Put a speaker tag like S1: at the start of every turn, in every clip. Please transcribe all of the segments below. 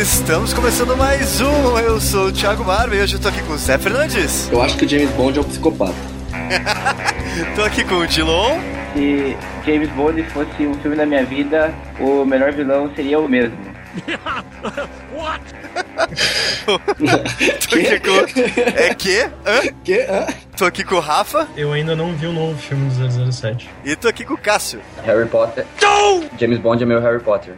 S1: Estamos começando mais um. Eu sou o Thiago Marva e hoje eu tô aqui com o Zé Fernandes.
S2: Eu acho que o James Bond é um psicopata.
S1: tô aqui com o Dilon.
S3: Se James Bond fosse um filme da minha vida, o melhor vilão seria o mesmo.
S1: What? tô aqui com... É que? Hã?
S2: Que? Hã?
S1: Tô aqui com o Rafa
S4: Eu ainda não vi o novo filme do 007.
S1: e tô aqui com o Cássio.
S2: Harry Potter. James Bond é meu Harry Potter.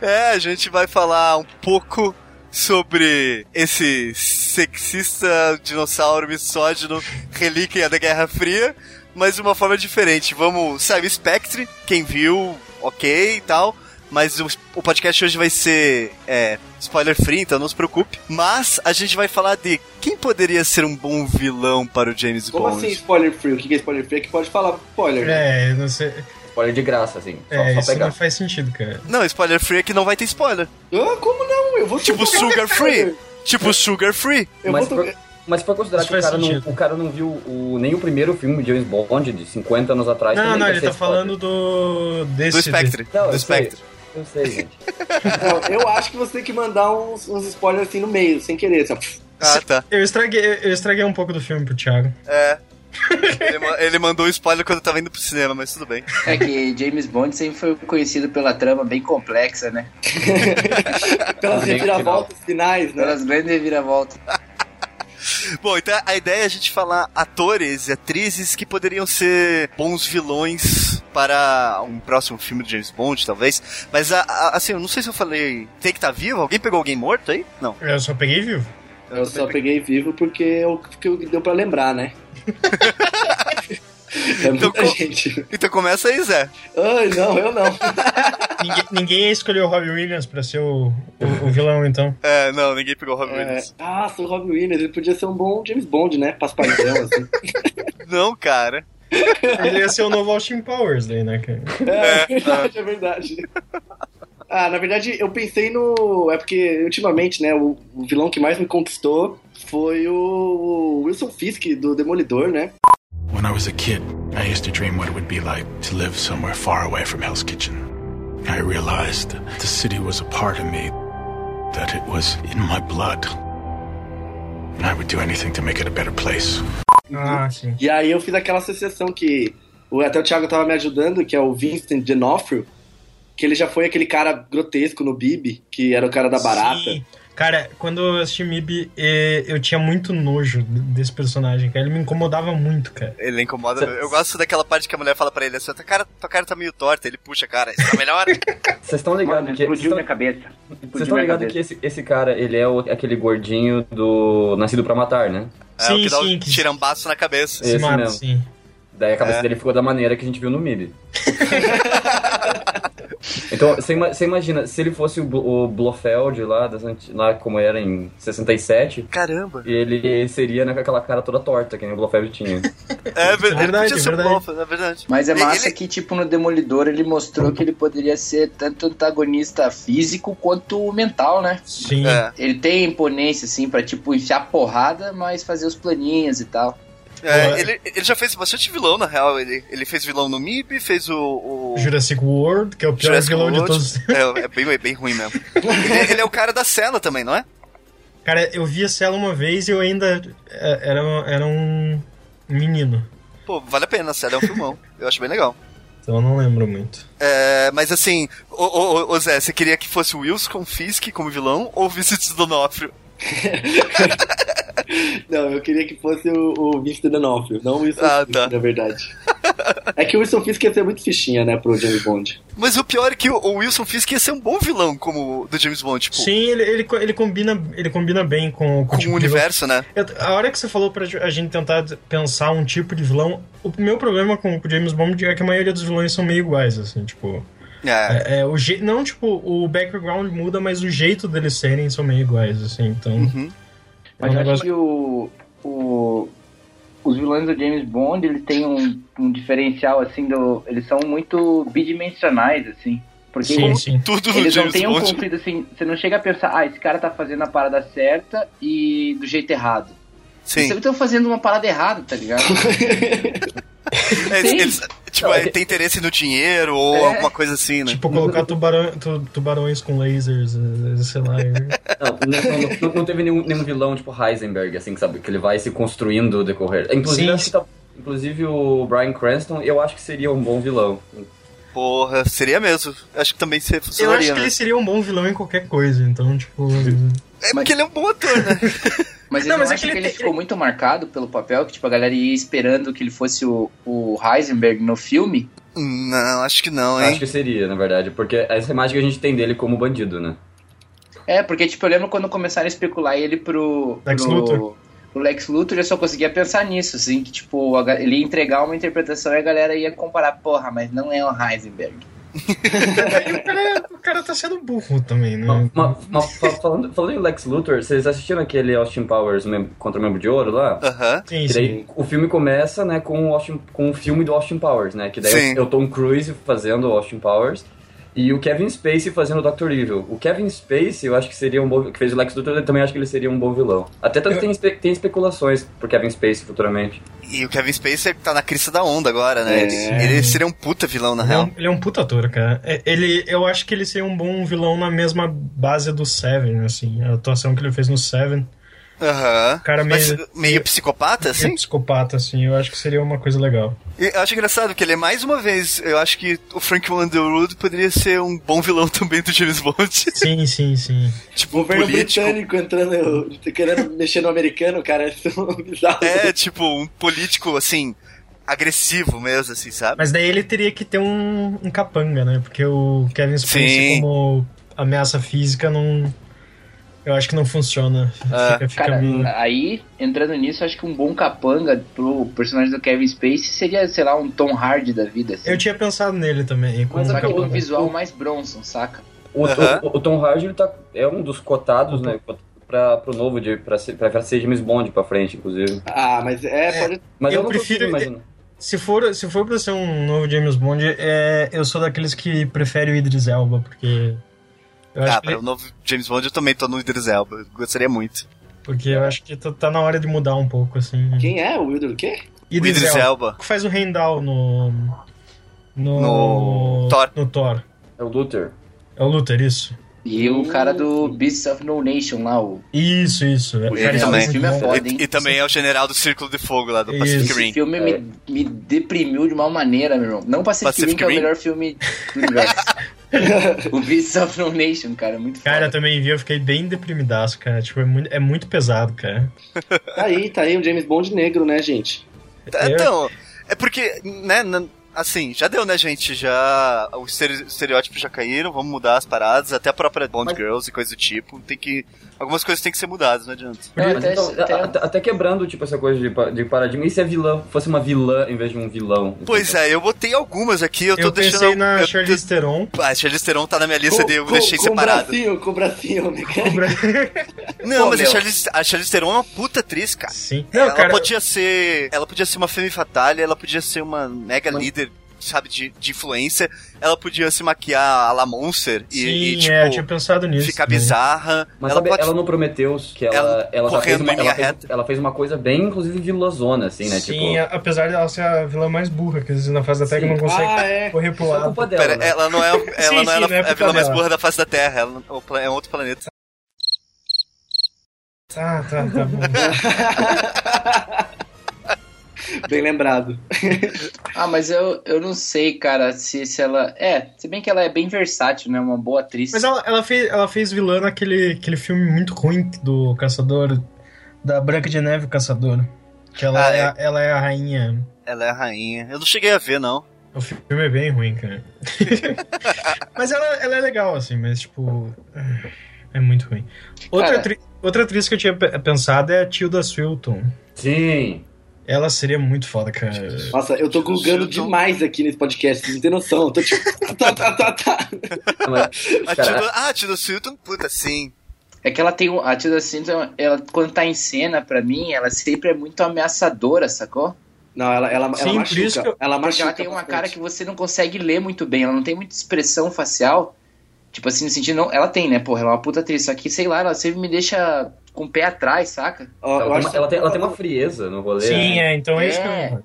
S1: É, a gente vai falar um pouco sobre esse sexista dinossauro misógino relíquia da Guerra Fria, mas de uma forma diferente. Vamos, sabe, Spectre, quem viu, ok e tal. Mas o, o podcast hoje vai ser é, spoiler free, então não se preocupe. Mas a gente vai falar de quem poderia ser um bom vilão para o James
S2: Como
S1: Bond.
S2: assim spoiler free? O que é spoiler free? É que pode falar spoiler. né?
S4: É, eu não sei.
S2: Spoiler de graça, assim. Só,
S4: É,
S2: só
S4: isso
S2: pegar.
S4: não faz sentido, cara.
S1: Não, spoiler free é que não vai ter spoiler.
S2: Ah, como não? Eu vou
S1: Tipo
S2: tocar-
S1: Sugar Free.
S2: É.
S1: Tipo Sugar Free.
S2: Eu
S5: Mas,
S2: vou tocar-
S5: por, mas se for considerar
S4: Isso
S5: que o
S4: faz
S5: cara, não,
S4: sentido.
S5: o cara não viu o, nem o primeiro filme de James Bond de 50 anos atrás.
S4: Não,
S5: também
S4: não,
S5: vai
S4: ele
S5: ser
S4: tá
S5: spoiler.
S4: falando do. desse.
S1: Do Spectre.
S5: Não,
S1: do
S5: eu sei,
S1: Spectre.
S5: eu sei, gente.
S2: Não, eu acho que você tem que mandar uns, uns spoilers assim no meio, sem querer. Assim, ó.
S1: Ah, tá.
S4: Eu estraguei, eu estraguei um pouco do filme pro Thiago.
S1: É. Ele, ma- ele mandou um spoiler quando eu tava indo pro cinema, mas tudo bem.
S3: É que James Bond sempre foi conhecido pela trama bem complexa, né?
S2: Pelas
S5: Meio
S2: reviravoltas finais, né?
S4: É.
S3: Pelas grandes reviravoltas.
S1: Bom, então a ideia é a gente falar atores e atrizes que poderiam ser bons vilões para um próximo filme do James Bond, talvez. Mas, a- a- assim, eu não sei se eu falei. Tem que tá vivo? Alguém pegou alguém morto aí? Não.
S4: Eu só peguei vivo.
S2: Eu só peguei vivo porque eu, porque eu- deu pra lembrar, né? É muita
S1: Então, co-
S2: gente.
S1: Então começa aí, Zé.
S2: Ai, não, eu não.
S4: Ninguém, ninguém escolheu o Robbie Williams pra ser o, o- o vilão, então.
S1: É, não, ninguém pegou o Robin
S2: É,
S1: Williams.
S2: ah, sou o Robin Williams, ele podia ser um bom James Bond, né? Paspadão, assim.
S1: Não, cara.
S4: Ele ia ser o novo Austin Powers daí, né, cara?
S2: É, é verdade, é verdade. Ah, na verdade, eu pensei no. É porque ultimamente, né, o, o vilão que mais me conquistou foi o Wilson Fisk, do Demolidor, né?
S6: When I was a kid, I used to dream what it would be like to live somewhere far away from Hell's Kitchen. I realized that the city was a part of me, that it was in my blood. And I would do anything to make it a better place.
S4: Ah, sim.
S2: E aí eu fiz aquela associação que o- até o Thiago tava me ajudando, que é o Vincent D'Onofrio, que ele já foi aquele cara grotesco no Bibi, que era o cara da barata.
S4: Sim. Cara, quando eu assisti Mib, eh, eu tinha muito nojo desse personagem, cara. Ele me incomodava muito, cara.
S1: Ele incomoda. Eu gosto daquela parte que a mulher fala pra ele assim: tua cara, tua cara tá meio torta. Ele puxa, cara, isso tá melhor.
S5: Vocês estão ligados que, vocês
S4: tá
S3: explodiu
S5: tão-
S3: minha cabeça.
S5: vocês estão ligados que esse, esse cara, ele é o- aquele gordinho do Nascido pra Matar, né?
S1: é o
S4: Sim,
S1: que dá um
S4: sim, que-
S1: tirambaço na cabeça.
S5: Esse
S4: Se mata,
S5: mesmo.
S4: sim.
S5: Daí a cabeça
S1: É.
S5: dele ficou da maneira que a gente viu no MIB. então, você ima- você imagina, se ele fosse o, Bl- o Blofeld lá, das anti- lá como era em 67,
S1: Caramba.
S5: ele seria né, com aquela cara toda torta, que nem o Blofeld tinha.
S1: É verdade,
S4: verdade,
S1: podia ser
S4: é verdade.
S1: Blofeld, é verdade.
S3: Mas é
S1: Ele-
S3: massa
S1: ele-
S3: que, tipo, no Demolidor ele
S4: Uhum.
S3: mostrou que ele poderia ser tanto antagonista físico quanto mental, né?
S4: Sim.
S1: É,
S3: Ele tem imponência, assim, pra, tipo, enfiar porrada, mas fazer os planinhos e tal.
S1: é,
S4: Ué.
S1: ele, ele já fez bastante vilão, na real. Ele, ele fez vilão no MIB, fez o. o...
S4: Jurassic World, que é o pior
S1: Jurassic
S4: vilão de
S1: World.
S4: todos.
S1: É, é bem, é bem ruim mesmo. ele, ele é o cara da cela também, não é?
S4: Cara, eu vi a Cela uma vez e eu ainda é, era, era um menino.
S1: Pô, vale a pena, a cela é um filmão. Eu acho bem legal.
S4: Então eu não lembro muito.
S1: É, mas assim, ô, ô, ô, ô, Zé, você queria que fosse o Wilson Fisk como vilão ou o Vincent Donofrio?
S2: Não, eu queria que fosse o, o Vincent D'Onofrio, não o Wilson
S1: Ah,
S2: Fisk,
S1: tá.
S2: na verdade. É que o Wilson Fisk ia ser muito fichinha, né, pro James Bond.
S1: Mas o pior é que o, o Wilson Fisk ia ser um bom vilão como o do James Bond, tipo,
S4: Sim, ele, ele, co- ele, combina, ele combina bem com, com,
S1: com o
S4: tipo de vilão.
S1: universo, né?
S4: Eu- a hora que você falou pra ju- a gente tentar d- pensar um tipo de vilão, o meu problema com o James Bond é que a maioria dos vilões são meio iguais, assim, tipo.
S1: É.
S4: É, é, o je- não, tipo, o background muda, mas o jeito deles serem são meio iguais, assim, então.
S1: Uhum.
S4: É um
S3: Mas eu
S4: negócio...
S3: acho que o, o- os vilões do James Bond, ele tem um, um diferencial, assim, do, eles são muito bidimensionais, assim. Porque
S4: Sim, sim.
S1: Tudo no
S3: eles não
S1: James
S3: têm um
S1: Bond.
S3: conflito, assim, você não chega a pensar, ah, esse cara tá fazendo a parada certa e do jeito errado. Então, Eles
S1: Sim.
S3: sempre estão fazendo uma parada errada, tá ligado?
S1: É,
S5: Sim.
S1: eles- tipo,
S5: Não,
S1: é,
S5: é-
S1: tem interesse no dinheiro ou
S3: É.
S1: alguma coisa assim, né?
S4: Tipo, colocar tubarão, tu- tubarões com lasers, eh, sei lá. eh.
S5: Não, não, não- não- não teve nenhum, nenhum vilão tipo Heisenberg, assim, sabe? Que ele vai se construindo ao decorrer. Inclusive,
S4: Sim.
S5: acho que tá- inclusive o Brian Cranston, eu acho que seria um bom vilão.
S1: Porra, seria mesmo. Acho que também seria
S4: Eu acho
S1: funcionaria,
S4: que
S1: né?
S4: ele seria um bom vilão em qualquer coisa, então, tipo.
S1: É porque ele é um bom ator, né?
S3: Mas
S4: Não,
S3: não,
S4: mas
S3: mas
S4: é que
S3: que,
S4: ele
S3: ele
S4: tem-
S3: ficou muito marcado pelo papel, que tipo, a galera ia esperando que ele fosse o, o Heisenberg no filme.
S1: não, acho que não,
S5: Acho
S1: hein?
S5: que seria, na verdade, porque essa imagem que a gente tem dele como bandido, né?
S3: É, porque tipo, eu lembro quando começaram a especular ele pro.
S4: Lex
S3: pro-
S4: Luthor.
S3: O Lex Luthor eu só conseguia pensar nisso, assim, que tipo, a ga- ele ia entregar uma interpretação e a galera ia comparar, porra, mas não é o Heisenberg.
S4: Aí o cara, o cara tá sendo burro também, né?
S5: Mas- mas- mas fa- falando, falando em Lex Luthor, vocês assistiram aquele Austin Powers mem- contra o Membro de Ouro lá?
S1: Aham.
S4: Sim,
S5: Que
S4: sim.
S5: daí o filme começa, né, com o, Austin, com o filme do Austin Powers, né? Que daí
S1: Sim.
S5: é o Tom Cruise fazendo o Austin Powers e o Kevin Spacey fazendo o Dr. Evil. O Kevin Spacey, eu acho que seria um bom... Que fez o Lex Luthor, eu também acho que ele seria um bom vilão. Até tanto
S4: Eu-
S5: tem, espe- tem especulações pro Kevin Spacey futuramente.
S1: E o Kevin Spacey tá na crista da onda agora, né? Ele, ele seria um puta vilão, na
S4: Ele é,
S1: real.
S4: um, ele é um puta ator, cara. É, Ele, eu acho que ele seria um bom vilão na mesma base do Seven, assim. A atuação que ele fez no Seven.
S1: Aham.
S4: Cara
S1: Mas
S4: meio-
S1: meio psicopata,
S4: Sim.
S1: assim?
S4: Psicopata, assim. Eu acho que seria uma coisa legal.
S1: E eu acho engraçado que ele é mais uma vez. Eu acho que o Frank Underwood poderia ser um bom vilão também do James Bond.
S4: Sim, sim, sim.
S1: tipo, um
S2: Governo
S1: político.
S2: britânico entrando, querendo mexer no americano, cara, isso é bizarro.
S1: É, tipo, um político, assim, agressivo mesmo, assim, sabe?
S4: Mas daí ele teria que ter um, um capanga, né? Porque o Kevin Spacey,
S1: Sim.
S4: como ameaça física, não. Eu acho que não funciona.
S1: Ah,
S4: fica fica
S3: Cara, é.
S4: meio-
S3: aí, entrando nisso, acho que um bom capanga pro personagem do Kevin Spacey seria, sei lá, um Tom Hardy da vida, assim.
S4: Eu tinha pensado nele também. Como...
S5: Mas
S3: Só que com um
S5: eu-
S3: visual mais Bronson, saca?
S5: O,
S1: Aham.
S5: o- o Tom Hardy, ele tá, é um dos cotados,
S4: Uhum.
S5: né, pra, pro novo, de, pra, ser, pra, pra ser James Bond pra frente, inclusive.
S2: Ah, mas é, pode.
S5: Mas
S4: Eu
S5: eu, não
S4: prefiro-
S5: consigo imaginar.
S4: Se for, se for pra ser um novo James Bond, é, eu sou daqueles que prefere o Idris Elba, porque. Eu acho
S1: Ah,
S4: que ele-
S1: para o novo James Bond eu também tô no Idris Elba. eu Gostaria muito.
S4: Porque eu acho que tá, tá na hora de mudar um pouco, assim.
S2: Quem é? O Wilder o quê?
S1: O
S4: Idris,
S1: Idris
S4: Elba.
S1: Elba.
S4: que faz o Heimdall no. No.
S1: No Thor.
S4: no Thor.
S5: É o Luther.
S4: É o Luther, isso?
S3: E o cara do
S5: Hum.
S3: Beasts of No Nation lá, o...
S4: Isso, isso.
S3: Ele
S4: Cara, isso
S1: também.
S4: muito
S3: O filme é
S4: bom.
S3: foda.
S1: E, e também é o general do Círculo de Fogo lá do Pacific
S4: Isso.
S3: Esse
S1: Rim.
S5: é.
S3: filme me, me deprimiu de uma maneira, meu irmão. Não Pacific,
S1: Pacific
S3: Rim, que é o
S1: Rim?
S3: melhor filme do universo. o Beasts of No Nation, cara, é muito
S4: Cara, eu
S3: foda.
S4: também vi, eu fiquei bem deprimidaço, cara. Tipo, é muito, é muito pesado, cara.
S2: Tá aí, tá aí, o James Bond negro, né, gente?
S1: Tá,
S4: Eu-
S1: Então, é porque, né, n- assim, já deu, né, gente? Já. Os estere- os estereótipos já caíram, vamos mudar as paradas, até a própria Bond
S5: Mas-
S1: Girls e coisa do tipo. Tem que. Algumas coisas têm que ser mudadas, não adianta.
S2: É,
S3: Não,
S5: Mas
S3: até-
S5: então,
S3: até-
S5: a- a- até, quebrando, tipo, essa coisa de, pa- de paradigma. E se a vilã fosse uma vilã em vez de um vilão?
S1: Pois é, eu botei algumas aqui, eu
S4: Eu,
S1: tô deixando.
S4: pensei na
S1: eu,
S4: Charlize Theron.
S1: Ah, Charlize Theron tá na minha lista,
S2: Com-
S1: de eu
S2: com-
S1: deixei
S2: com
S1: separado.
S2: o bracinho, com o bracinho, mecânico.
S1: Não,
S3: Pô,
S1: mas a
S3: meu.
S1: Charlize, a Charlize Theron é uma puta atriz, cara.
S4: Sim.
S1: ela
S4: Não, cara,
S1: podia ser. Ela podia ser uma femme fatale, ela podia ser uma mega líder, sabe, de, de influência. Ela podia se maquiar a la Monster e,
S4: sim,
S1: e, tipo,
S4: é, eu tinha pensado nisso.
S1: ficar
S4: também.
S1: bizarra.
S5: Mas
S1: ela
S5: sabe,
S1: pode.
S5: ela não prometeu que ela,
S1: Ela
S5: ela, já fez
S1: correndo
S5: uma,
S1: em
S5: ela,
S1: linha
S5: fez,
S1: reta.
S5: ela fez uma coisa bem, inclusive, vilazona, assim, né?
S4: Sim, é
S5: tipo,
S4: a- apesar de ela ser a vilã mais burra, que às vezes na fase da Tega
S5: Sim.
S4: não consegue
S2: Ah, é.
S4: correr pro
S5: foi
S4: lado.
S5: culpa dela,
S1: Pera,
S5: né?
S1: ela não é, ela
S4: Sim,
S1: não
S4: sim,
S1: era
S4: não é
S1: a
S4: culpa
S1: vilã mais
S4: dela.
S1: burra da face da Terra, ela o pla- é um outro planeta.
S4: Tá, tá, tá bom.
S2: Bem lembrado.
S3: Ah, mas eu, eu não sei, cara, se, se ela... É, se bem que ela é bem versátil, né? Uma boa atriz.
S4: Mas ela, ela, fez, ela fez vilã naquele aquele filme muito ruim do Caçador, da Branca de Neve o Caçador. Que ela,
S1: Ah,
S4: é.
S1: é.
S4: a- ela é a rainha.
S1: Ela é a rainha. Eu não cheguei a ver, não.
S4: O filme é bem ruim, cara. mas ela, ela é legal, assim, mas tipo. É muito ruim. Outra,
S3: Cara.
S4: atri- outra atriz que eu tinha pe- pensado é a Tilda Swilton.
S5: Sim.
S4: Ela seria muito foda, cara.
S2: Nossa, eu tô gulgando
S1: Gilson.
S2: demais aqui nesse podcast, vocês não tem noção. Eu tô tipo. Tá, tá, tá, tá.
S5: Mas,
S1: A
S5: cara,
S1: Tilda, ah, a Tilda Swinton, puta, sim.
S3: É que ela tem. o- A Tilda Swinton, ela, quando tá em cena, pra mim, ela sempre é muito ameaçadora, sacou?
S2: Não, ela, ela, ela
S4: Sim, por
S2: machuca.
S4: isso que eu-
S2: Ela
S3: Porque
S2: machuca.
S3: ela tem uma
S2: bastante.
S3: cara que você não consegue ler muito bem, ela não tem muita expressão facial. Tipo assim, no sentido, não. Ela tem, né, porra? Ela é uma puta atriz. Só que, sei lá, ela sempre me deixa com o pé atrás, saca?
S2: Ó, eu
S5: ela, tem
S2: acho
S5: uma,
S2: que-
S5: ela, tem, ela tem uma frieza no rolê. né?
S4: Sim, é, então é, isso que
S3: É.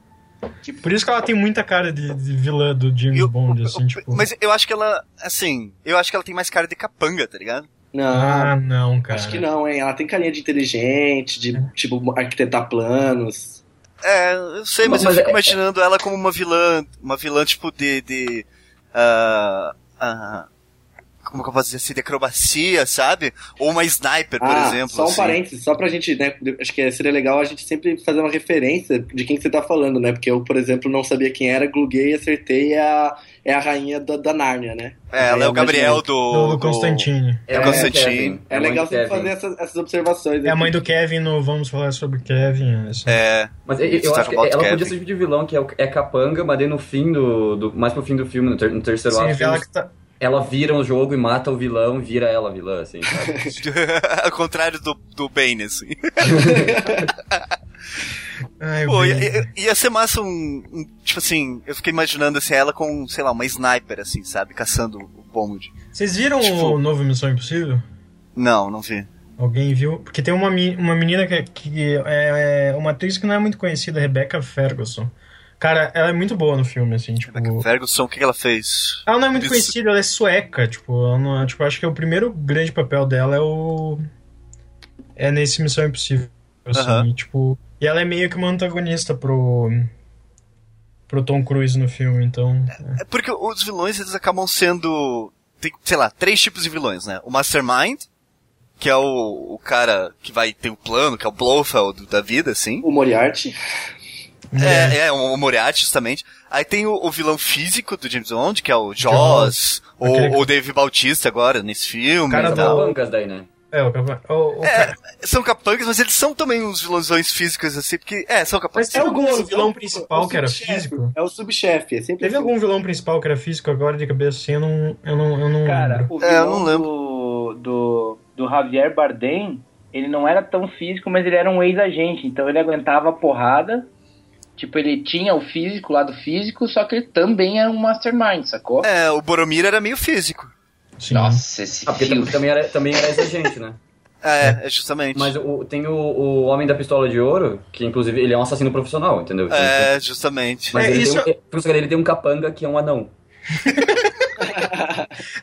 S4: eu. Por isso que ela tem muita cara de, de vilã do James
S1: Eu-
S4: Bond, assim, tipo.
S1: Mas eu acho que ela, assim, eu acho que ela tem mais cara de capanga, tá ligado?
S2: Não,
S4: Ah, não, cara.
S2: acho que não, hein? Ela tem carinha de inteligente, de, tipo, arquitetar planos.
S1: É, eu sei, mas,
S5: Mas
S1: eu fico
S5: é-
S1: imaginando ela como uma vilã, uma vilã tipo de. de ah, ah, como que eu posso dizer assim? De acrobacia, sabe? Ou uma sniper, por
S2: ah,
S1: exemplo.
S2: só um
S1: assim.
S2: parênteses, só pra gente, né? Acho que seria legal a gente sempre fazer uma referência de quem que você tá falando, né? Porque eu, por exemplo, não sabia quem era, gluguei, acertei, é a, é a rainha da, da Nárnia, né?
S1: É, ela é o
S2: Imaginei.
S1: Gabriel do.
S4: Do, do Constantine.
S5: É,
S1: o Constantine.
S5: Kevin,
S2: É
S5: mãe
S2: legal
S5: do
S2: sempre
S5: Kevin.
S2: fazer essas, essas observações. né?
S4: É a
S2: aqui.
S4: mãe do Kevin no Vamos Falar sobre Kevin. Assim.
S1: É,
S5: Mas eu, eu
S1: Isso, tá
S5: acho que
S1: com o
S5: ela
S1: Kevin.
S5: podia ser tipo de vilão, que é, o- é capanga, mas daí no fim do, do- Mais pro fim do filme, no, ter- no terceiro
S4: Sim,
S5: ato,
S4: aquela
S5: ela...
S4: que tá.
S5: vira o jogo e mata o vilão, vira ela vilã, assim. sabe?
S1: ao contrário do, do Bane, assim.
S4: Ai,
S1: Pô,
S4: É bem.
S1: ia, ia- ia ser massa um, um- Tipo assim, eu fiquei imaginando assim, ela com, sei lá, uma sniper, assim, sabe? Caçando o Bond.
S4: Vocês viram
S1: tipo-
S4: o novo Missão Impossível?
S1: Não, não vi.
S4: Alguém viu? Porque tem uma, me- uma menina que, que é, é uma atriz que não é muito conhecida, Rebecca Ferguson. Cara, ela é muito boa no filme, assim, tipo.
S1: Ferguson, o que que ela fez?
S4: Ela não é muito
S1: Isso.
S4: conhecida, ela é sueca, tipo, ela não é- tipo, acho que o primeiro grande papel dela é o. É nesse Missão Impossível. Assim,
S1: Aham.
S4: e, tipo. E ela é meio que uma antagonista pro. pro Tom Cruise no filme, então.
S1: É porque os vilões, eles acabam sendo. Tem, sei lá, três tipos de vilões, né? O Mastermind, que é o, o cara que vai ter o plano, que é o Blofeld da vida, assim.
S2: O Moriarty.
S1: É, é, o Moriarty, justamente. Aí tem o, o vilão físico do James Bond, que é o Jaws,
S4: Jaws.
S1: ou
S4: Aquele-
S1: ou o Dave Bautista agora, nesse filme.
S4: Cara
S5: Mas
S4: do-
S5: capangas daí, né?
S4: É, o, capa- o, o cara-
S1: São capangas, mas eles são também uns vilões físicos, assim, porque... É, são capangas.
S4: Mas- É o Gomes, o vilão
S2: é o-
S4: principal
S2: é o
S4: que era
S2: subchefe,
S4: físico?
S2: É o subchefe, é sempre
S4: Teve algum vilão principal que era físico agora de cabeça assim? Eu não. Eu não, eu não
S3: Cara,
S4: lembro.
S3: o
S1: É, eu não
S3: vilão do, do, do Javier Bardem, ele não era tão físico, mas ele era um ex-agente, então ele aguentava a porrada. Tipo, ele tinha o físico lá do físico, só que ele também era um mastermind, sacou?
S1: É, o Boromir era meio físico.
S4: Sim.
S7: Nossa, esse
S5: Ah, porque tam-
S7: filme.
S5: também era, também era exigente, né?
S1: É, é justamente.
S5: Mas o, tem o, o Homem da Pistola de Ouro, que inclusive ele é um assassino profissional, entendeu? Então,
S1: É, justamente.
S5: Mas
S4: É,
S5: ele,
S4: isso-
S5: tem um, é, por isso que ele tem um capanga que é um anão.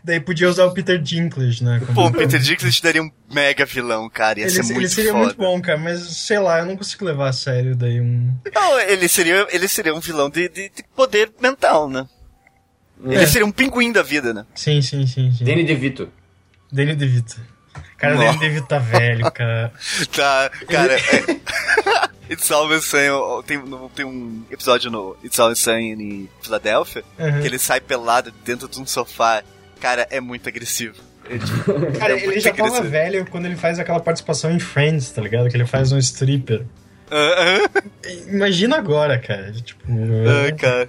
S4: Daí podia usar o Peter Dinklage, né? como-
S1: Pô, o Peter Dinklage daria um mega vilão, cara. Ia
S4: ele,
S1: ser
S4: ele
S1: muito
S4: seria
S1: foda.
S4: muito bom, cara, mas sei lá, eu não consigo levar a sério daí um.
S1: Não, ele seria, ele seria um vilão de, de- de poder mental, né?
S4: É.
S1: Ele seria um pinguim da vida, né?
S4: Sim, sim, sim, sim.
S5: Danny DeVito.
S4: Danny DeVito. Cara,
S1: Não.
S4: Danny DeVito tá velho, cara.
S1: Tá, cara. É... It's Always Sunny, ó, tem, no- tem um episódio no It's Always Sunny em Filadélfia,
S4: Uhum.
S1: que ele sai pelado dentro de um sofá. Cara, é muito agressivo. É, tipo,
S4: Cara,
S1: é
S4: ele
S1: muito
S4: já tava
S1: agressivo.
S4: velho quando ele faz aquela participação em Friends, tá ligado? Que ele faz um stripper.
S1: Ah, ah,
S4: Imagina agora, cara. Tipo,
S1: ah, cara.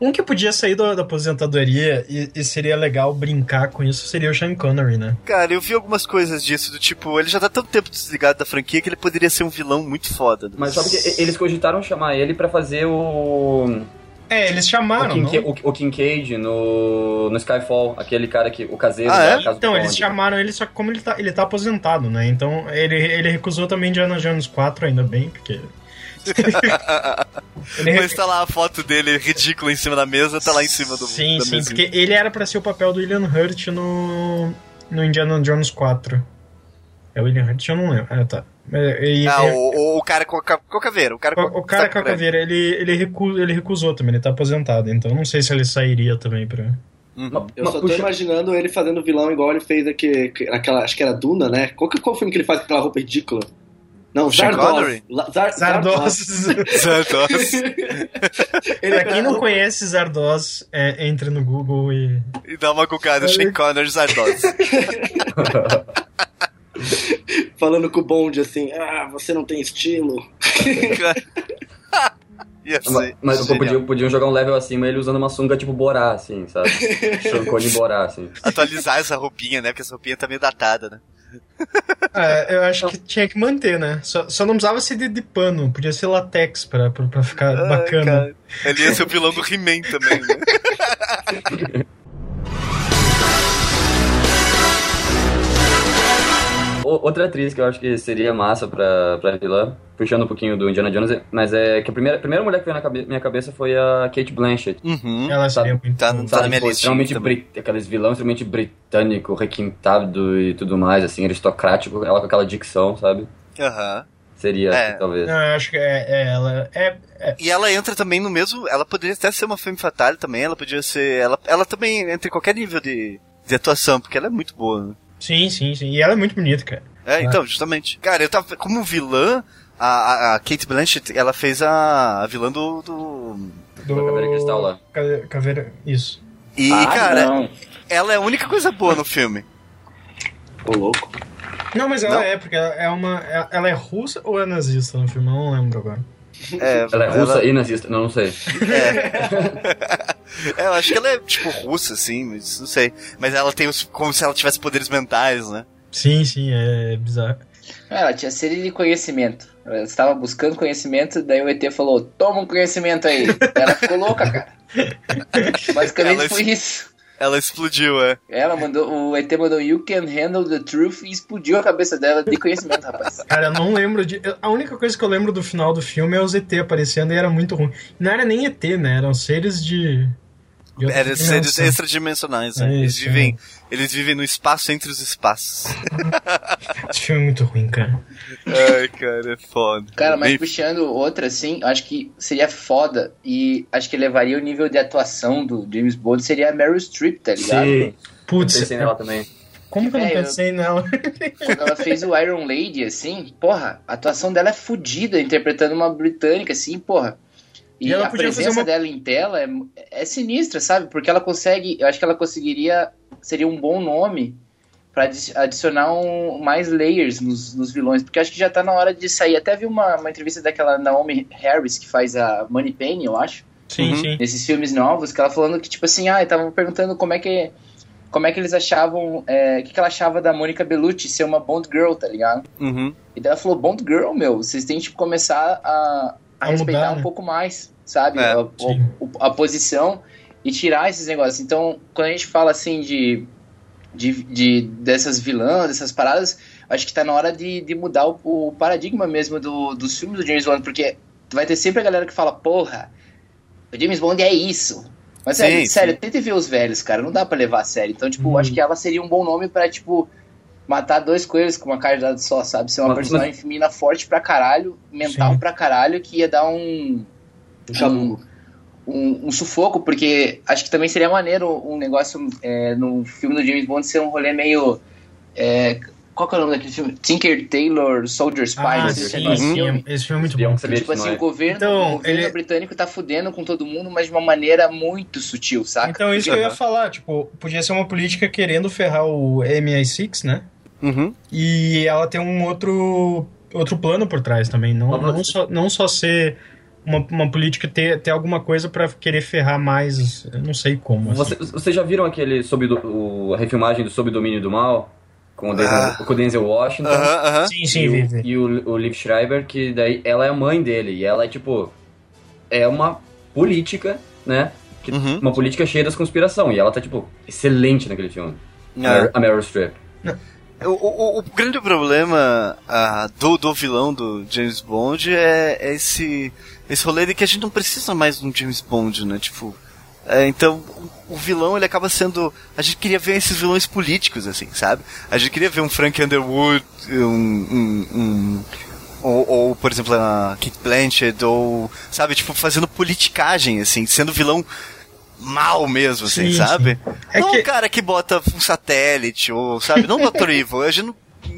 S4: um que podia sair da, da aposentadoria e, e seria legal brincar com isso seria o Sean Connery, né?
S1: Cara, eu vi algumas coisas disso, do tipo, ele já tá tanto tempo desligado da franquia que ele poderia ser um vilão muito foda. né?
S5: Mas só porque e- eles cogitaram chamar ele pra fazer o.
S4: É, eles
S5: o,
S4: chamaram,
S5: Kinca-
S4: não?
S5: o, o Kincaid no, no Skyfall, aquele cara que. O caseiro
S1: Ah,
S5: da
S1: é?
S5: casa do
S4: Então, eles
S5: Bond.
S4: chamaram ele, só que como ele tá, ele tá aposentado, né? Então, ele, ele recusou também Indiana Jones 4, ainda bem, porque... ele re-
S1: Mas tá lá a foto dele ridícula em cima da mesa, tá lá em cima do.
S4: Sim,
S1: da
S4: sim,
S1: mesinha.
S4: porque ele era pra ser o papel do William Hurt no, no Indiana Jones 4. É o William Hurt? Eu não lembro. Ah, tá. E- e-
S1: Ah,
S4: e-
S1: o, o- o cara com a, ca- com a caveira. O cara com,
S4: o, o cara
S1: saco
S4: com a
S1: grande.
S4: caveira, ele, ele, recu- ele recusou também, ele tá aposentado, então não sei se ele sairia também pra...
S5: Mas-
S2: Eu
S5: mas
S2: só tô
S5: puxa-
S2: imaginando ele fazendo vilão igual ele fez aqui, que- naquela, acho que era Duna, né? Qual, que- qual filme que ele faz com aquela roupa ridícula? Não,
S1: Sean
S2: Zardoz.
S1: Connery?
S2: La- Zar- Zardoz.
S4: Zardoz!
S1: Santos.
S2: Ele
S4: pra quem não
S2: com-
S4: conhece Zardoz, é, entre no Google e...
S1: e dá uma cucada, Sean Connery Zardoz.
S2: falando com o Bond assim, ah, você não tem estilo.
S1: Ia ser
S5: Mas, mas pô,
S1: genial.
S5: podiam, podiam jogar um level acima ele usando uma sunga tipo Borá, assim, sabe? Chancone Borá, assim.
S1: Atualizar essa roupinha, né? Porque essa roupinha tá meio datada, né?
S4: Ah, eu acho
S1: Então
S4: que tinha que manter, né? Só, só não precisava ser de, de pano, podia ser latex pra, pra, pra ficar
S1: Ah,
S4: bacana.
S1: cara. Ele ia ser o vilão do He-Man também, né?
S5: Ô, o- outra atriz que eu acho que seria massa pra, pra vilã, puxando um pouquinho do Indiana Jones, mas é que a primeira, a primeira mulher que veio na cabe- minha cabeça foi a Kate Blanchett.
S1: Uhum.
S4: Ela seria muito.
S1: tá no-
S4: boa.
S1: tá na minha
S5: pô,
S1: listinha
S5: extremamente
S1: também.
S5: brit... Aqueles vilão extremamente britânico, requintado e tudo mais, assim, aristocrático, ela com aquela dicção, sabe?
S1: Aham.
S5: Seria,
S1: É.
S5: assim, talvez.
S4: Não, eu acho que é, é ela. É, é-
S1: E ela entra também no mesmo. Ela poderia até ser uma femme fatale também, ela podia ser. Ela, ela também entra em qualquer nível de, de atuação, porque ela é muito boa, né?
S4: Sim, sim, sim. E ela é muito bonita, cara.
S1: É, então, justamente. Cara, eu tava. Como vilã, a, a- a Kate Blanchett, ela fez a, a vilã do. do-
S4: Do...
S5: Caveira Cristal lá.
S4: Cave- Caveira. Isso.
S1: E,
S3: Ah,
S1: cara,
S3: não.
S1: ela é a única coisa boa no filme.
S2: Ô, louco.
S4: Não, mas ela
S1: Não.
S4: é, porque ela é uma. Ela ela é russa ou é nazista no filme? Eu não lembro agora.
S1: É,
S5: Ela é russa e nazista, não, não sei.
S1: É, eu acho que ela é, tipo, russa, assim, mas não sei. Mas ela tem os. Como se ela tivesse poderes mentais, né?
S4: Sim, sim, é bizarro.
S3: Ela tinha sede de conhecimento. Ela estava buscando conhecimento, daí o ET falou: toma um conhecimento aí. Ela ficou louca, cara. Basicamente
S1: Ela-
S3: foi isso.
S1: Ela explodiu, é.
S3: Ela mandou, o ET mandou You Can Handle the Truth e explodiu a cabeça dela de conhecimento, rapaz.
S4: Cara, eu não lembro de. eu- A única coisa que eu lembro do final do filme é os ET aparecendo e era muito ruim. Não era nem ET, né? Eram seres de. de outra
S1: Era seres
S4: dimensão.
S1: extradimensionais, né?
S4: É
S1: Eles
S4: isso,
S1: vivem. Eles vivem no espaço entre os espaços.
S4: Esse filme é muito ruim, cara.
S1: Ai, cara, é foda.
S3: Cara, mas
S1: Bem-
S3: puxando outra, assim, eu acho que seria foda e acho que levaria o nível de atuação do James Bond, seria a Meryl Streep, tá ligado?
S5: Sim,
S4: Putz,
S5: pensei nela também.
S4: como que eu não
S3: É, eu-
S4: pensei nela?
S3: Quando ela fez o Iron Lady, assim, porra, a atuação dela é fodida, interpretando uma britânica, assim, porra. E,
S4: E ela
S3: a
S4: podia fazer
S3: presença
S4: uma-
S3: dela em tela é, é sinistra, sabe? Porque ela consegue, eu acho que ela conseguiria, seria um bom nome pra adi- adicionar um- mais layers nos, nos vilões, porque eu acho que já tá na hora de sair. Até vi uma, uma entrevista daquela Naomi Harris, que faz a Money Penny, eu acho
S4: Sim,
S1: Uhum.
S4: sim.
S3: nesses filmes novos, que ela falando que, tipo assim, ah, estavam perguntando como é que. Como é que eles achavam. é, O que, que ela achava da Mônica Bellucci ser uma Bond Girl, tá ligado?
S1: Uhum.
S3: E daí ela falou, Bond Girl, meu, vocês têm que tipo, começar a,
S4: A
S3: a respeitar
S4: mudar,
S3: um
S4: né?
S3: pouco mais, sabe?
S1: É,
S3: a,
S4: sim.
S3: o- a posição e tirar esses negócios. Então, quando a gente fala assim de. de, de- dessas vilãs, dessas paradas, acho que tá na hora de, de mudar o, o paradigma mesmo do, dos filmes do James Bond, porque vai ter sempre a galera que fala, porra, o James Bond é isso. Mas
S1: Sim,
S3: sério,
S1: sim.
S3: sério, tenta ver os velhos, cara. Não dá pra levar a sério. Então, tipo,
S4: Hum.
S3: acho que ela seria um bom nome pra, tipo, matar dois coelhos com uma cajadada só, sabe? Ser uma
S5: Mas-
S3: personagem feminina forte pra caralho, mental
S4: Sim.
S3: pra caralho, que ia dar um.
S2: Um chabu.
S3: Um, um sufoco, porque acho que também seria maneiro um negócio é, no filme do James Bond ser um rolê meio. é, qual que é o nome daquele filme? Tinker Taylor Soldier Spy.
S4: Ah,
S3: não sei
S4: sim,
S3: se você
S4: sim,
S3: lembra desse filme.
S4: Esse filme é muito
S5: Espião
S4: bom.
S5: que sabia
S3: Tipo
S5: que não
S3: assim,
S5: é.
S3: o governo,
S4: Então,
S3: o governo
S4: ele-
S3: britânico tá fudendo com todo mundo, mas de uma maneira muito sutil, saca?
S4: Então, isso que eu ia
S1: Aham.
S4: falar, tipo, podia ser uma política querendo ferrar o MI6, né?
S1: Uhum.
S4: E ela tem um outro, outro plano por trás também. Não,
S5: Uma-
S4: não, só, não só ser uma, uma política, ter, ter alguma coisa pra querer ferrar mais. Eu não sei como. assim.
S5: Você- tá? Vocês já viram aquele sob do- o- a refilmagem do Sob Domínio do Mal? Com o Denzel,
S1: Ah.
S5: com o Denzel Washington.
S1: Aham, aham.
S4: assim. Sim,
S5: e
S4: sim,
S5: o,
S4: Vivi.
S5: e o, o Liv Schreiber, que daí ela é a mãe dele. E ela é tipo. É uma política, né? Que,
S1: Uhum.
S5: Uma política cheia das conspiração. E ela tá, tipo, excelente naquele filme.
S1: É.
S5: A Meryl Streep.
S1: O, o- o- o grande problema ah, do, do vilão do James Bond é, é esse, esse rolê de que a gente não precisa mais de um James Bond, né? Tipo, é, então o, o vilão ele acaba sendo. A gente queria ver esses vilões políticos, assim, sabe? A gente queria ver um Frank Underwood, um. um- um- ou, ou, por exemplo, a Kate Blanchett, ou, sabe, tipo, fazendo politicagem, assim, sendo vilão mal mesmo, assim,
S4: Sim,
S1: sabe?
S4: É
S1: não
S4: que-
S1: o cara que bota um satélite, ou, sabe? Não o Dr. Evil. A gente não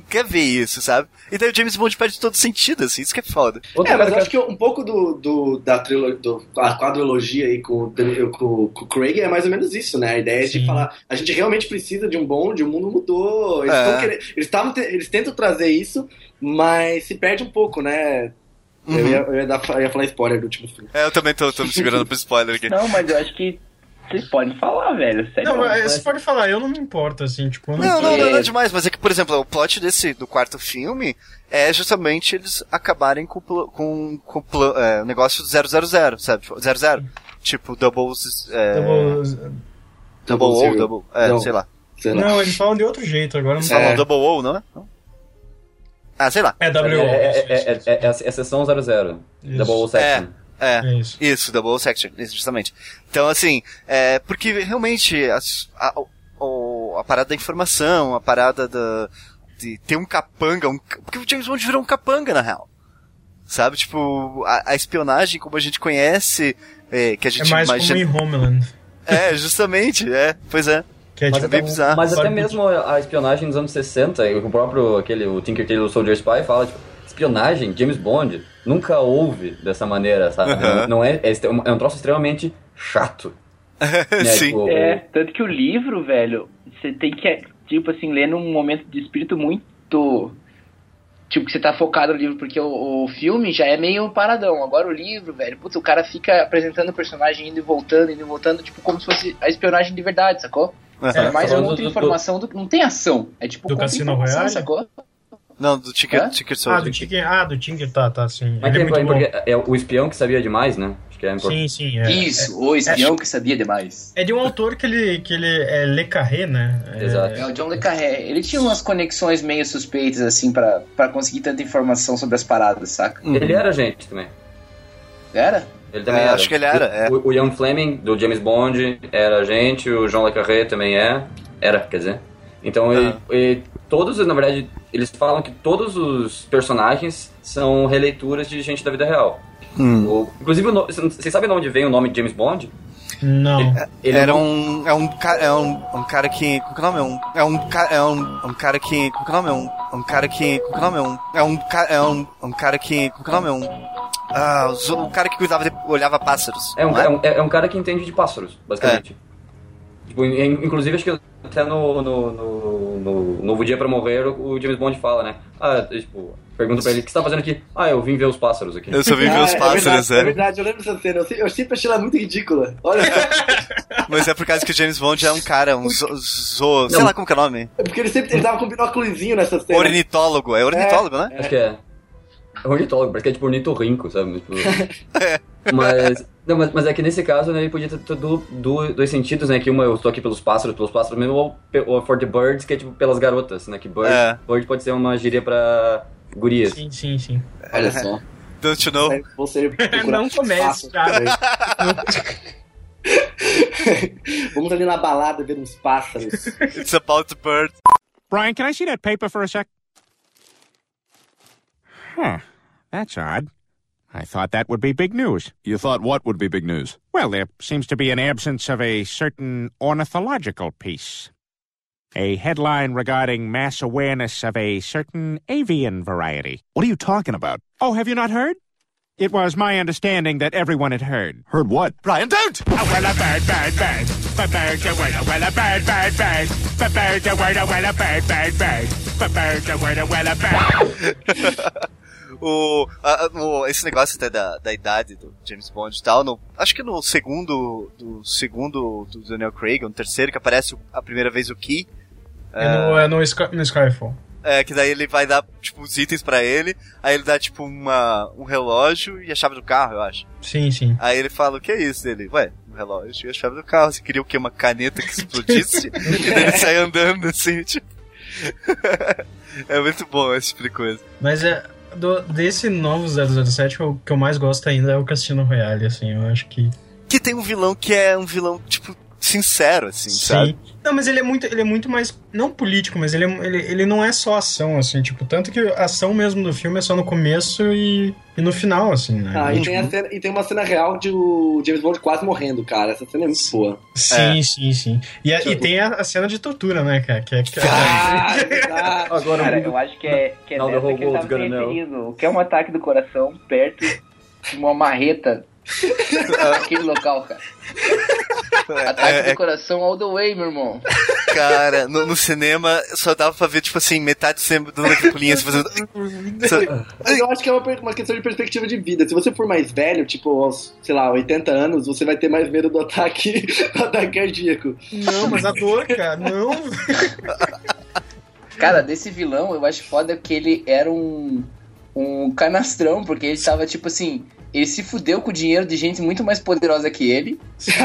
S1: quer ver isso, sabe? E daí o James Bond perde todo sentido, assim. Isso que é foda.
S5: Outra
S2: É, mas
S5: coisa
S2: eu
S5: que
S2: acho que um pouco do, do- da, trilo, do, da quadrologia aí com, o Dan- com, o- com o Craig é mais ou menos isso, né? A ideia de
S4: Sim.
S2: falar, a gente realmente precisa de um bonde, o mundo mudou. Eles,
S1: É.
S2: tão querendo- eles, tavam te- eles tentam trazer isso, mas se perde um pouco, né? Eu,
S1: Uhum.
S2: ia, eu ia dar- eu ia falar spoiler do último filme.
S1: É, eu também tô, tô me segurando pro spoiler aqui.
S3: Não, mas eu acho que vocês podem falar, velho. Sério.
S4: Então- Não, mas você pode falar, eu não me importo, assim, tipo, eu não,
S1: Não, não,
S3: É.
S1: não, não é demais, mas é que, por exemplo, o plot desse, do quarto filme, é justamente eles acabarem com, o pl- com, com o pl- é, o negócio do 000, sabe? Tipo, 00. Tipo, doubles, é,
S4: eu vou-
S5: Tá
S1: double O, double, é,
S2: Não.
S1: sei lá.
S2: Sei lá.
S4: não, eles falam de outro jeito agora. Não
S1: Eles
S4: falam.
S1: falam double O, não é? Não? Ah, sei lá.
S4: É
S5: É,
S4: W.O.
S5: é, é, é, é, é a é a seção 00.
S4: Isso.
S5: Double section.
S1: É.
S4: É isso.
S1: Isso, Double Section, isso, justamente. Então, assim, é, porque realmente as- a, o- a parada da informação, a parada da, de ter um capanga, um, ca- porque o James Bond virou um capanga, na real. Sabe, tipo, a, a espionagem como a gente conhece, é, que a
S4: É
S1: gente
S4: mais
S1: imagina...
S4: como em Homeland.
S1: É, justamente, é, pois é.
S4: Que é
S5: Mas,
S4: tipo,
S1: bem
S5: até,
S1: bizarro.
S5: mas até
S4: Barbie.
S5: mesmo a espionagem dos anos 60, e o próprio aquele, o Tinker Tailor Soldier Spy fala, tipo, espionagem, James Bond, nunca houve dessa maneira, sabe?
S1: Aham.
S5: Não- Não é, é, este- é um troço extremamente chato. né?
S1: Sim.
S5: Tipo,
S3: É, tanto que o livro, velho, você tem que, tipo assim, ler num momento de espírito muito. Tipo, que você tá focado no livro, porque o, o filme já é meio paradão. Agora o livro, velho, puta, o cara fica apresentando o personagem indo e voltando, indo e voltando, tipo, como se fosse a espionagem de verdade, sacou?
S1: Aham.
S3: É mais
S5: falando
S3: uma outra
S5: do- do-
S3: informação do. Não tem ação. É tipo.
S4: Do
S3: contra
S4: Cassino
S3: informação,
S4: Royale?
S3: sacou?
S1: Não, do Tinker,
S3: Hã?
S1: Tinker
S4: Ah,
S1: Soldier.
S4: do Tinker. Ah, do Tinker, tá, tá, sim.
S5: Mas
S4: Ele
S5: tem
S4: é muito
S5: problema,
S4: bom.
S5: porque é o espião que sabia demais, né? Acho que é importante.
S4: Sim, sim. É,
S3: Isso, o espião que sabia demais.
S4: É de um autor que ele, que ele é Le Carré, né? É,
S5: Exato.
S3: É, o John Le Carré, ele tinha umas conexões meio suspeitas, assim, pra, pra conseguir tanta informação sobre as paradas, saca?
S5: Ele era gente também.
S3: Era?
S5: Ele também
S1: É,
S5: era.
S1: acho que ele era, é.
S5: O, o Ian Fleming, do James Bond, era gente, o John Le Carré também é. Era, quer dizer. Então,
S1: Ah.
S5: ele- ele- todos, na verdade, eles falam que todos os personagens são releituras de gente da vida real.
S1: Hum.
S5: O- inclusive, o no- vocês sabem de onde vem o nome James Bond?
S4: Não.
S5: Ele
S1: era
S5: é um-
S1: um. É um cara. É um, um cara que. Como que é o nome? É um. É um, ca- é um, um cara que. Como que é o nome? É um, um cara que. Como que é o nome? É um. É um, ca- é um, um cara que. Como que é o nome? É um. Ah, o zo- um cara que cuidava de, olhava pássaros.
S5: É um,
S1: não
S5: é, um, é um cara que entende de pássaros, basicamente.
S1: É.
S5: Tipo, in- inclusive, acho que até no, no, no, no Novo Dia Pra Morrer, o o James Bond fala, né? Ah, tipo, pergunta pra ele, o que você tá fazendo aqui? Ah, eu vim ver os pássaros aqui.
S1: Eu só vi ver os
S2: Ah,
S1: pássaros,
S2: é. verdade, É
S1: é.
S2: verdade, eu lembro dessa cena. Eu, se- eu sempre achei ela muito ridícula. Olha,
S1: Mas é por causa que o James Bond é um cara, um zo, zo- sei
S5: Não.
S1: lá como que é o nome.
S2: é porque ele sempre ele tava com um binóculozinho nessa cena.
S1: Ornitólogo. É ornitólogo, né?
S5: Acho que é. É ornitólogo, parece que é tipo ornitorrinco, sabe? Tipo,
S1: É.
S5: mas, não, mas, mas é que nesse caso, né, ele podia ter, ter du- du- dois sentidos, né? Que uma, eu estou aqui pelos pássaros, pelos pássaros mesmo, ou, pe- ou for the birds, que é tipo pelas garotas, né? Que bird,
S1: É.
S5: bird pode ser uma gíria pra gurias.
S4: Sim, sim, sim. É,
S2: Olha só.
S1: Don't you know?
S5: É.
S2: Aí Você procura
S4: Não tá? comece,
S2: pássaros.
S4: cara.
S2: Vamos ali na balada ver uns pássaros.
S1: It's about the bird.
S7: Brian, can I see that paper for a sec? Huh. That's odd. I thought that would be big news.
S8: You thought what would be big news?
S7: Well, there seems to be an absence of a certain ornithological piece. A headline regarding mass awareness of a certain avian variety.
S8: What are you talking about?
S7: Oh, have you not heard? It was my understanding that everyone had heard.
S8: Heard what? Brian, don't!
S7: Oh, well, a bird, bird, bird. A bird, a word, a well, a bird, bird, bird. A bird, a word, a well, a bird, bird, bird. A bird, a word, a well, a bird.
S1: o, a- a- o- esse negócio até da, da idade do James Bond e tal, no- acho que no segundo do segundo do Daniel Craig, ou no terceiro que aparece o- a primeira vez o Key,
S4: É no, é no, Sky- no Skyfall.
S1: é, que daí ele vai dar tipo os itens pra ele, aí ele dá tipo uma, um relógio e a chave do carro, eu acho.
S4: Sim, sim.
S1: Aí ele fala o que é isso dele? Ué, um relógio e a chave do carro. Você queria o quê? Uma caneta que explodisse? e daí ele sai andando assim, tipo. é muito bom esse tipo de coisa.
S4: Mas é. do- desse novo 007, o que eu mais gosto ainda é o Cassino Royale, assim. Eu acho que.
S1: Que tem um vilão que é um vilão, tipo, sincero, assim, sabe?
S4: Sim. Não, mas ele é muito, ele é muito mais. Não político, mas ele, é- ele, ele não é só ação, assim, tipo, tanto que a ação mesmo do filme é só no começo e, e no final, assim, né?
S2: Ah, e,
S1: Uhum.
S4: Tipo,
S2: tem a cena- e tem uma cena real de o James Bond quase morrendo, cara. Essa cena é muito boa.
S4: Sim,
S1: É.
S4: sim, sim. E, a- e tem a, a cena de tortura, né, cara? Que é, que é-
S2: Ah, é verdade.
S5: Agora,
S3: Cara,
S5: o-
S3: eu acho que é, que é
S5: Now the
S3: nessa
S5: whole
S3: que ele
S5: world's
S3: tava
S5: gonna know.
S3: referindo. O que é um ataque do coração perto de uma marreta naquele local, cara. Ataque
S1: É- é
S3: do coração all the way, meu irmão.
S1: Cara, no, no cinema só dava pra ver, tipo assim, metade do cinema dando agricolinha assim, fazendo. Só-
S2: Mas eu acho que é uma, per- uma questão de perspectiva de vida. Se você for mais velho, tipo, aos, sei lá, 80 anos, você vai ter mais medo do ataque, do ataque cardíaco.
S4: Não, mas a dor, cara, não.
S3: Cara, desse vilão, eu acho foda que ele era um, um canastrão, porque ele tava, tipo assim, Ele se fudeu com o dinheiro de gente muito mais poderosa que ele.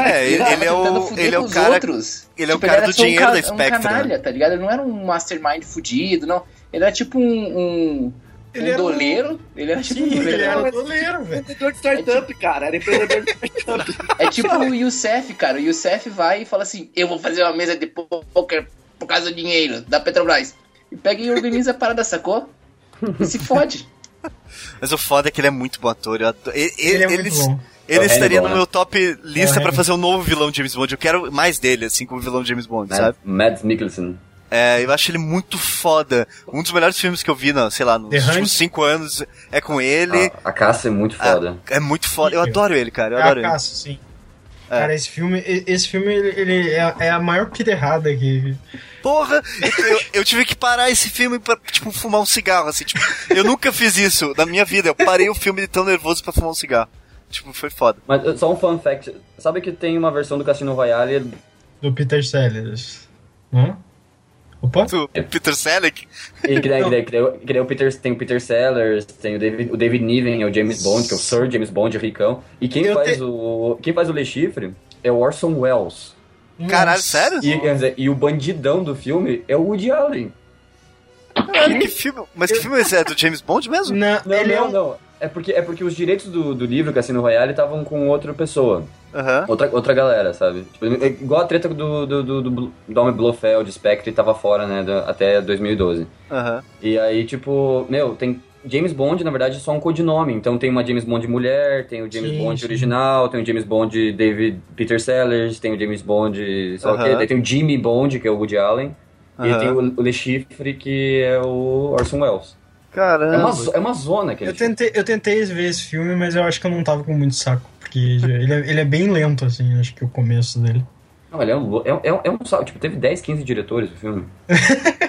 S1: É, ele,
S3: tava
S1: ele é
S3: tentando
S1: o,
S3: fuder
S1: ele é
S3: com
S1: o
S3: os
S1: cara.
S3: outros.
S1: ele é o
S3: Tipo,
S1: cara
S3: era
S1: do
S3: só um
S1: dinheiro
S3: ca-
S1: da
S3: um
S1: Spectra, né?
S3: canalha, tá ligado? Ele não era um mastermind fudido, não. Ele era tipo um... um...
S4: Ele
S3: um
S4: era um-
S3: doleiro? Ele era tipo um
S4: Sim, ele
S3: doleiro.
S4: era um goleiro, velho.
S2: Empreendedor de startup, cara. Era empreendedor de startup.
S3: É tipo o Youssef, cara. O Youssef vai e fala assim: Eu vou fazer uma mesa de po- poker por causa do dinheiro da Petrobras. E pega e organiza a parada, sacou? E se fode.
S1: Mas o foda é que ele é muito bom ator. eu adoro- Ele,
S4: Ele
S1: ele-
S4: é muito
S1: ele-
S4: bom.
S1: ele
S5: É o
S1: estaria
S5: Hannibal,
S1: no
S5: né?
S1: meu top
S4: É
S1: lista
S4: o
S1: pra
S4: Hannibal.
S1: fazer um novo vilão James Bond. Eu quero mais dele, assim, como vilão James Bond, sabe?
S5: Mads, Mads Mikkelsen.
S1: É, eu acho ele muito foda. Um dos melhores filmes que eu vi, na, sei lá, nos
S4: The Hunt?
S1: últimos cinco anos é com ele.
S5: A, a caça é muito foda.
S1: É muito foda. Eu adoro ele, cara. Eu É.
S4: É a
S1: adoro ele.
S4: caça, sim. Cara, esse filme, e- esse filme ele, ele é, é a maior pirerrada que.
S1: Porra! Eu, eu tive que parar esse filme pra, tipo, fumar um cigarro, assim. Tipo, eu nunca fiz isso na minha vida. Eu parei o filme de tão nervoso pra fumar um cigarro. Tipo, foi foda.
S5: Mas uh, só um fun fact. Sabe que tem uma versão do Cassino Royale...
S4: do Peter Sellers. Hã? Opa?
S1: Tu, Peter Selleck?
S5: E que daí, que daí, que daí, que daí o Peter, tem o Peter Sellers, tem o David, o David Niven, é o James Bond, que é o Sir James Bond, o ricão. E quem
S4: Eu
S5: faz
S4: te-
S5: o... Quem faz o Le Chiffre é o Orson Welles.
S1: Caralho,
S4: Nossa.
S1: sério?
S5: E, quer dizer, e o bandidão do filme é o Woody Allen.
S1: Caralho, que filme. Mas que filme é esse? É do James Bond mesmo?
S4: Não,
S5: Não,
S4: ele
S5: não,
S4: é um...
S5: não. É porque, é porque os direitos do, do livro Cassino Royale estavam com outra pessoa.
S1: Aham.
S5: Outra, outra galera, sabe? Tipo, é igual a treta do, do, do, do, do homem Blofeld, Spectre, tava fora, né? da- até 2012.
S1: Aham.
S5: E aí, tipo, meu, tem. James Bond, na verdade, é só um codinome. Então tem uma James Bond mulher, tem o James
S4: Sim,
S5: Bond
S4: sim.
S5: original, tem o James Bond David Peter Sellers, tem o James Bond. Só
S1: Aham.
S5: que, daí tem o Jimmy Bond, que é o Woody Allen, e
S1: Aham.
S5: tem o Le Chiffre, que é o Orson Welles. É uma,
S1: Caramba.
S5: zo- é uma zona aquele
S4: Eu tentei, eu tentei ver esse filme, mas eu acho que eu não tava com muito saco. Porque já- ele é, ele é bem lento, assim, acho que o começo dele.
S5: filme. Não, ele é um, lo- é, um- é um- é um sal- Tipo, teve 10, 15 diretores no filme.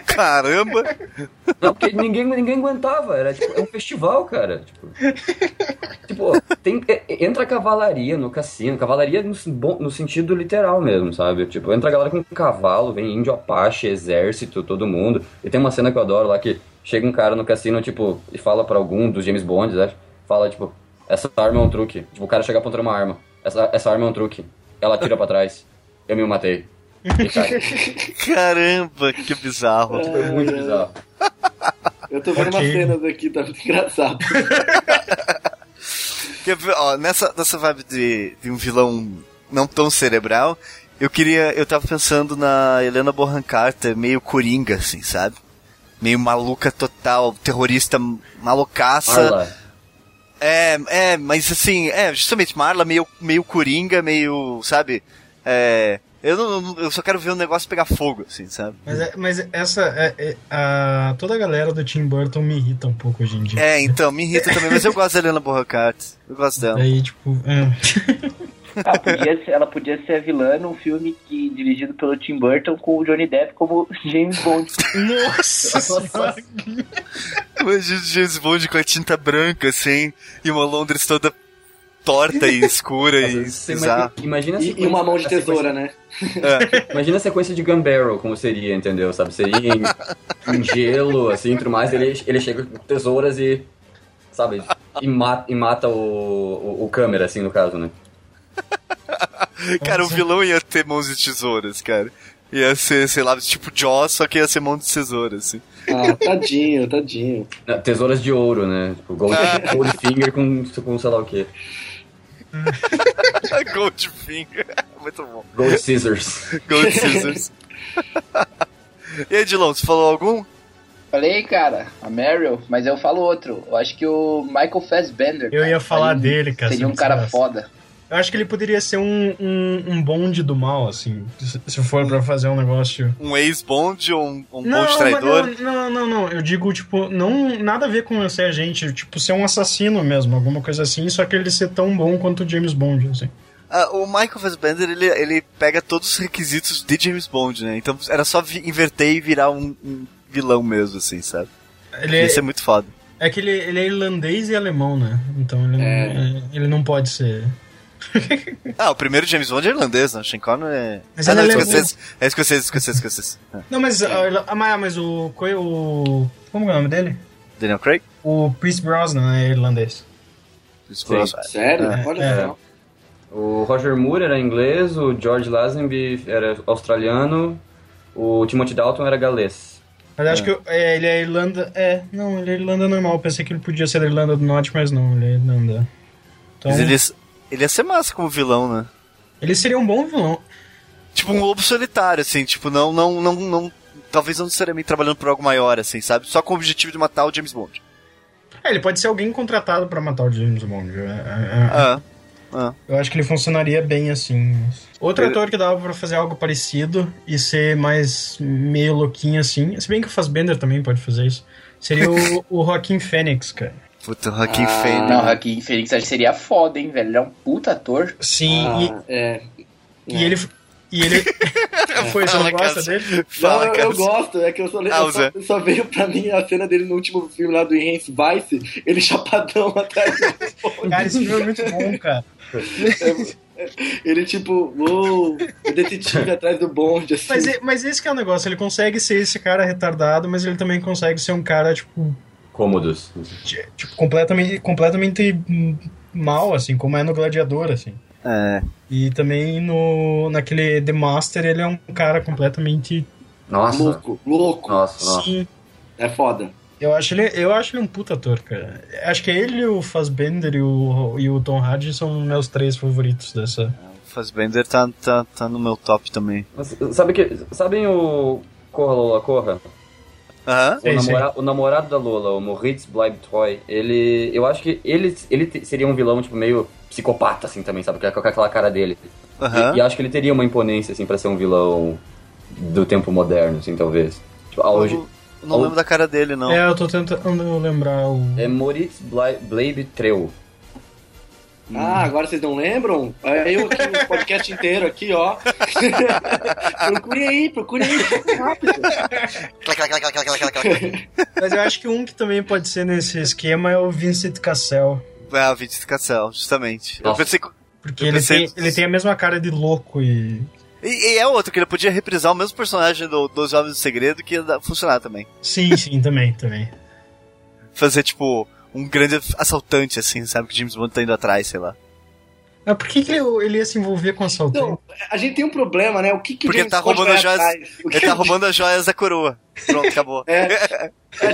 S1: Caramba.
S5: Não, porque ninguém, ninguém aguentava. Era tipo, é um festival, cara. Tipo, tipo tem, é, entra a cavalaria no cassino. Cavalaria no, sen- bom- no sentido literal mesmo, sabe? Tipo, entra a galera com cavalo, vem índio Apache, exército, todo mundo. E tem uma cena que eu adoro lá que chega um cara no cassino, tipo, e fala pra algum dos James Bonds, acho. Fala, tipo, essa arma é um truque. Tipo, o cara chega apontando uma arma. Essa, essa arma é um truque. Ela atira pra trás. Eu me matei. E cai.
S1: Caramba, que bizarro.
S5: Foi muito bizarro.
S2: Eu tô vendo
S4: Ok.
S2: umas cenas aqui, tá muito engraçado.
S1: Quer ver, ó, nessa, nessa vibe de, de um vilão não tão cerebral, eu queria. Eu tava pensando na Helena Bonham Carter, meio coringa, assim, sabe? Meio maluca total, terrorista malocaça.
S5: Arla.
S1: É, é, mas assim, é, justamente Marla meio, meio coringa, meio, sabe? É. Eu, não- não- eu só quero ver o negócio pegar fogo, assim, sabe?
S4: Mas, é- mas essa. é- é- a, toda a galera do Tim Burton me irrita um pouco hoje em dia.
S1: É, então, me irrita também, mas eu gosto da Helena Bonham Carter. Eu gosto dela.
S4: Daí, tipo. é.
S3: Ela Ah, podia, ser, ela podia ser a vilã num filme que, dirigido pelo Tim Burton com o Johnny Depp como James Bond.
S4: Nossa
S5: Nossa,
S4: senhora!
S1: Imagina o James Bond com a tinta branca, assim, e uma Londres toda torta e escura
S5: Às
S1: e
S5: vezes você
S1: bizarra.
S5: imagina- Imagina a
S2: E, e uma
S5: sequência-
S2: mão de
S5: a sequência-
S2: tesoura, né?
S5: Imagina a sequência de Gun Barrel, como seria, entendeu? Sabe? Seria em, em gelo, assim, tudo mais. Ele, ele chega com tesouras e. Sabe? E, ma- e mata o, o, o câmera, assim, no caso, né?
S1: Cara, o vilão ia ter mãos de tesouras, cara. Ia ser, sei lá, tipo Jaws, só que ia ser mão de tesoura, assim.
S2: Ah, tadinho, tadinho.
S5: Não, Tesouras de ouro, né? Tipo, Gold, Goldfinger com, com sei lá o quê.
S1: Goldfinger. Muito bom.
S5: Gold Scissors.
S1: Gold Scissors. e aí, Dilon, você falou algum?
S3: Falei, cara, a Meryl, mas eu falo outro. Eu acho que o Michael Fassbender.
S4: Eu
S3: cara,
S4: ia falar
S3: aí
S4: dele, cara, se
S3: Seria
S4: não
S3: um cara
S4: tivesse.
S3: foda.
S4: Eu acho que ele poderia ser um, um, um bonde do mal, assim. Se, se for pra fazer um negócio.
S1: Um ex-bond ou um, um
S4: mas
S1: bond traidor?
S4: Não, não, não, não. Eu digo, tipo, não nada a ver com ser a gente, tipo, ser um assassino mesmo, alguma coisa assim, só que ele ser tão bom quanto o James Bond, assim.
S1: Ah, o Michael Fassbender, ele, ele pega todos os requisitos de James Bond, né? Então era só vi- inverter e virar um, um vilão mesmo, assim, sabe?
S4: Ele é,
S1: Ia ser muito foda.
S4: é que ele, ele é irlandês e alemão, né? Então ele, não, é- ele não pode ser.
S1: Ah, o primeiro James Bond é irlandês, não? Sean Connery é...
S4: Mas
S1: ah,
S4: ele
S1: não,
S4: é
S1: escocês. É escocês, escocês, escocês. Ah,
S4: Não, mas, a Irla- ah, mas, mas o, coi- o. Como é o nome dele?
S1: Daniel Craig?
S4: O Pierce Brosnan é irlandês.
S1: Desculpa.
S2: Sério?
S1: É.
S2: Olha
S4: É.
S2: só.
S5: O Roger Moore era inglês, o George Lazenby era australiano, o Timothy Dalton era galês.
S4: Mas acho que eu- é, ele é Irlanda. É, não, ele é Irlanda normal. Eu pensei que ele podia ser da Irlanda do Norte, mas não, ele é Irlanda. Então,
S1: Mas ele,
S4: ele...
S1: ia- ele ia ser massa como vilão, né?
S4: seria um bom vilão.
S1: Tipo um lobo solitário, assim, tipo, não, não, não, não. Talvez não necessariamente trabalhando por algo maior, assim, sabe? Só com o objetivo de matar o James Bond.
S4: É, ele pode ser alguém contratado pra matar o James Bond. É, é, é.
S1: Ah,
S4: Eu acho que ele funcionaria bem assim. Outro
S1: Ele-
S4: ator que dava pra fazer algo parecido e ser mais meio louquinho assim, se bem que o Fassbender também pode fazer isso, seria o, o Joaquin Phoenix, cara.
S1: puta, o Joaquin
S2: Ah,
S1: Phoenix.
S3: Não, Joaquim Phoenix acho que seria foda, hein, velho. Ele é um puta ator.
S4: Sim,
S2: Ah, é.
S4: e, e ele. E ele.
S1: é
S4: Foi, você
S1: Fala,
S4: não gosta
S1: Cássio.
S4: dele?
S1: Fala,
S2: não, eu-
S1: cara.
S2: eu gosto, é que eu só, eu
S1: Ah, o
S2: só,
S1: Zé.
S2: só veio pra mim a cena dele no último filme lá do Enhance Vice, ele chapadão atrás do
S4: Cara, esse filme é muito bom, cara.
S2: Ele tipo, uou, o detetive atrás do bonde, assim.
S4: Mas, e- mas esse que é o negócio, ele consegue ser esse cara retardado, mas ele também consegue ser um cara, tipo,
S5: Cômodos.
S4: de- tipo, completamente, completamente hum, mal, assim, como é no Gladiador, assim.
S1: É.
S4: E também no, naquele The Master, ele é um cara completamente.
S5: Nossa.
S2: Louco, louco.
S1: Ah.
S5: Nossa, nossa.
S4: Sim.
S2: É foda.
S4: Eu acho, ele, eu acho ele um puta ator, cara. Acho que ele, o Fassbender e o, e o Tom Hardy são meus três favoritos dessa.
S1: Fassbender tá, tá, tá no meu top também.
S5: Mas, sabe que. Sabem o. Corra, Lola, corra.
S1: Aham.
S5: O,
S4: Sei, sei.
S5: namora- o namorado da Lola, o Moritz Bleibtreu, ele. Eu acho que ele, ele te- seria um vilão, tipo, meio psicopata, assim, também, sabe? Com aquela cara dele.
S1: Aham.
S5: E, e acho que ele teria uma imponência, assim, pra ser um vilão do tempo moderno, assim, talvez. Tipo, ah, hoje.
S1: Eu não- não lembro da cara dele, não.
S4: É, eu tô tentando lembrar o.
S5: É Moritz Blei- Bleibtreu.
S2: Ah, agora vocês não lembram? É eu aqui no podcast inteiro aqui, ó. procure aí, procure aí. rápido.
S1: Clac, clac, clac, clac, clac, clac, clac.
S4: Mas eu acho que um que também pode ser nesse esquema é o Vincent Cassel.
S1: Ah, Vincent Cassel, justamente. Eu
S5: Nossa.
S1: pensei que.
S4: Porque
S1: Eu
S4: ele
S1: pensei-
S4: tem, ele tem a mesma cara de louco e.
S1: E, e é outro, que ele podia reprisar o mesmo personagem do, dos Homens do Segredo que ia dar- funcionar também.
S4: Sim, sim, também, também.
S1: Fazer, tipo, um grande assaltante, assim, sabe? Que James Bond tá indo atrás, sei lá.
S4: Mas por que, que ele, ele ia se envolver com assaltante?
S2: Então, a gente tem um problema, né? O que que o
S1: Porque
S2: James
S1: tá
S2: Bond
S1: roubando
S2: vai
S1: joias-
S2: atrás? O que
S1: Ele tá roubando as joias da coroa. Pronto, acabou.
S2: É,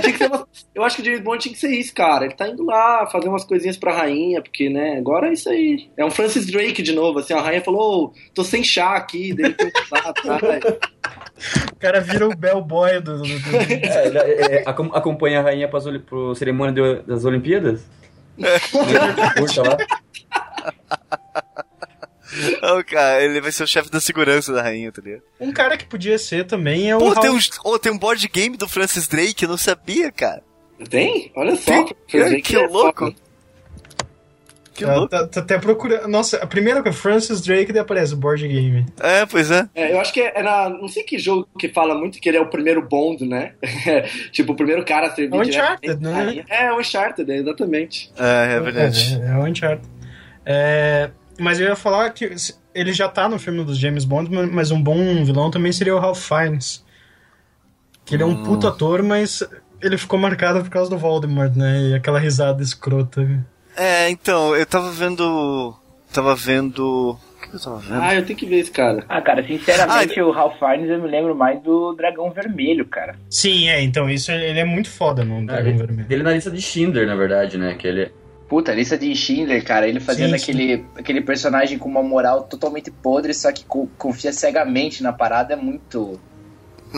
S2: tinha que ser uma- Eu acho que o James Bond tinha que ser isso, cara. Ele tá indo lá fazer umas coisinhas pra rainha, porque, né, agora é isso aí. É um Francis Drake de novo, assim, a rainha falou, ô, tô sem chá aqui, daí ele tem que lá atrás.
S4: O cara vira o bellboy do. do, do- do-
S5: É, ele- é, é, acom- acompanha a rainha para pro cerimônia de- das Olimpíadas? Puxa lá.
S1: Então, cara, ele vai ser o chefe da segurança da rainha, tá ligado?
S4: Um cara que podia ser também é o.
S1: Pô, tem um,
S4: Ralph-
S1: oh, tem um board game do Francis Drake, eu não sabia, cara.
S2: Tem? Olha só.
S1: Tem?
S2: Francis Drake
S1: Que
S2: é
S1: louco.
S2: foda.
S1: Que
S4: tá-
S1: louco.
S4: tá, tá até procurando. Nossa, a primeira que é Francis Drake daí aparece o board game.
S1: É, pois é.
S2: É, eu acho que é na. Não sei que jogo que fala muito que ele é o primeiro Bond, né? tipo, o primeiro cara a servir.
S4: É o
S2: diretamente
S4: Uncharted,
S2: à
S4: né?
S2: rainha. É, o Uncharted, é, exatamente.
S1: É, é verdade.
S4: É, é o Uncharted. É, mas eu ia falar que se- ele já tá no filme dos James Bond, ma- mas um bom vilão também seria o Ralph Fiennes. Que ele é
S1: Hum.
S4: um puto ator, mas ele ficou marcado por causa do Voldemort, né? E aquela risada escrota.
S1: É, então, eu tava vendo. Tava vendo. O que que eu tava vendo?
S4: Tá.
S2: Ah, eu tenho que ver esse cara.
S3: Ah, cara, sinceramente, o Ralph Fiennes eu me lembro mais do Dragão Vermelho, cara.
S4: Sim, é, então isso ele é muito foda no Dragão
S5: Ah, Ele,
S4: Vermelho.
S5: ele é na lista de Schindler, na verdade, né? Que ele,
S3: Puta, lista de Schindler, cara, ele fazendo
S4: Sim, sim.
S3: Aquele, aquele personagem com uma moral totalmente podre, só que co- confia cegamente na parada, é muito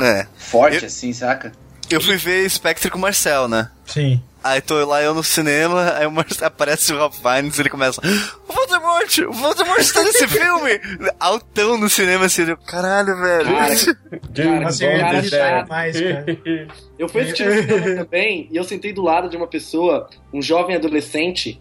S1: É.
S3: forte, assim, saca?
S1: Eu fui ver Spectre com o Marcel, né?
S4: Sim.
S1: Aí tô lá eu no cinema, aí o Mar- aparece o Ralph Fiennes ele começa. O Voldemort! O Voldemort tá nesse filme! Altão no cinema assim, eu, caralho, velho.
S2: Cara,
S5: James
S4: Assim, ele
S2: Bond
S4: tá
S2: é sério.
S4: demais, cara.
S2: Eu fui assistir no cinema também e eu sentei do lado de uma pessoa, um jovem adolescente,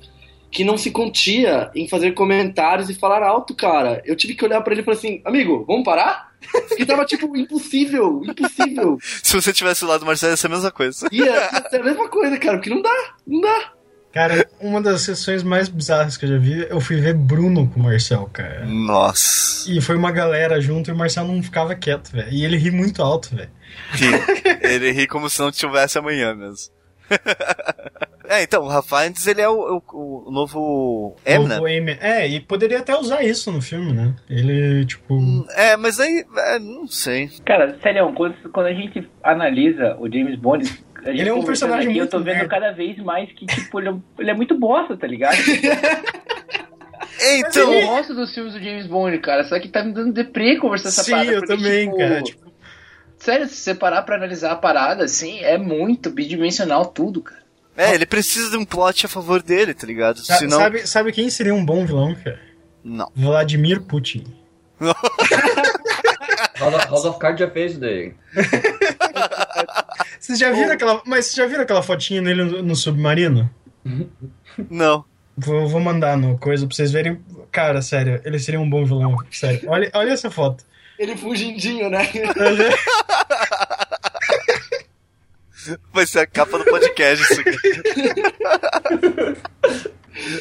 S2: que não se contia em fazer comentários e falar alto, cara. Eu tive que olhar pra ele e falar assim, amigo, vamos parar? Porque tava tipo, impossível, impossível.
S1: Se você tivesse lá do Marcelo, ia ser a mesma coisa.
S2: E é, é a mesma coisa, cara, porque não dá, não dá.
S4: Cara, uma das sessões mais bizarras que eu já vi, eu fui ver Bruno com o Marcel, cara.
S1: Nossa.
S4: E foi uma galera junto e o Marcel não ficava quieto, velho. E ele ri muito alto, velho.
S1: Que- ele ri como se não tivesse amanhã mesmo. É, então, o Rafines, ele é o, o, o novo
S3: né?
S1: Emna.
S4: O Amy- É, e poderia até usar isso no filme, né? Ele, tipo.
S3: Hum,
S1: É, mas aí, é, não sei.
S3: Cara, sério, quando, quando a gente analisa o James Bond. a gente
S4: Ele é um
S3: conversando
S4: personagem
S3: aqui, Eu tô
S4: muito
S3: vendo
S4: merda.
S3: cada vez mais que, tipo, ele é, ele é muito bosta, tá ligado?
S1: Então,
S3: Eu gosto dos filmes do James Bond, cara. Só que tá me dando deprê conversar essa
S4: Sim,
S3: parada.
S4: eu
S3: porque,
S4: também,
S3: tipo,
S4: cara. Tipo,
S3: Sério, se você parar pra analisar a parada, assim, é muito bidimensional tudo, cara.
S1: é, ele precisa de um plot a favor dele, tá ligado?
S4: sa-
S1: Senão,
S4: sabe, sabe quem seria um bom vilão, cara?
S1: não.
S4: Vladimir Putin.
S5: House of, House of Cards já fez isso daí.
S4: Vocês já viram aquela. Mas vocês já viram aquela fotinha nele no, no submarino?
S1: Não.
S4: Vou, vou mandar no coisa pra vocês verem. Cara, sério, ele seria um bom vilão. Sério. Olha, olha essa foto.
S2: Ele fugindinho, né?
S1: Vai ser a capa do podcast isso aqui.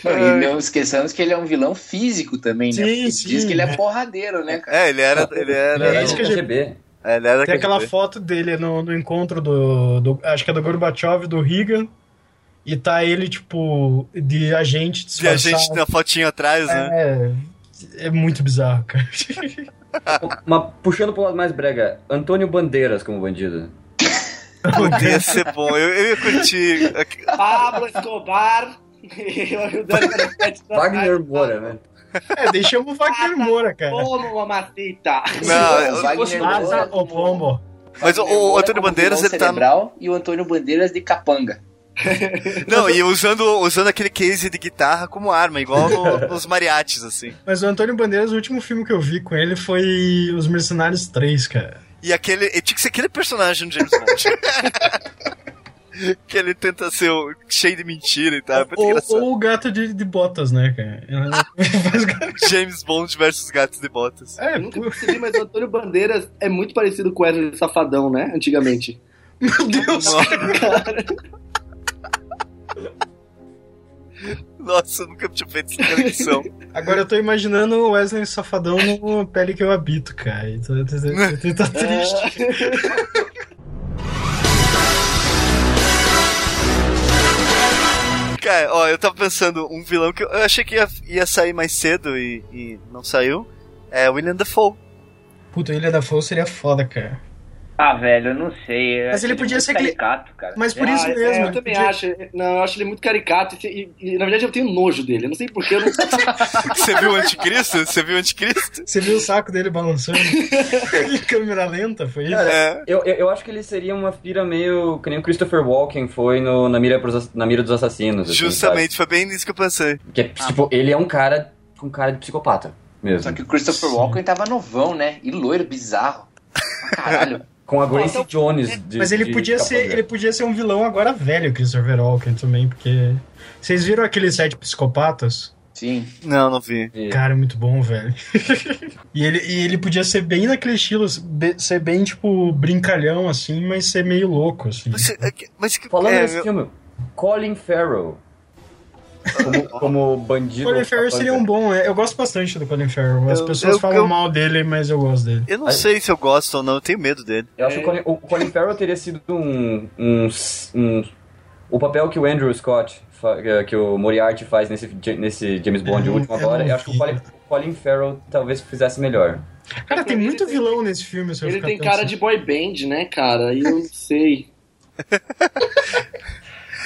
S3: E não esqueçamos que ele é um vilão físico também,
S4: Sim,
S3: né? Porque
S4: sim.
S3: Diz que ele é porradeiro, né, cara?
S1: É, ele era. Ele era.
S4: É isso que a gente-
S5: GB.
S1: é, ele era
S4: Tem aquela
S1: KGB.
S4: foto dele no, no encontro do, do- Acho que é do Gorbachev, do Reagan. E tá ele, tipo, de agente
S1: E a gente
S4: disfarçado.
S1: tem a fotinho atrás, né?
S4: É, é muito bizarro, cara.
S5: Mas puxando pro lado mais brega, Antônio Bandeiras como bandido.
S4: É.
S1: Podia ser bom. Eu, eu ia curtir. aqui-
S2: Pablo Escobar. Eu ajudando a gente na
S5: Wagner
S2: casa.
S5: Moura, né?
S4: É, deixamos o Wagner Moura, cara.
S2: Como uma macita.
S1: Não, eu-
S3: Wagner
S4: Ah,
S3: Moura é um
S4: tá,
S3: como-
S4: o pombo.
S1: mas o, o
S3: Moura
S1: Antônio
S3: como
S1: Bandeiras,
S3: é um vilão
S1: ele tá.
S3: cerebral E o Antônio Bandeiras de capanga.
S1: Não, e usando, usando aquele case de guitarra como arma, igual no- nos mariates, assim.
S4: Mas o Antônio Bandeiras, o último filme que eu vi com ele foi Os Mercenários 3, cara.
S1: E aquele. e Tinha que ser aquele personagem do James Bond. que ele tenta ser o- cheio de mentira e tal. é muito
S4: Ou,
S1: engraçado.
S4: ou o gato de, de botas, né, cara?
S1: James Bond versus Gatos de Botas.
S4: É,
S2: Eu nunca
S4: pô,
S2: percebi, mas o Antônio Bandeiras é muito parecido com o Wesley Safadão, né? Antigamente.
S4: meu Deus, cara.
S1: Nossa, eu nunca tinha feito essa conexão.
S4: Agora eu tô imaginando o Wesley Safadão no pele que eu habito, cara. Então, Eu tô, eu tô- eu tô triste.
S1: Cara, ó, eu tava pensando, um vilão que eu eu achei que ia, ia sair mais cedo e, e não saiu. É William Dafoe.
S4: Puta, Ilha da Foz seria foda, cara.
S3: Ah, velho, eu não sei. eu
S4: Mas
S3: acho
S4: ele
S3: É, ele
S4: podia
S3: muito
S4: ser aquele-
S3: caricato, cara.
S4: Mas por
S3: É,
S4: isso
S2: Ah, é,
S4: mesmo,
S2: eu também
S4: podia-
S2: acho. Não, eu acho ele muito caricato. E, e, na verdade, eu tenho nojo dele. Eu não sei porquê. Eu não
S1: Você viu o anticristo? Você viu o anticristo?
S4: Você viu o saco dele balançando? em câmera lenta, foi isso?
S1: É.
S5: Eu, eu, eu acho que ele seria uma fira meio que nem o Christopher Walken foi no, na, mira pros ass- na mira dos assassinos. assim,
S1: Justamente, foi bem nisso que eu pensei.
S5: sabe? Porque, tipo, ele é um cara com cara de psicopata
S3: Só
S5: mesmo.
S3: que o Christopher Walken tava novão, né? E loiro, bizarro. Pra Caralho.
S5: Com a Grace Jones de,
S4: Então, é, Mas ele
S5: de
S4: podia, ser,
S5: capanga.
S4: ele podia ser um vilão agora velho, Christopher Walken também, porque. Vocês viram aqueles sete psicopatas?
S3: Sim.
S1: Não, não vi.
S5: Sim.
S4: Cara, é muito bom, velho. e, ele, e ele podia ser bem naquele estilo, be- ser bem, tipo, brincalhão, assim, mas ser meio louco, assim.
S1: Você- é que- mas que.
S5: Falando
S1: é,
S5: nesse
S1: meu-
S5: filme, Colin Farrell. Como, como bandido.
S4: Colin Farrell seria um bom, é, eu gosto bastante do Colin Farrell. As
S1: Eu-
S4: pessoas
S1: eu-
S4: falam
S1: eu-
S4: mal dele, mas eu gosto dele.
S1: eu não
S5: Aí-
S1: sei se eu gosto ou não, eu tenho medo dele.
S5: Eu acho que o Colin, o Colin Farrell teria sido um, um, um- O papel que o Andrew Scott, fa- que- que o Moriarty faz nesse, Ja- nesse James Bond
S1: É,
S4: Eu não-
S5: último
S4: eu não
S5: agora, eu acho que o
S4: vi.
S5: Colin, o Colin Farrell talvez fizesse melhor.
S4: Cara, tem
S2: Ele
S4: muito
S2: tem-
S4: vilão nesse filme, se eu
S2: Ele
S4: ficar
S2: tem cara
S4: pensando.
S2: de boy band, né, cara? E eu não sei.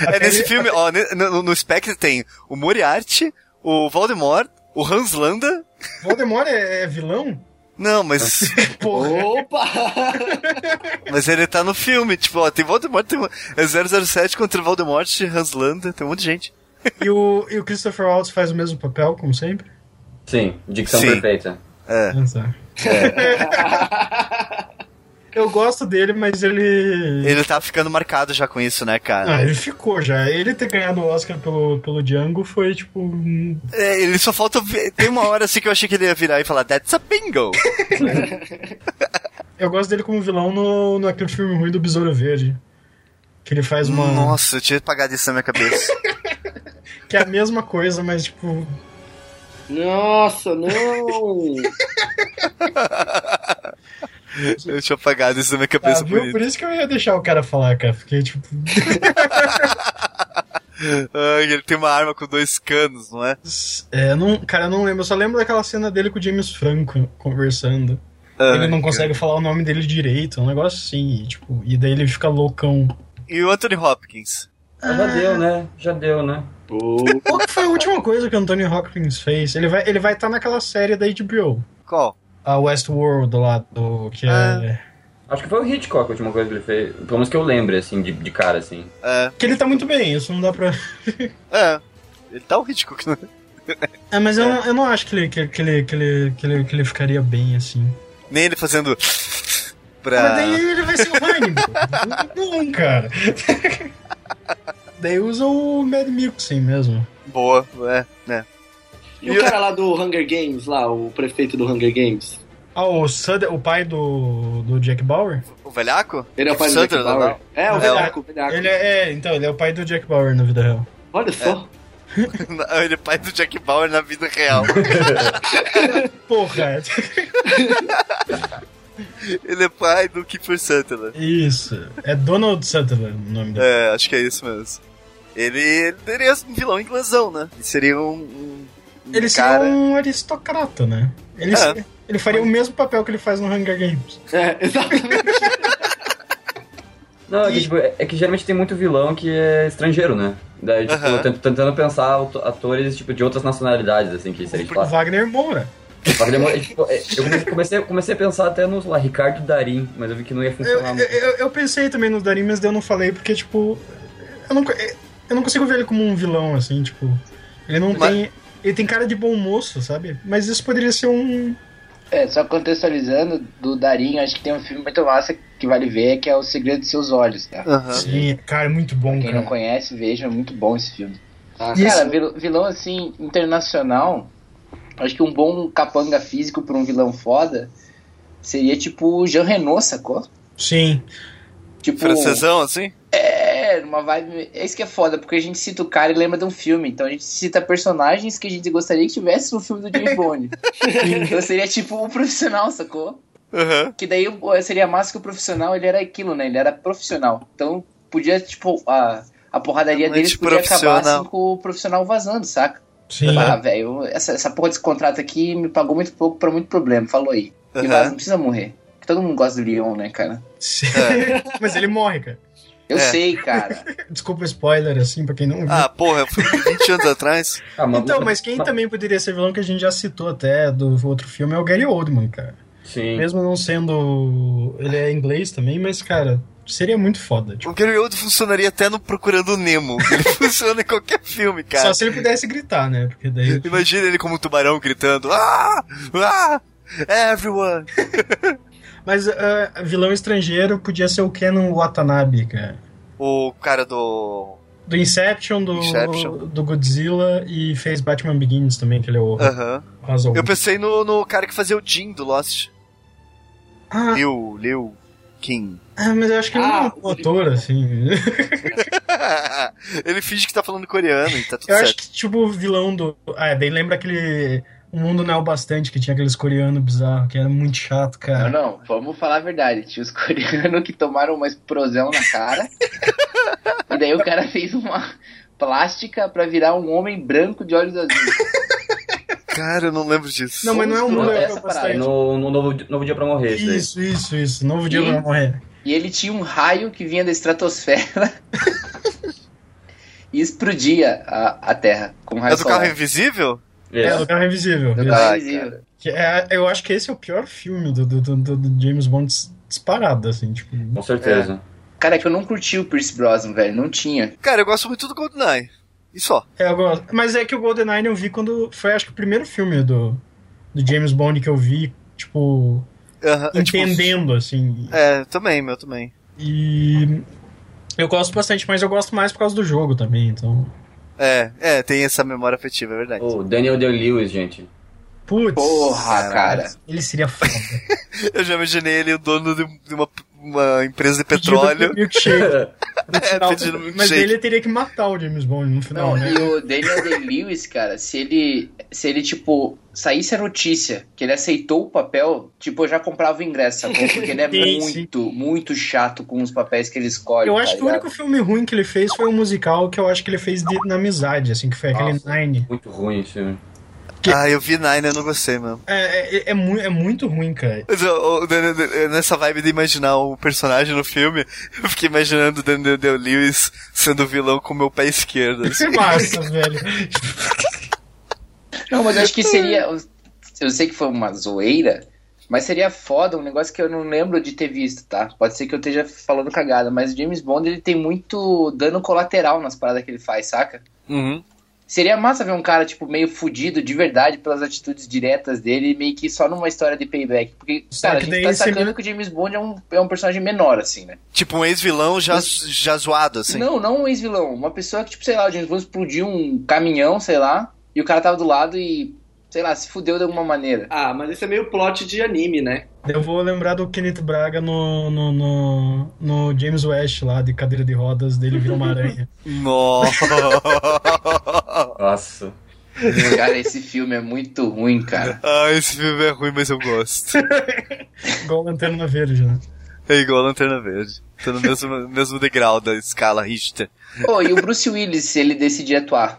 S1: É
S4: Até
S1: nesse
S4: ele-
S1: filme, ó, ne- no, no Spectre tem o Moriarty, o Voldemort, o Hans Landa.
S4: Voldemort é, é vilão?
S1: Não, mas.
S4: Porra.
S2: Opa!
S1: mas ele tá no filme, tipo, ó, tem Voldemort, tem. É 007 contra Voldemort, Hans Landa, tem um monte de gente.
S4: E o, e o Christopher Waltz faz o mesmo papel, como sempre?
S5: Sim, dicção
S1: Sim.
S5: perfeita.
S1: É.
S4: Ah, tá. Eu gosto dele, mas ele.
S1: Ele tá ficando marcado já com isso, né, cara?
S4: Ah, ele ficou já. Ele ter ganhado o Oscar pelo, pelo Django foi tipo. hum,
S1: É, ele só falta. vi- Tem uma hora assim que eu achei que ele ia virar e falar, That's a bingo!
S4: Eu gosto dele como vilão no, naquele filme ruim do Besouro Verde. Que ele faz uma.
S1: Nossa, eu tinha apagado isso na minha cabeça.
S4: Que é a mesma coisa, mas tipo.
S2: Nossa, não!
S1: eu tinha apagado isso na minha
S4: Ah,
S1: cabeça por
S4: viu?
S1: isso.
S4: Por isso que eu ia deixar o cara falar, cara. Fiquei tipo.
S1: Ah, ele tem uma arma com dois canos, não é?
S4: É, não, cara, eu não lembro. Eu só lembro daquela cena dele com o James Franco conversando. ele não consegue falar o nome dele direito, um negócio assim. E, tipo, e daí ele fica loucão.
S1: E o Anthony Hopkins?
S5: Ah, já deu, né? Já deu, né?
S4: Qual que foi a última coisa que o Anthony Hopkins fez? Ele vai estar ele vai tá naquela série da HBO.
S1: Qual?
S4: A Westworld lá, do, que é...
S5: Acho que foi o Hitchcock a última coisa que ele fez. Pelo menos que eu lembre, assim, de, de cara, assim.
S1: É,
S4: Que ele tá muito bem, isso não dá pra...
S1: é. Ele tá o Hitchcock, né?
S4: É, mas eu, não- eu não acho que ele, que, que ele, que, ele, que, ele, que ele ficaria bem, assim.
S1: Nem ele fazendo.
S4: Mas
S1: pra.
S4: daí ele vai ser o Hannibal. não, cara. daí usa o Mad Mikkelsen mesmo.
S1: Boa, é, né?
S2: E o cara lá do Hunger Games, lá, o prefeito do Hunger Games?
S4: Ah, o, Sud o pai do, do Jack Bauer?
S1: O velhaco?
S2: Ele é o pai do Jack
S1: Sandra, não,
S2: Bauer? É, o
S1: É,
S2: Velhaco, o Velhaco.
S4: Ele é, é, então, ele é o pai do Jack Bauer na vida real.
S2: Olha só.
S1: não. Ele é pai do Jack Bauer na vida real.
S4: Porra,
S1: ele é pai do Kiefer Sutherland.
S4: isso. É Donald Sutherland o nome dele.
S1: É, acho que é isso mesmo. Ele, ele teria um vilão inglesão, né? Ele seria um. um- um
S4: Ele seria
S1: cara...
S4: um aristocrata, né? Ele,
S1: É.
S4: seria- ele faria o mesmo papel que ele faz no Hunger Games.
S2: É, exatamente.
S5: Não, é que, tipo, é é que geralmente tem muito vilão que é estrangeiro, né? Daí, tipo,
S1: Aham.
S5: eu tento- tentando pensar aut- atores, tipo, de outras nacionalidades, assim, que seria,
S4: Porque
S5: tipo,
S4: o
S5: ah,
S4: Wagner Moura.
S5: só que demora- tipo, é, eu comecei- comecei, comecei a pensar até no, sei lá, Ricardo Darim, mas eu vi que não ia
S4: Eu,
S5: funcionar
S4: eu,
S5: muito.
S4: eu- eu pensei também no Darim, mas daí eu não falei, porque, tipo. Eu não, eu não consigo ver ele como um vilão, assim, tipo. Ele não
S1: Mas-
S4: tem. Ele tem cara de bom moço, sabe? Mas isso poderia ser um.
S3: É, só contextualizando, do Darinho, acho que tem um filme muito massa que vale ver, que é O Segredo de Seus Olhos, tá?
S1: Aham.
S4: Sim, cara, é muito bom,
S3: Quem não
S4: cara.
S3: conhece, veja, é muito bom esse filme.
S2: Ah,
S4: E
S3: Cara,
S4: esse-
S3: vil- vilão assim, internacional, acho que um bom capanga físico pra um vilão foda seria tipo o Jean Reno, sacou?
S4: Sim.
S3: Tipo,
S1: Um Francesão, assim?
S3: é, uma vibe. É isso que é foda, porque a gente cita o cara e lembra de um filme. Então a gente cita personagens que a gente gostaria que tivesse no filme do James Bond. então seria tipo o profissional, sacou?
S1: Aham.
S3: Que daí pô, seria massa que o profissional ele era aquilo, né? Ele era profissional. Então podia, tipo, a, a porradaria deles podia acabar
S1: Antiprofissional.
S3: assim, com o profissional vazando, saca?
S1: Tá
S4: Sim.
S3: Ah, velho, essa, essa porra desse contrato aqui me pagou muito pouco pra muito problema. Falou aí. E
S1: Aham.
S3: vaza, não precisa morrer. Porque todo mundo gosta do Leon, né, cara?
S4: Sim. mas ele morre, cara.
S3: Eu
S1: É.
S3: sei, cara.
S4: Desculpa o spoiler, assim, pra quem não viu.
S1: Ah, porra, foi 20 anos atrás.
S5: Ah, mas-
S4: então, mas quem também poderia ser vilão que a gente já citou até do outro filme é o Gary Oldman, cara.
S5: Sim.
S4: Mesmo não sendo. Ele é inglês também, mas, cara, seria muito foda. Tipo,
S1: O Gary Oldman funcionaria até no Procurando Nemo. Ele funciona em qualquer filme,
S4: só
S1: cara.
S4: se ele pudesse gritar, né? Porque daí.
S1: Imagina ele como um tubarão gritando: Ah! Ah! Everyone!
S4: Mas ah, vilão estrangeiro podia ser o Kenan Watanabe, cara.
S1: O cara do.
S4: Do Inception, do,
S1: Inception.
S4: do Godzilla e fez Batman Begins também, que ele é o
S1: Aham.
S4: Razor.
S1: Eu pensei no, no cara que fazia o Jim do Lost.
S4: Ah,
S1: Liu, Liu, Kim.
S4: ah, mas eu acho que ele não é
S2: Ah,
S4: um ator, assim.
S1: ele finge que tá falando coreano e tá tudo
S4: Eu acho
S1: certo.
S4: que, tipo, o vilão do. Ah, daí lembra aquele. O mundo não é o bastante que tinha aqueles coreanos bizarros, que era muito chato,
S3: Não,
S4: cara.
S3: não, vamos falar a verdade. Tinha os coreanos que tomaram uma explosão na cara. e daí o cara fez uma plástica pra virar um homem branco de olhos azuis.
S1: Cara, eu não lembro disso.
S4: Não, mas não é o mundo
S3: Essa
S4: é o
S3: parada.
S5: É
S4: bastante.
S5: no, no novo, Di- novo Dia Pra Morrer, isso daí.
S4: Isso, isso, isso. Novo dia pra morrer.
S3: E ele tinha um raio que vinha da estratosfera e explodia a, a Terra com um raio
S1: É do carro
S3: solar.
S1: invisível?
S5: É.
S4: É, do carro invisível.
S3: Do
S4: isso.
S3: carro
S1: Ah,
S3: invisível.
S4: Que é- eu acho que esse é o pior filme do, do- do- do James Bond dis- disparado, assim, tipo.
S5: Com certeza.
S3: Cara, é que eu não curti o Pierce Brosnan, velho. Não tinha.
S1: Cara, eu gosto muito do GoldenEye. E só.
S4: É, eu gosto. Mas é que o GoldenEye eu vi quando. Foi acho que o primeiro filme do, do James Bond que eu vi, tipo,
S1: Aham, é tipo-
S4: entendendo, assim.
S1: É, também, meu também.
S4: E. Eu gosto bastante, mas eu gosto mais por causa do jogo também, então.
S1: É, é, tem essa memória afetiva, é verdade.
S5: O Daniel Day-Lewis, gente.
S4: Putz,
S3: Porra, cara.
S4: ele seria foda.
S1: Eu já imaginei ele o dono um, de de uma, uma empresa de
S4: Pedido
S1: petróleo.
S4: É, pro Milkshake. No final,
S1: pedindo milkshake.
S4: um mas ele teria que matar o James Bond no final,
S3: Não,
S4: né?
S3: e o Daniel Day-Lewis, cara, se ele, se ele, tipo, saísse a notícia que ele aceitou o papel, tipo, eu já comprava o ingresso, sacou? Porque ele é
S4: Sim,
S3: muito, muito chato com os papéis que ele escolhe.
S4: Eu
S3: tá
S4: acho que o
S3: ligado?
S4: único filme ruim que ele fez foi um musical que eu acho que ele fez de- na amizade, assim, que foi aquele
S5: Nossa.
S4: Nine.
S5: Muito ruim esse filme.
S4: Que-
S1: Ah, eu vi Nine, eu não gostei mesmo.
S4: É, é, é mu- é muito ruim, cara.
S1: Mas, ô, ô, Dan- Dan- nessa vibe de imaginar o personagem no filme, eu fiquei imaginando o Daniel Day Lewis sendo vilão com o meu pé esquerdo. assim.
S4: Isso é massa, velho.
S3: Não, mas eu acho que seria. Eu sei que foi uma zoeira, mas seria foda um negócio que eu não lembro de ter visto, tá? Pode ser que eu esteja falando cagada, mas o James Bond ele tem muito dano colateral nas paradas que ele faz, saca?
S1: Uhum.
S3: Seria massa ver um cara, tipo, meio fudido de verdade pelas atitudes diretas dele, meio que só numa história de payback. Porque,
S4: Só
S3: cara, a
S4: que
S3: gente
S4: daí
S3: tá
S4: esse
S3: sacando
S4: mil-
S3: que o James Bond é um, é um personagem menor, assim, né?
S1: Tipo um ex-vilão já, já zoado, assim.
S3: Não, não um ex-vilão. Uma pessoa que, tipo, sei lá, o James Bond explodiu um caminhão, sei lá, e o cara tava do lado e, sei lá, se fudeu de alguma maneira.
S2: Ah, mas esse é meio plot de anime, né?
S4: Eu vou lembrar do Kenneth Braga no, no, no, no James West lá, de cadeira de rodas, dele vira uma aranha.
S1: Nossa.
S5: Nossa.
S3: Cara, esse filme é muito ruim, cara.
S1: ah, esse filme é ruim, mas eu gosto.
S4: Igual a Lanterna Verde, né?
S1: É igual a Lanterna Verde. Tô no mesmo, mesmo degrau da escala Richter.
S3: Pô, e o Bruce Willis, se ele decidir atuar?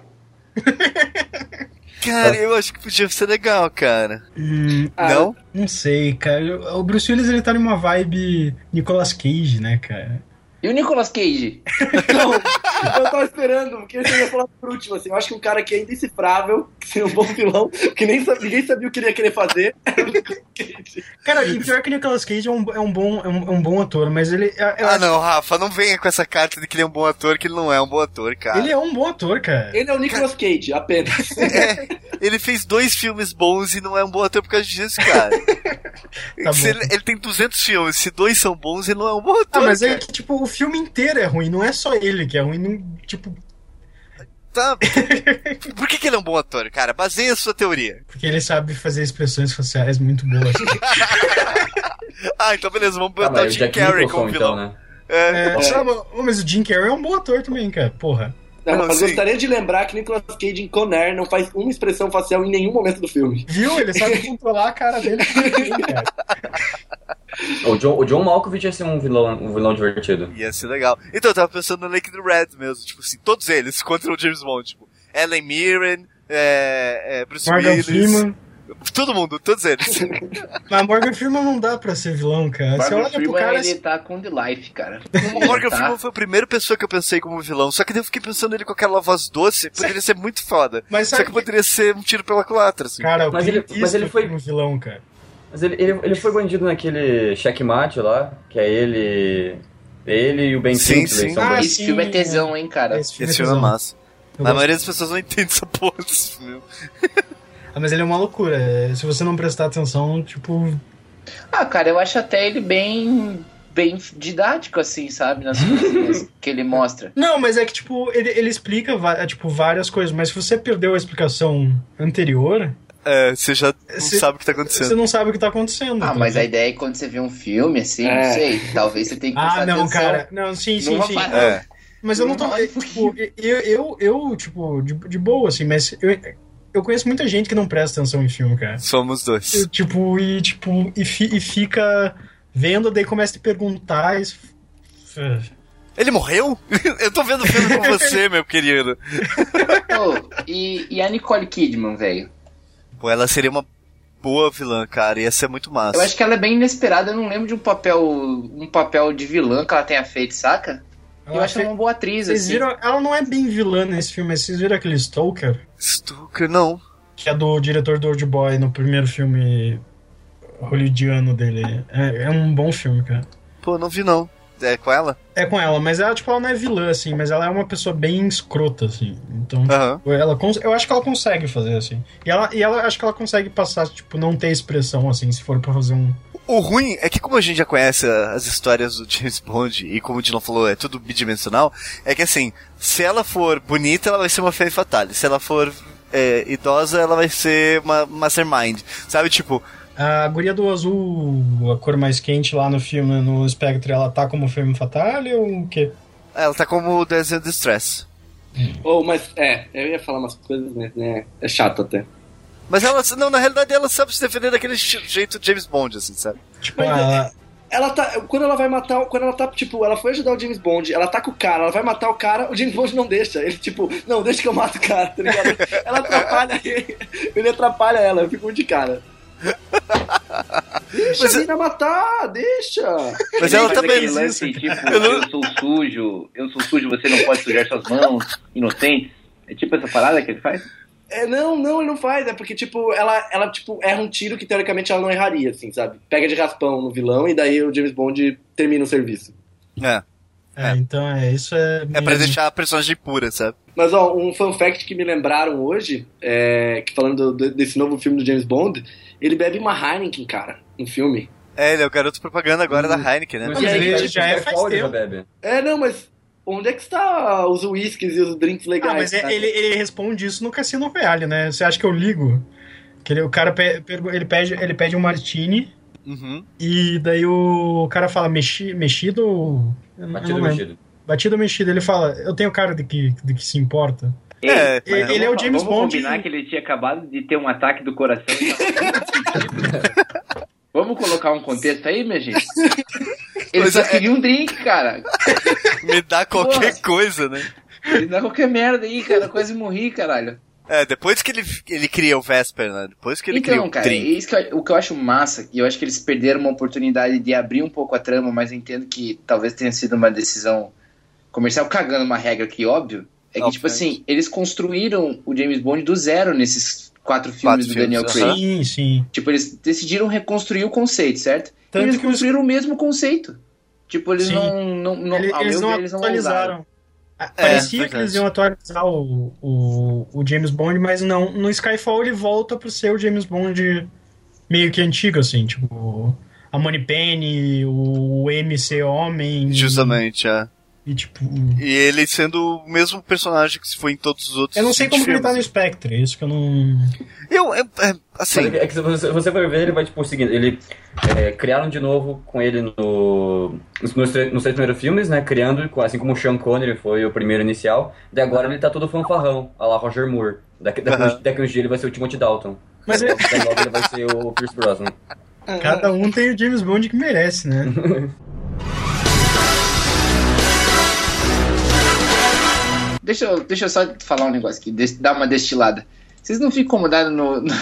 S1: Cara, eu acho que podia ser legal, cara.
S4: Hum,
S1: não?
S4: não sei, cara. O Bruce Willis, ele tá numa vibe Nicolas Cage, né, cara?
S3: E o Nicolas Cage?
S2: Eu tava esperando, porque eu ia falar por último, assim. Eu acho que um cara que é indecifrável, que seria um bom vilão, que nem sa- ninguém sabia o que ele ia querer fazer.
S4: Cara, e pior que o Nicolas Cage é um, é um, bom, é um, é um bom ator, mas ele... é, eu
S1: Ah,
S4: acho-
S1: não, Rafa, não venha com essa carta de que ele é um bom ator, que ele não é um bom ator, cara. É,
S4: Ele é um bom ator, cara.
S2: Ele é o Nicolas Cage, apenas.
S4: é.
S1: Ele fez dois filmes bons e não é um bom ator por causa disso, cara.
S4: Tá
S1: Se
S4: bom.
S1: ele, ele tem 200 filmes, se dois são bons, ele não é um bom
S4: Ah,
S1: ator.
S4: mas é
S1: cara.
S4: que, tipo, o filme inteiro é ruim, não é só ele que é ruim, não- tipo,
S1: Tá. Por que, que ele é um bom ator, cara? Baseia a sua teoria.
S4: porque ele sabe fazer expressões faciais muito boas.
S1: Ah, então beleza, vamos
S5: Ah,
S1: botar
S5: mas
S1: o
S5: o
S1: Jim
S5: Jack
S1: Carrey
S5: Nicholson,
S1: como
S5: então,
S1: vilão.
S5: né?
S1: É.
S4: É, sabe, mas o Jim Carrey é um bom ator também, cara, porra.
S2: Não,
S1: Não,
S2: mas
S1: sim.
S2: gostaria de lembrar que Nicolas Cage em Conair não faz uma expressão facial em nenhum momento do filme.
S4: Viu? Ele sabe controlar a cara dele. também, cara.
S5: O John, o John Malkovich ia ser um vilão, um vilão divertido.
S1: Ia ser legal. Então, eu tava pensando no Lake do Red mesmo. Tipo assim, todos eles contra o James Bond. Tipo, Ellen Mirren, é, é, Bruce
S4: Morgan
S1: Willis.
S4: Freeman.
S1: Todo mundo, todos eles.
S4: Mas Morgan Freeman não dá pra ser vilão, cara. Você
S3: Morgan
S4: olha pro
S3: Freeman,
S4: cara. assim-
S3: ele tá com The Life, cara.
S1: O Morgan
S3: Tá.
S1: Freeman foi a primeira pessoa que eu pensei como vilão. Só que daí eu fiquei pensando nele com aquela voz doce. Poderia ser muito foda.
S4: Mas
S1: Só
S4: sabe
S1: que poderia ser um tiro pela culatra, assim.
S4: Cara,
S5: Mas
S4: o Clint
S5: ele- mas ele
S4: Eastwood
S5: foi-
S4: um vilão, cara.
S5: Mas ele, ele, ele foi bandido naquele checkmate lá, que é ele. Ele e o Ben
S1: Sim,
S5: Kingsley
S1: sim.
S5: são
S4: Ah,
S5: bandidos.
S3: Esse filme é tesão, hein, cara.
S1: Esse filme é
S4: tesão.
S1: massa.
S4: Eu
S1: A
S4: gosto.
S1: maioria das pessoas não entende essa porra desse filme.
S4: Ah, mas ele é uma loucura. é, Se você não prestar atenção, tipo.
S3: Ah, cara, eu acho até ele bem, bem didático, assim, sabe? Nas coisas que ele mostra.
S4: Não, mas é que, tipo, ele, ele explica va- é, tipo, várias coisas, mas se você perdeu a explicação anterior,
S1: É, você já não
S4: Você-
S1: sabe o que tá
S4: você
S1: acontecendo.
S4: não sabe o que tá acontecendo.
S3: Ah,
S4: tá
S3: mas a
S4: ligado?
S3: ideia é que quando você vê um filme, assim,
S2: É.
S3: não sei, talvez você tenha que prestar
S4: Ah, não,
S3: atenção.
S4: cara. Não, sim, sim,
S3: Numa
S4: sim.
S3: parada.
S1: É.
S4: Mas eu não tô. é, Tipo, eu, eu, eu, tipo, de, de boa, assim, mas eu, eu conheço muita gente que não presta atenção em filme, cara.
S1: Somos dois.
S4: Eu, tipo, e tipo, e, fi- e fica vendo, daí começa a te perguntar. E... se-
S1: Ele morreu? eu tô vendo o filme com você, meu querido.
S3: Ô, e, e a Nicole Kidman, velho?
S1: Pô, ela seria uma boa vilã, cara. Ia ser muito massa.
S3: Eu acho que ela é bem inesperada, eu não lembro de um papel um papel de vilã que ela tenha feito, saca? eu
S4: Ela
S3: acho ela uma boa atriz,
S4: Vocês
S3: assim.
S4: viram? Ela não é bem vilã nesse filme, mas vocês viram aquele Stalker?
S1: Stalker, não.
S4: Que é do diretor do Old Boy no primeiro filme hollywoodiano dele. É, é um bom filme, cara.
S1: Pô, não vi não. É com ela?
S4: É com ela, mas ela, tipo, ela não é vilã, assim, mas ela é uma pessoa bem escrota, assim. Então,
S1: Aham.
S4: Ela cons- eu acho que ela consegue fazer assim. E ela, e ela acho que ela consegue passar, tipo, não ter expressão assim, se for pra fazer um.
S1: O ruim é que como a gente já conhece a- as histórias do James Bond e como o Dylan falou, é tudo bidimensional, é que assim, se ela for bonita, ela vai ser uma femme fatale. Se ela for é, idosa, ela vai ser uma mastermind. Sabe, tipo,
S4: A guria do azul, a cor mais quente lá no filme, no Spectre, ela tá como filme fatal ou o quê?
S1: Ela tá como o desenho do Stress.
S2: Ou, mas, é, eu ia falar umas coisas, mas, né, é chato até.
S1: Mas ela, não, na realidade ela sabe se defender daquele je- jeito James Bond, assim, sabe?
S4: Tipo, ah,
S2: Ela tá, quando ela vai matar, quando ela tá, tipo, ela foi ajudar o James Bond, ela tá com o cara, ela vai matar o cara, o James Bond não deixa. Ele, tipo, não, deixa que eu mato o cara, tá ligado? Ela atrapalha ele, ele atrapalha ela, eu fico muito de cara. Deixa
S1: Mas-
S2: a mina matar, deixa!
S1: Mas
S3: Ele
S1: ela
S3: faz
S1: também.
S3: aquele lance, tipo, eu, sou sujo, eu sou sujo, você não pode sujar suas mãos, inocente. É tipo essa parada que ele faz?
S2: É, não, não, ele não faz, é porque, tipo, ela, ela, tipo, erra um tiro que teoricamente ela não erraria, assim, sabe? Pega de raspão no vilão e daí o James Bond termina o serviço.
S1: É,
S4: é, então é isso. É,
S1: é
S3: Uhum.
S1: pra
S4: meio-
S1: deixar a personagem pura, sabe?
S2: Mas ó, um fun fact que me lembraram hoje, é, que falando do- desse novo filme do James Bond, ele bebe uma Heineken, cara, no filme.
S1: É, ele é o garoto propaganda agora
S4: Uhum.
S1: da Heineken, né?
S4: Mas ele já é faz
S5: Alcoólatra,
S4: tempo.
S5: bebe.
S2: É, não, mas onde é que está os whiskies e os drinks legais?
S4: Ah, mas é-
S2: cara?
S4: ele, ele responde isso no Cassino Royale, né? Você acha que eu ligo? Que ele, o cara pe- pergu- ele, pede, ele pede um martini
S1: Uhum.
S4: e daí o cara fala mexi, mexido ou... eu não- eu
S5: Batido,
S4: não lembro.
S5: mexido.
S4: Batido ou mexido? Ele fala, eu tenho cara de que, de que se importa.
S1: É,
S4: Ele,
S1: mas-
S4: ele é o James
S3: Vamos
S4: Bond.
S3: combinar que ele tinha acabado de ter um ataque do coração. e tava tudo fudido. Vamos colocar um contexto aí, minha gente? Ele
S1: Pois
S3: só
S1: é.
S3: queria um drink, cara.
S1: me dá qualquer
S3: Porra.
S1: coisa, né?
S3: Ele dá qualquer merda aí, cara. Quase morri, caralho.
S1: É, depois que ele, ele cria o Vesper, né? Depois que ele cria
S3: então,
S1: o
S3: cara,
S1: Dream.
S3: isso que eu- o que eu acho massa, e eu acho que eles perderam uma oportunidade de abrir um pouco a trama, mas eu entendo que talvez tenha sido uma decisão comercial cagando uma regra que, óbvio, é que,
S1: Óbvio,
S3: tipo
S1: né?
S3: assim, eles construíram o James Bond do zero nesses quatro filmes do
S1: filmes,
S3: Daniel
S1: aham.
S3: Craig.
S4: Sim, sim.
S3: Tipo, eles decidiram reconstruir o conceito, certo? E
S4: Tanto
S3: eles
S4: que os-
S3: construíram o mesmo conceito. Tipo, eles
S4: Sim.
S3: não, não, não,
S4: Ele-
S3: ao
S4: eles
S3: meu
S4: não
S3: ver, eles não ousaram.
S4: atualizaram. Ah, Parecia que
S1: É, verdade.
S4: eles iam atualizar o, o, o James Bond, mas não. No Skyfall ele volta pro seu James Bond meio que antigo, assim, tipo. A Moneypenny, o MC Homem.
S1: Justamente, é.
S4: E tipo.
S1: E ele sendo o mesmo personagem que se foi em todos os outros.
S4: Eu não sei como que ele tá no
S1: filmes.
S4: Spectre, isso que eu não.
S1: Eu, é, é, assim,
S5: Mas É que se você, você vai ver, ele vai, tipo, seguindo. Ele é, criaram de novo com ele no, nos, nos três nos três primeiros filmes, né? Criando, com- assim como o Sean Connery foi o primeiro inicial. E agora ele tá todo fanfarrão, a lá Roger Moore. Daqui, daqui,
S1: Aham.
S5: uns, daqui uns dias ele vai ser o Timothy Dalton.
S4: Mas é-
S5: Daí logo ele vai ser o Pierce Brosnan.
S4: Cada um tem o James Bond que merece, né?
S1: Uhum.
S3: Deixa eu, deixa eu só falar um negócio aqui, des- dar uma destilada. Vocês não ficam incomodados no, no,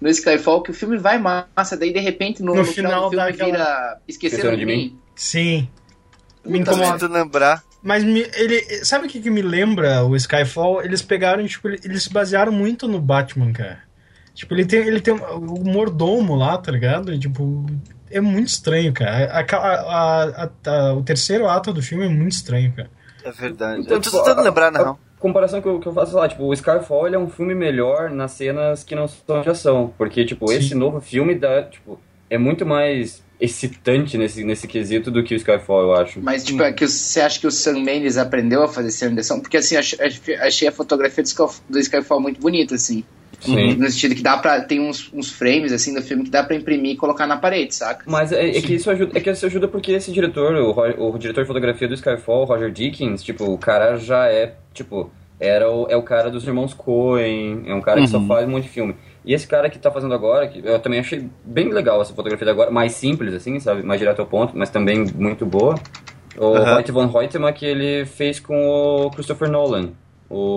S3: no Skyfall que o filme vai massa, daí de repente no,
S4: No
S3: no
S4: final
S3: final, do
S4: dá
S3: filme
S4: aquela-
S3: vira Esqueceram de mim?
S4: Sim. Me
S1: tá
S4: incomoda.
S1: tentando lembrar.
S4: Mas me- ele. Sabe o que, que me lembra o Skyfall? Eles pegaram, tipo, ele- eles se basearam muito no Batman, cara. Tipo, ele tem, ele tem um- o mordomo lá, tá ligado? E, tipo, é muito estranho, cara. A- a- a- a- a- o terceiro ato do filme é muito estranho, cara.
S1: É verdade.
S5: Então,
S1: Eu tô
S5: tipo,
S1: tentando
S5: a-
S1: lembrar,
S5: a-
S1: não.
S5: comparação que eu, que eu faço lá, tipo, o Skyfall ele é um filme melhor nas cenas que não são de ação. Porque, tipo,
S4: Sim.
S5: esse novo filme dá, tipo, é muito mais excitante nesse, nesse quesito do que o Skyfall, eu acho.
S3: Mas, tipo, é que o- você acha que o Sam Mendes aprendeu a fazer cena de ação? Porque, assim, ach- ach- achei a fotografia do Skyf- do Skyfall muito bonita, assim.
S5: Sim.
S3: No sentido que dá pra. Tem uns, uns frames, assim, do filme que dá pra imprimir e colocar na parede, saca?
S5: Mas é, é que isso ajuda, é que isso ajuda porque esse diretor, o, Ro- o diretor de fotografia do Skyfall, o Roger Deakins, tipo, o cara já é, tipo, era o, é o cara dos irmãos Coen, é um cara que só faz um monte de filme. E esse cara que tá fazendo agora, que eu também achei bem legal essa fotografia de agora, mais simples assim, sabe, mais direto ao ponto, mas também muito boa. O
S1: Aham.
S5: Hoyt van Hoytema que ele fez com o Christopher Nolan,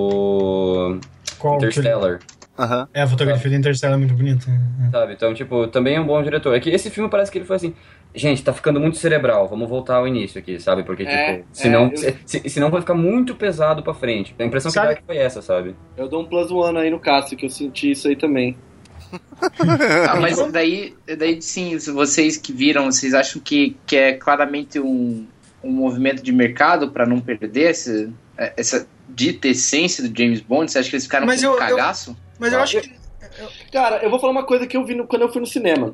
S5: o
S4: Qual que-
S5: Interstellar.
S1: Aham.
S4: É, a fotografia do Interstellar é muito bonita. né?
S5: Sabe? Então, tipo, também é um bom diretor. É que esse filme parece que ele foi assim. Gente, tá ficando muito cerebral, vamos voltar ao início aqui, sabe? Porque,
S2: É,
S5: tipo, senão,
S2: é, eu-
S5: se, se- senão vai ficar muito pesado pra frente. A impressão
S4: Sabe-
S5: que dá é que foi essa, sabe?
S2: Eu dou um plus one aí no Cássio, que eu senti isso aí também.
S4: Então,
S3: Ah, mas daí, daí sim, se vocês que viram, vocês acham que, que é claramente um, um movimento de mercado pra não perder esse- eh, essa dita essência do James Bond? Você acha que eles ficaram
S4: Mas
S3: com
S4: eu- eu-
S3: cagaço?
S4: Mas eu acho que.
S2: Cara, eu vou falar uma coisa que eu vi no- quando eu fui no cinema.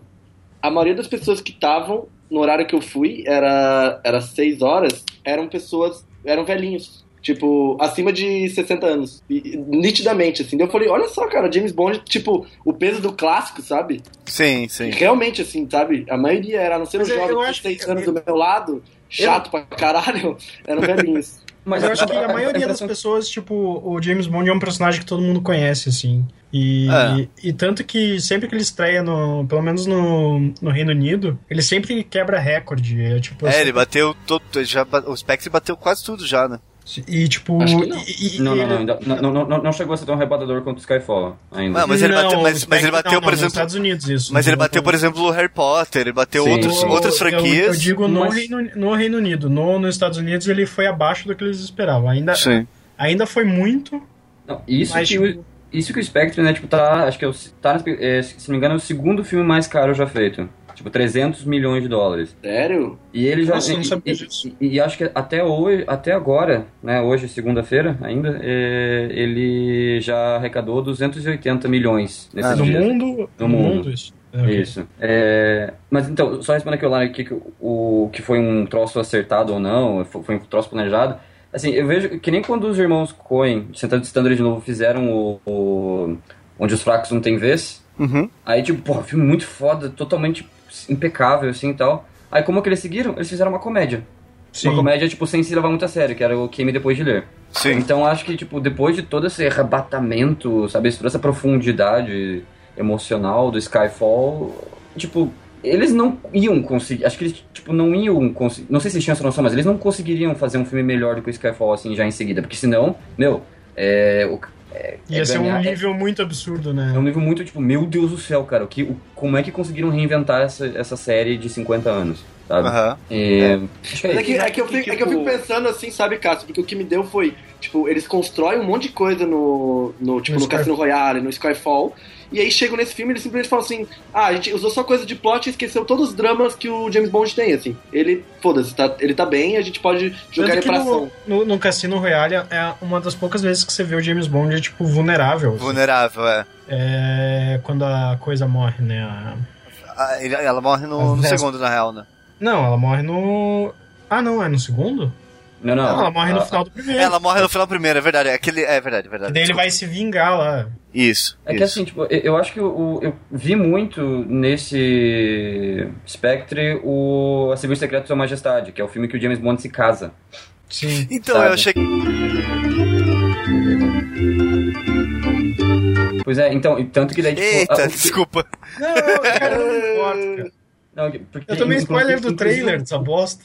S2: A maioria das pessoas que estavam no horário que eu fui, era, era 6 horas, eram pessoas, eram velhinhos. Tipo, acima de 60 anos. E- e nitidamente, assim. Daí Eu falei, olha só, cara, James Bond, tipo, o peso do clássico, sabe?
S1: Sim, sim.
S2: Realmente, assim, sabe? A maioria era, a não ser
S4: Mas é,
S2: os
S4: eu-
S2: jovens
S4: eu
S2: de
S4: acho que-
S2: 16 anos do meu lado, chato pra caralho, eram velhinhos.
S1: É,
S4: Mas eu acho que a maioria das
S5: impressão-
S4: pessoas, tipo, o James Bond é um personagem que todo mundo conhece, assim. E,
S1: É.
S4: e, e tanto que sempre que ele estreia, no, pelo menos no, no Reino Unido, ele sempre quebra recorde. É, tipo,
S1: É,
S4: assim,
S1: ele bateu todo. Já, ba- o Spectre bateu quase tudo já, né?
S4: E tipo.
S5: Acho que não.
S4: e- e-
S5: Não, não,
S4: ele-
S5: não, ainda- não, não, não, não chegou a ser tão arrebatador quanto o Skyfall ainda.
S1: Ah, mas ele bateu-
S4: Não,
S1: mas- mas ele
S4: não,
S1: bateu,
S4: não,
S1: por
S4: nos
S1: exemplo-
S4: Estados Unidos, isso.
S1: Mas ele
S4: Não
S1: bateu,
S4: foi-
S1: por exemplo, o Harry Potter, ele bateu
S5: Sim.
S1: outros,
S5: Eu-
S1: outras
S4: eu- Eu,
S1: franquias.
S4: digo no,
S5: mas-
S4: Reino, no Reino Unido. No, nos Estados Unidos ele foi abaixo do que eles esperavam. Ainda,
S1: Sim.
S4: ainda foi muito,
S5: Não, isso,
S4: mas
S5: que,
S4: tipo,
S5: o- isso que o Spectre, né, tipo, tá, acho que é o, tá, nas- é, se não me engano, é o segundo filme mais caro já feito. Tipo, 300 milhões de dólares.
S2: Sério?
S5: E ele já.
S4: Nossa, eu não
S5: e-
S4: sabia
S5: e-
S4: disso.
S5: E, e acho que até hoje, até agora, né, hoje, segunda-feira ainda, é, ele já arrecadou 280 milhões
S1: Ah,
S5: nesses
S4: Ah, no
S5: dias.
S4: mundo.
S5: No
S4: No
S5: mundo.
S4: mundo, isso. É, ok.
S5: Isso. É, mas então, só respondendo aqui o Lara que, que o que foi um troço acertado ou não, fo- foi um troço planejado. Assim, eu vejo que nem quando os irmãos Coen, sentando standard de novo, fizeram o, o- Onde os fracos não têm vez.
S1: Uhum.
S5: Aí, tipo, porra, filme muito foda, totalmente impecável, assim e tal. Aí, como que eles seguiram? Eles fizeram uma comédia. Uma
S4: Sim.
S5: comédia, tipo, sem se levar muito a sério, que era o Queime Depois de Ler.
S1: Sim.
S5: Então acho que, tipo, depois de todo esse arrebatamento, sabe, toda essa profundidade emocional do Skyfall, tipo, eles não iam conseguir. Acho que eles, tipo, não iam conseguir. Não sei se tinha essa noção, mas eles não conseguiriam fazer um filme melhor do que o Skyfall, assim, já em seguida. Porque senão, meu, é. O, é,
S4: Ia
S5: é
S4: ser um
S5: ganhar- é-
S4: nível muito absurdo, né?
S5: é um nível muito, tipo, meu Deus do céu, cara, o que, o- como é que conseguiram reinventar essa, essa série de 50 anos, sabe?
S1: Aham.
S5: E- acho que é
S2: Mas é
S5: isso.
S2: que, é que eu
S3: Tipo-
S2: fico, é que eu fico pensando assim, sabe, Cássio? Porque o que me deu foi, tipo, eles constroem um monte de coisa no, no tipo,
S4: No
S2: no,
S4: Sky-
S2: Cassino Royale, no Skyfall, e aí chegam nesse filme e eles simplesmente falam assim, ah, a gente usou só coisa de plot e esqueceu todos os dramas que o James Bond tem, assim. Ele, foda-se, tá, ele tá bem, a gente pode jogar
S4: Tanto
S2: ele
S4: que
S2: pra
S4: no,
S2: ação.
S4: no, no Cassino Royale é uma das poucas vezes que você vê o James Bond, tipo, vulnerável.
S1: Vulnerável, é.
S4: É, quando a coisa morre, né? A-
S1: Ah, ele- Ela morre no, no
S4: As-
S1: segundo, na real, né?
S4: Não, ela morre no. Ah, não, é no segundo?
S5: Não, não.
S4: Não, ela morre no
S5: Ah,
S4: final do primeiro.
S1: Ela morre no final primeiro, é verdade. é Aquele, é verdade, é
S4: E
S1: verdade.
S4: daí ele vai se vingar lá.
S1: Isso.
S5: É que
S1: isso.
S5: assim, tipo, eu- eu acho que o- eu vi muito nesse Spectre o A Serviço Secreto de Sua Majestade, que é o filme que o James Bond se casa.
S4: Sim.
S1: Então,
S5: sabe?
S1: eu achei que.
S5: Pois é, então, e tanto que daí. Tipo,
S1: Eita,
S5: a- o-
S1: desculpa.
S4: Não, cara, não importa, cara.
S5: não, porque-
S4: Eu tomei spoiler do
S5: inclusive-
S4: trailer dessa bosta.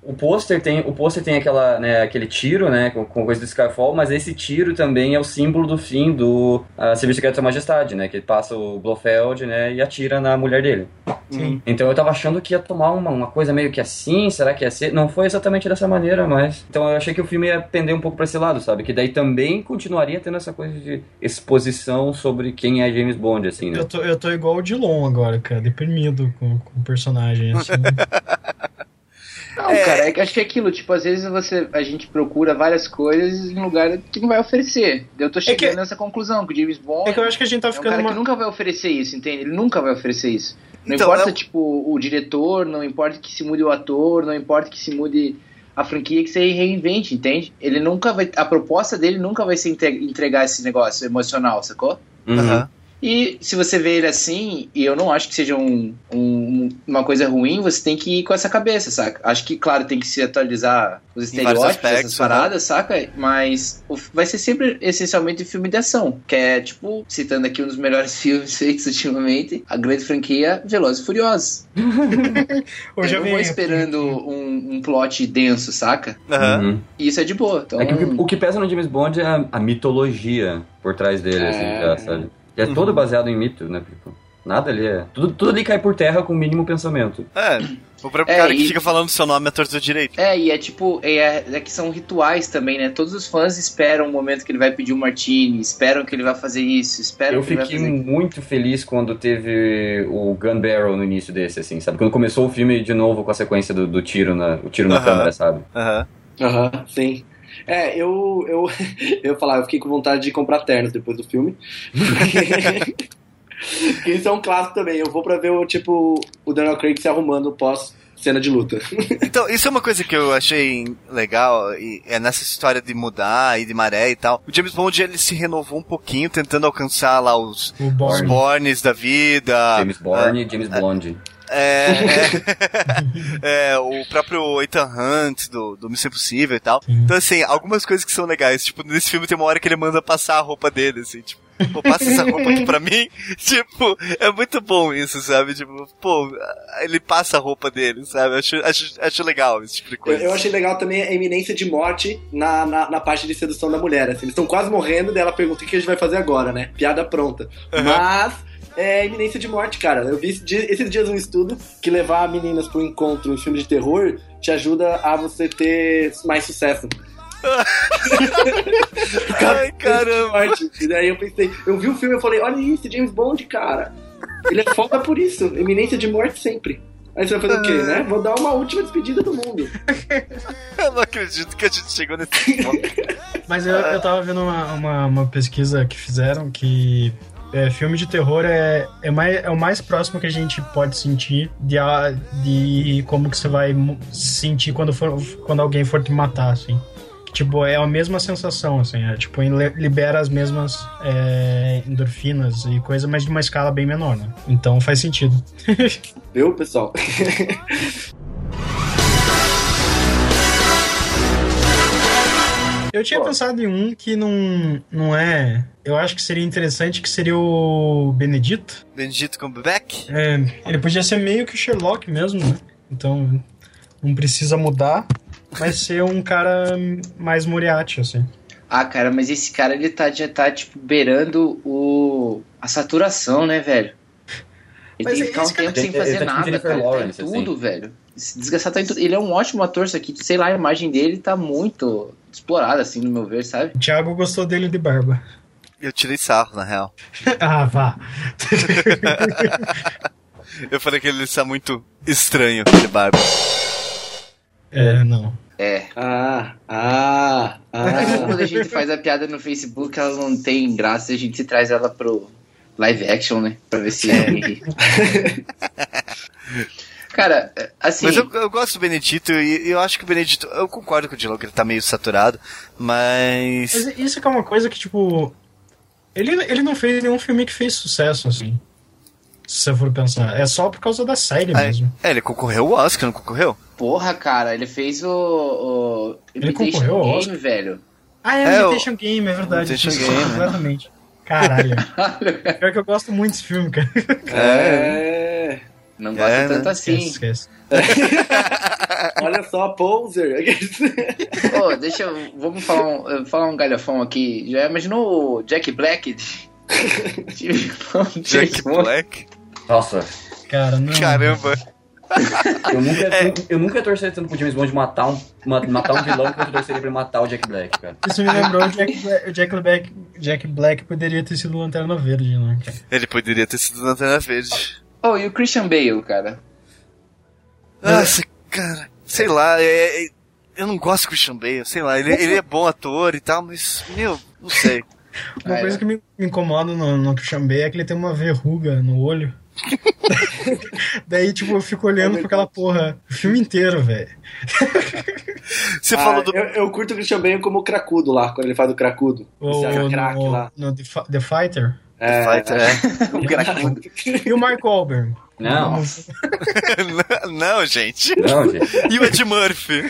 S5: O pôster tem, o pôster tem aquela, né, aquele tiro, né, com, com coisa do Skyfall, mas esse tiro também é o símbolo do fim do ah, Serviço Secreto de Sua Majestade, né, que ele passa o Blofeld, né, e atira na mulher dele.
S4: Sim.
S5: Então eu tava achando que ia tomar uma, uma coisa meio que assim, será que ia ser? Não foi exatamente dessa maneira, mas. Então eu achei que o filme ia pender um pouco pra esse lado, sabe? Que daí também continuaria tendo essa coisa de exposição sobre quem é James Bond, assim, né?
S4: Eu tô, eu tô igual o Dilon agora, cara, deprimido com, com o personagem, assim.
S3: Não, cara, é que acho que é aquilo, tipo, às vezes você, a gente procura várias coisas em lugar que não vai oferecer. Eu tô chegando
S4: É que-
S3: nessa conclusão, que o James Bond
S4: É que eu acho que a gente tá
S3: é um
S4: ficando
S3: cara
S4: uma.
S3: que nunca vai oferecer isso, entende? Ele nunca vai oferecer isso. Não
S1: Então,
S3: importa,
S1: é-
S3: tipo, o diretor, não importa que se mude o ator, não importa que se mude a franquia, que você reinvente, entende? Ele nunca vai... A proposta dele nunca vai ser entre- entregar esse negócio emocional, sacou?
S5: Uhum.
S1: Aham.
S3: E se você vê ele assim, e eu não acho que seja um, um- uma coisa ruim, você tem que ir com essa cabeça, saca? Acho que, claro, tem que se atualizar
S1: vários
S3: os estereótipos,
S1: aspectos, né?
S3: essas paradas, saca? Mas o- vai ser sempre essencialmente filme de ação, que é, tipo, citando aqui um dos melhores filmes feitos ultimamente, a grande franquia Velozes e Furiosos.
S4: Hoje
S3: eu
S4: eu
S3: não vou
S4: venho.
S3: esperando um, um plot denso, saca?
S1: Aham.
S5: Uhum.
S3: E isso é de boa. Então,
S5: É que o, que o que pesa no James Bond é a, a mitologia por trás dele,
S2: É.
S5: assim, já, sabe? E é todo baseado em mito, né? Tipo, nada ali é. Tudo, tudo ali cai por terra com o mínimo pensamento.
S1: É. O próprio
S3: É,
S1: cara que
S3: e-
S1: fica falando seu nome é torto direito.
S3: É, e é tipo, é, é que são rituais também, né? Todos os fãs esperam o momento que ele vai pedir um martini, esperam que ele vai fazer isso, esperam
S5: Eu
S3: que ele vai
S5: fiquei
S3: fazer
S5: muito feliz quando teve o Gun Barrel no início desse, assim, sabe? Quando começou o filme de novo com a sequência do, do tiro na, o tiro na
S1: Aham.
S5: câmera, sabe?
S1: Aham.
S2: Aham, sim. É, eu, eu, eu ia falar, eu fiquei com vontade de comprar ternos depois do filme. Porque isso é um clássico também. Eu vou pra ver o tipo o Daniel Craig se arrumando pós cena de luta.
S1: Então, isso é uma coisa que eu achei legal, e é nessa história de mudar e de maré e tal. O James Bond, ele se renovou um pouquinho, tentando alcançar lá os,
S4: O
S1: os
S4: Borne.
S1: Bornes da vida.
S5: James Bourne e James Bond.
S1: É, é, é, o próprio Ethan Hunt do, do Missão Impossível e tal. Então, assim, algumas coisas que são legais. Tipo, nesse filme tem uma hora que ele manda passar a roupa dele, assim, tipo, pô, passa essa roupa aqui pra mim. Tipo, é muito bom isso, sabe? Tipo, pô, ele passa a roupa dele, sabe? Acho, acho, acho legal esse tipo de
S2: Eu,
S1: coisa.
S2: eu achei legal também a iminência de morte na, na, na parte de sedução da mulher. Assim. Eles estão quase morrendo, daí ela pergunta o que a gente vai fazer agora, né? Piada pronta. Mas é a iminência de morte, cara. Eu vi esse dia- esses dias um estudo que levar meninas pro encontro em filme de terror te ajuda a você ter mais sucesso.
S1: Ai, caramba.
S2: Morte. E daí eu pensei, eu vi o filme e falei, olha isso, James Bond, cara. Ele é foda por isso. Iminência de morte sempre. Aí você vai fazer o quê, né? Vou dar uma última despedida do mundo.
S1: Eu não acredito que a gente chegou nesse ponto.
S4: Mas eu, eu tava vendo uma, uma, uma pesquisa que fizeram que é, filme de terror é, é, mais, é o mais próximo que a gente pode sentir de, a- de como que você vai mu- sentir quando, for, quando alguém for te matar, assim. Tipo, é a mesma sensação, assim. É, tipo, ele libera as mesmas é, endorfinas e coisa, mas de uma escala bem menor, né? Então faz sentido.
S2: Viu, pessoal?
S4: Eu tinha pensado em um que não, não é... Eu acho que seria interessante, que seria o Benedito.
S1: Bendito Comeback?
S4: É, ele podia ser meio que o Sherlock mesmo, né? Então não precisa mudar, mas ser um cara mais Moriarty, assim.
S3: Ah, cara, mas esse cara ele tá, já tá, tipo, beirando o... a saturação, né, velho? Ele
S4: Mas
S3: tem que
S4: é
S3: ficar um
S4: isso que eu-
S3: tempo sem
S5: Ele- ele
S3: fazer
S5: tá tipo
S3: nada,
S5: Jennifer
S3: cara.
S5: Lawrence,
S3: tá em
S4: assim.
S3: tudo, velho. Esse desgraçado tá em tudo. Ele é um ótimo ator, só que, sei lá, a imagem dele tá muito explorada, assim, no meu ver, sabe?
S4: O Thiago gostou dele de barba.
S1: Eu tirei sarro, na real.
S4: ah, vá.
S1: Eu falei que ele está muito estranho, aquele barba.
S4: É, não.
S3: É.
S2: Ah, ah, ah.
S3: Quando a gente faz a piada no Facebook, ela não tem graça, a gente se traz ela pro live action, né? Pra ver
S2: É.
S3: se alguém ri. Cara, assim...
S1: Mas eu, eu gosto do Benedito e e eu acho que o Benedito. Eu concordo com o Dilão que ele tá meio saturado, mas.
S4: Mas isso que é uma coisa que, tipo. Ele, ele não fez nenhum filme que fez sucesso, assim. Se você for pensar. É só por causa da série
S1: Ah,
S4: mesmo.
S1: É, ele concorreu ao Oscar, não concorreu?
S3: Porra, cara, ele fez o. o
S4: Ele
S3: Imitation
S4: concorreu ao
S3: Game,
S4: Oscar?
S3: velho.
S4: Ah,
S1: É, o-
S4: é, Imitation Game, é verdade.
S1: Imitation
S4: Desculpa,
S1: Game, né?
S4: Completamente. Caralho. Pior que eu gosto muito desse filme, cara.
S2: É.
S3: Não gosta
S1: É, né?
S3: tanto assim.
S4: Esquece, esquece.
S2: Olha só, poser.
S3: Ô, deixa eu. Vamos falar um, eu vou falar um galhofão aqui. Já imaginou o Jack Black? de- de-
S1: Jack Black?
S5: Nossa,
S4: Cara,
S1: Hum.
S4: não.
S1: Caramba.
S5: eu nunca, eu nunca torceria tanto pro James Bond matar um, ma- matar um vilão quanto eu torceria pra ele matar o Jack Black, cara.
S4: Isso me lembrou o Jack Black, o Jack Black, Jack Black poderia ter sido Lanterna Verde, né? cara?
S1: Ele poderia ter sido Lanterna Verde.
S3: Oh, e o Christian Bale, cara?
S1: Nossa, cara. Sei lá, é- é- eu não gosto do Christian Bale, sei lá. Ele, ele é bom ator e tal, mas, meu, não sei.
S4: Uma
S3: Ah,
S4: coisa
S3: é.
S4: que me, me incomoda no, no Christian Bale é que ele tem uma verruga no olho. Daí, tipo, eu fico olhando pra aquela porra o filme inteiro, velho.
S1: Você
S2: Ah,
S1: falou do.
S2: eu, eu curto o Christian Bale como o cracudo lá, quando ele faz o cracudo.
S4: Ou
S2: Esse craque
S4: no,
S2: lá.
S4: no The, Fi- The Fighter.
S1: The Fighter, é.
S2: o cracudo.
S4: E o Mark Wahlberg.
S5: Não,
S1: não, gente.
S5: não, gente.
S1: E o Ed Murphy?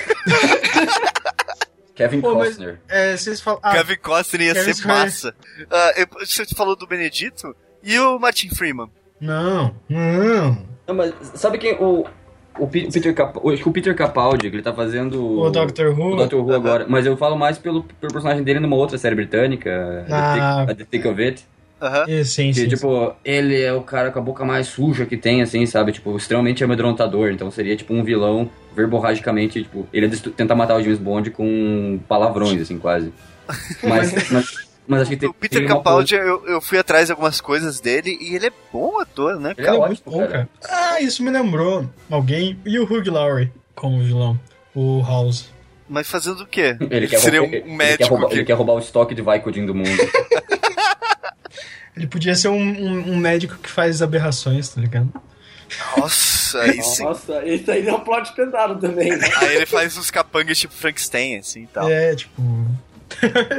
S5: Kevin
S4: Pô, mas-
S5: Costner.
S4: É, vocês falam... Ah,
S1: Kevin Costner ia
S4: Kevin
S1: ser
S4: Costner.
S1: massa. Ah, eu- você falou do Benedito e o Martin Freeman.
S4: não, não.
S5: Não, mas sabe quem o. O Pe- Peter Capaldi, acho que o Peter Capaldi, que ele tá fazendo
S4: O Doctor
S5: o
S4: Who...
S5: Dr. Who agora, mas eu falo mais pelo, pelo personagem dele numa outra série britânica,
S4: Ah.
S5: a The Thick- a The Thick of It,
S1: Aham.
S4: É, sim,
S5: que,
S4: sim.
S5: tipo, ele é o cara com a boca mais suja que tem, assim, sabe, tipo, extremamente amedrontador, então seria, tipo, um vilão verborragicamente, tipo, ele ia destru- tentar matar o James Bond com palavrões, assim, quase. Mas, mas, mas acho que tem
S1: O Peter
S5: tem uma
S1: Capaldi, eu, eu fui atrás de algumas coisas dele e ele é bom ator, né?
S5: coisa-
S4: Ele é
S5: Ele é
S4: muito
S5: ótimo,
S4: bom,
S5: cara.
S4: cara. Ah, isso me lembrou alguém... E o Hugh Laurie como vilão. O House.
S1: Mas fazendo o quê?
S5: é- Ele quer
S1: seria
S5: roubar- ele-
S1: um
S5: ele quer,
S1: médico
S5: roubar,
S1: que...
S5: ele quer roubar o estoque de Vicodin do mundo.
S4: Ele podia ser um, um- um médico que faz aberrações, tá ligado?
S1: Nossa, aí sim.
S2: Nossa, esse aí é um plot pesado também, né?
S1: Aí ele faz uns capangas tipo Frankenstein, assim e tal.
S4: É, tipo.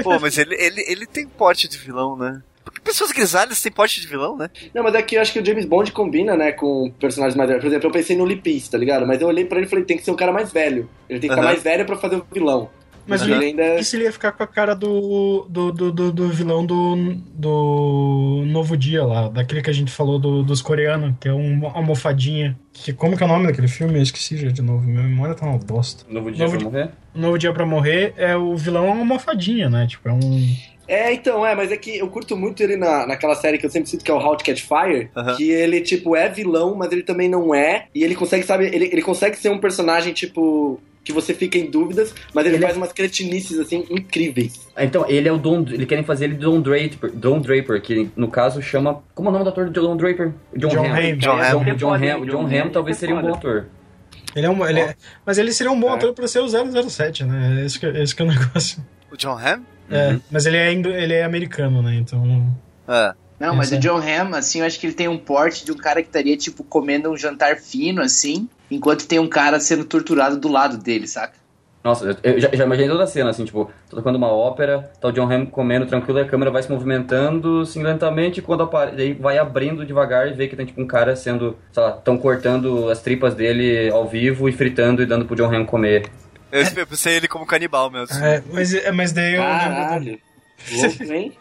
S1: Pô, mas ele, ele, ele tem porte de vilão, né? Porque pessoas grisalhas têm porte de vilão, né?
S2: Não, mas é que eu acho que o James Bond combina, né, com personagens mais velhos. Por exemplo, eu pensei no Lipis, tá ligado? Mas eu olhei pra ele e falei, tem que ser um cara mais velho. Ele tem que
S1: Aham.
S2: ficar mais velho pra fazer o vilão.
S4: Mas
S2: ele ainda...
S4: E se ele ia ficar com a cara do, do, do, do, do vilão do, do Novo Dia lá, daquele que a gente falou do- dos coreanos, que é um almofadinha. Que, como que é o nome daquele filme? Eu esqueci já de novo, minha memória tá uma bosta.
S5: Novo dia
S4: Novo
S5: pra morrer.
S4: O Novo Dia pra Morrer é o vilão é uma almofadinha, né? Tipo, é um.
S2: É, então, é, mas é que eu curto muito ele na, naquela série que eu sempre cito, que é o How to Catch Fire,
S1: Aham.
S2: que ele, tipo, é vilão, mas ele também não é, e ele consegue, sabe, ele, ele consegue ser um personagem, tipo, que você fica em dúvidas, mas ele,
S5: Ele é-
S2: faz umas cretinices, assim, incríveis.
S5: Ah, Então, ele é o Don. Eles querem fazer ele Don Draper, Don Draper, que no caso chama. Como é o nome do ator do Don Draper?
S4: John Hamm.
S1: John
S5: John Ham.
S1: Hamm.
S5: John Hamm.
S9: Pode,
S5: É John
S9: John
S5: Hamm
S9: Hamm,
S5: talvez
S9: você
S5: seria um bom
S9: pode.
S5: ator.
S4: Ele é um ele é- mas ele seria um bom ator pra ser o 007, né? Esse que, esse que é o negócio.
S1: O John Hamm?
S4: É, mas ele é, ingl- ele é americano, né? Então.
S1: É.
S3: Não, mas
S4: Isso,
S3: o
S4: é.
S3: John Hamm, assim, eu acho que ele tem um porte de um cara que estaria, tipo, comendo um jantar fino, assim, enquanto tem um cara sendo torturado do lado dele, saca?
S5: Nossa, eu já, já imaginei toda a cena, assim, tipo, tô tocando uma ópera, tá o John Hamm comendo tranquilo e a câmera vai se movimentando, assim, lentamente, e quando apare... daí vai abrindo devagar e vê que tem, tipo, um cara sendo, sei lá, tão cortando as tripas dele ao vivo e fritando e dando pro John Hamm comer.
S1: Eu
S3: É.
S1: eu pensei ele como canibal mesmo.
S4: É, mas, é, mas daí eu.
S2: Caralho. Louco, hein?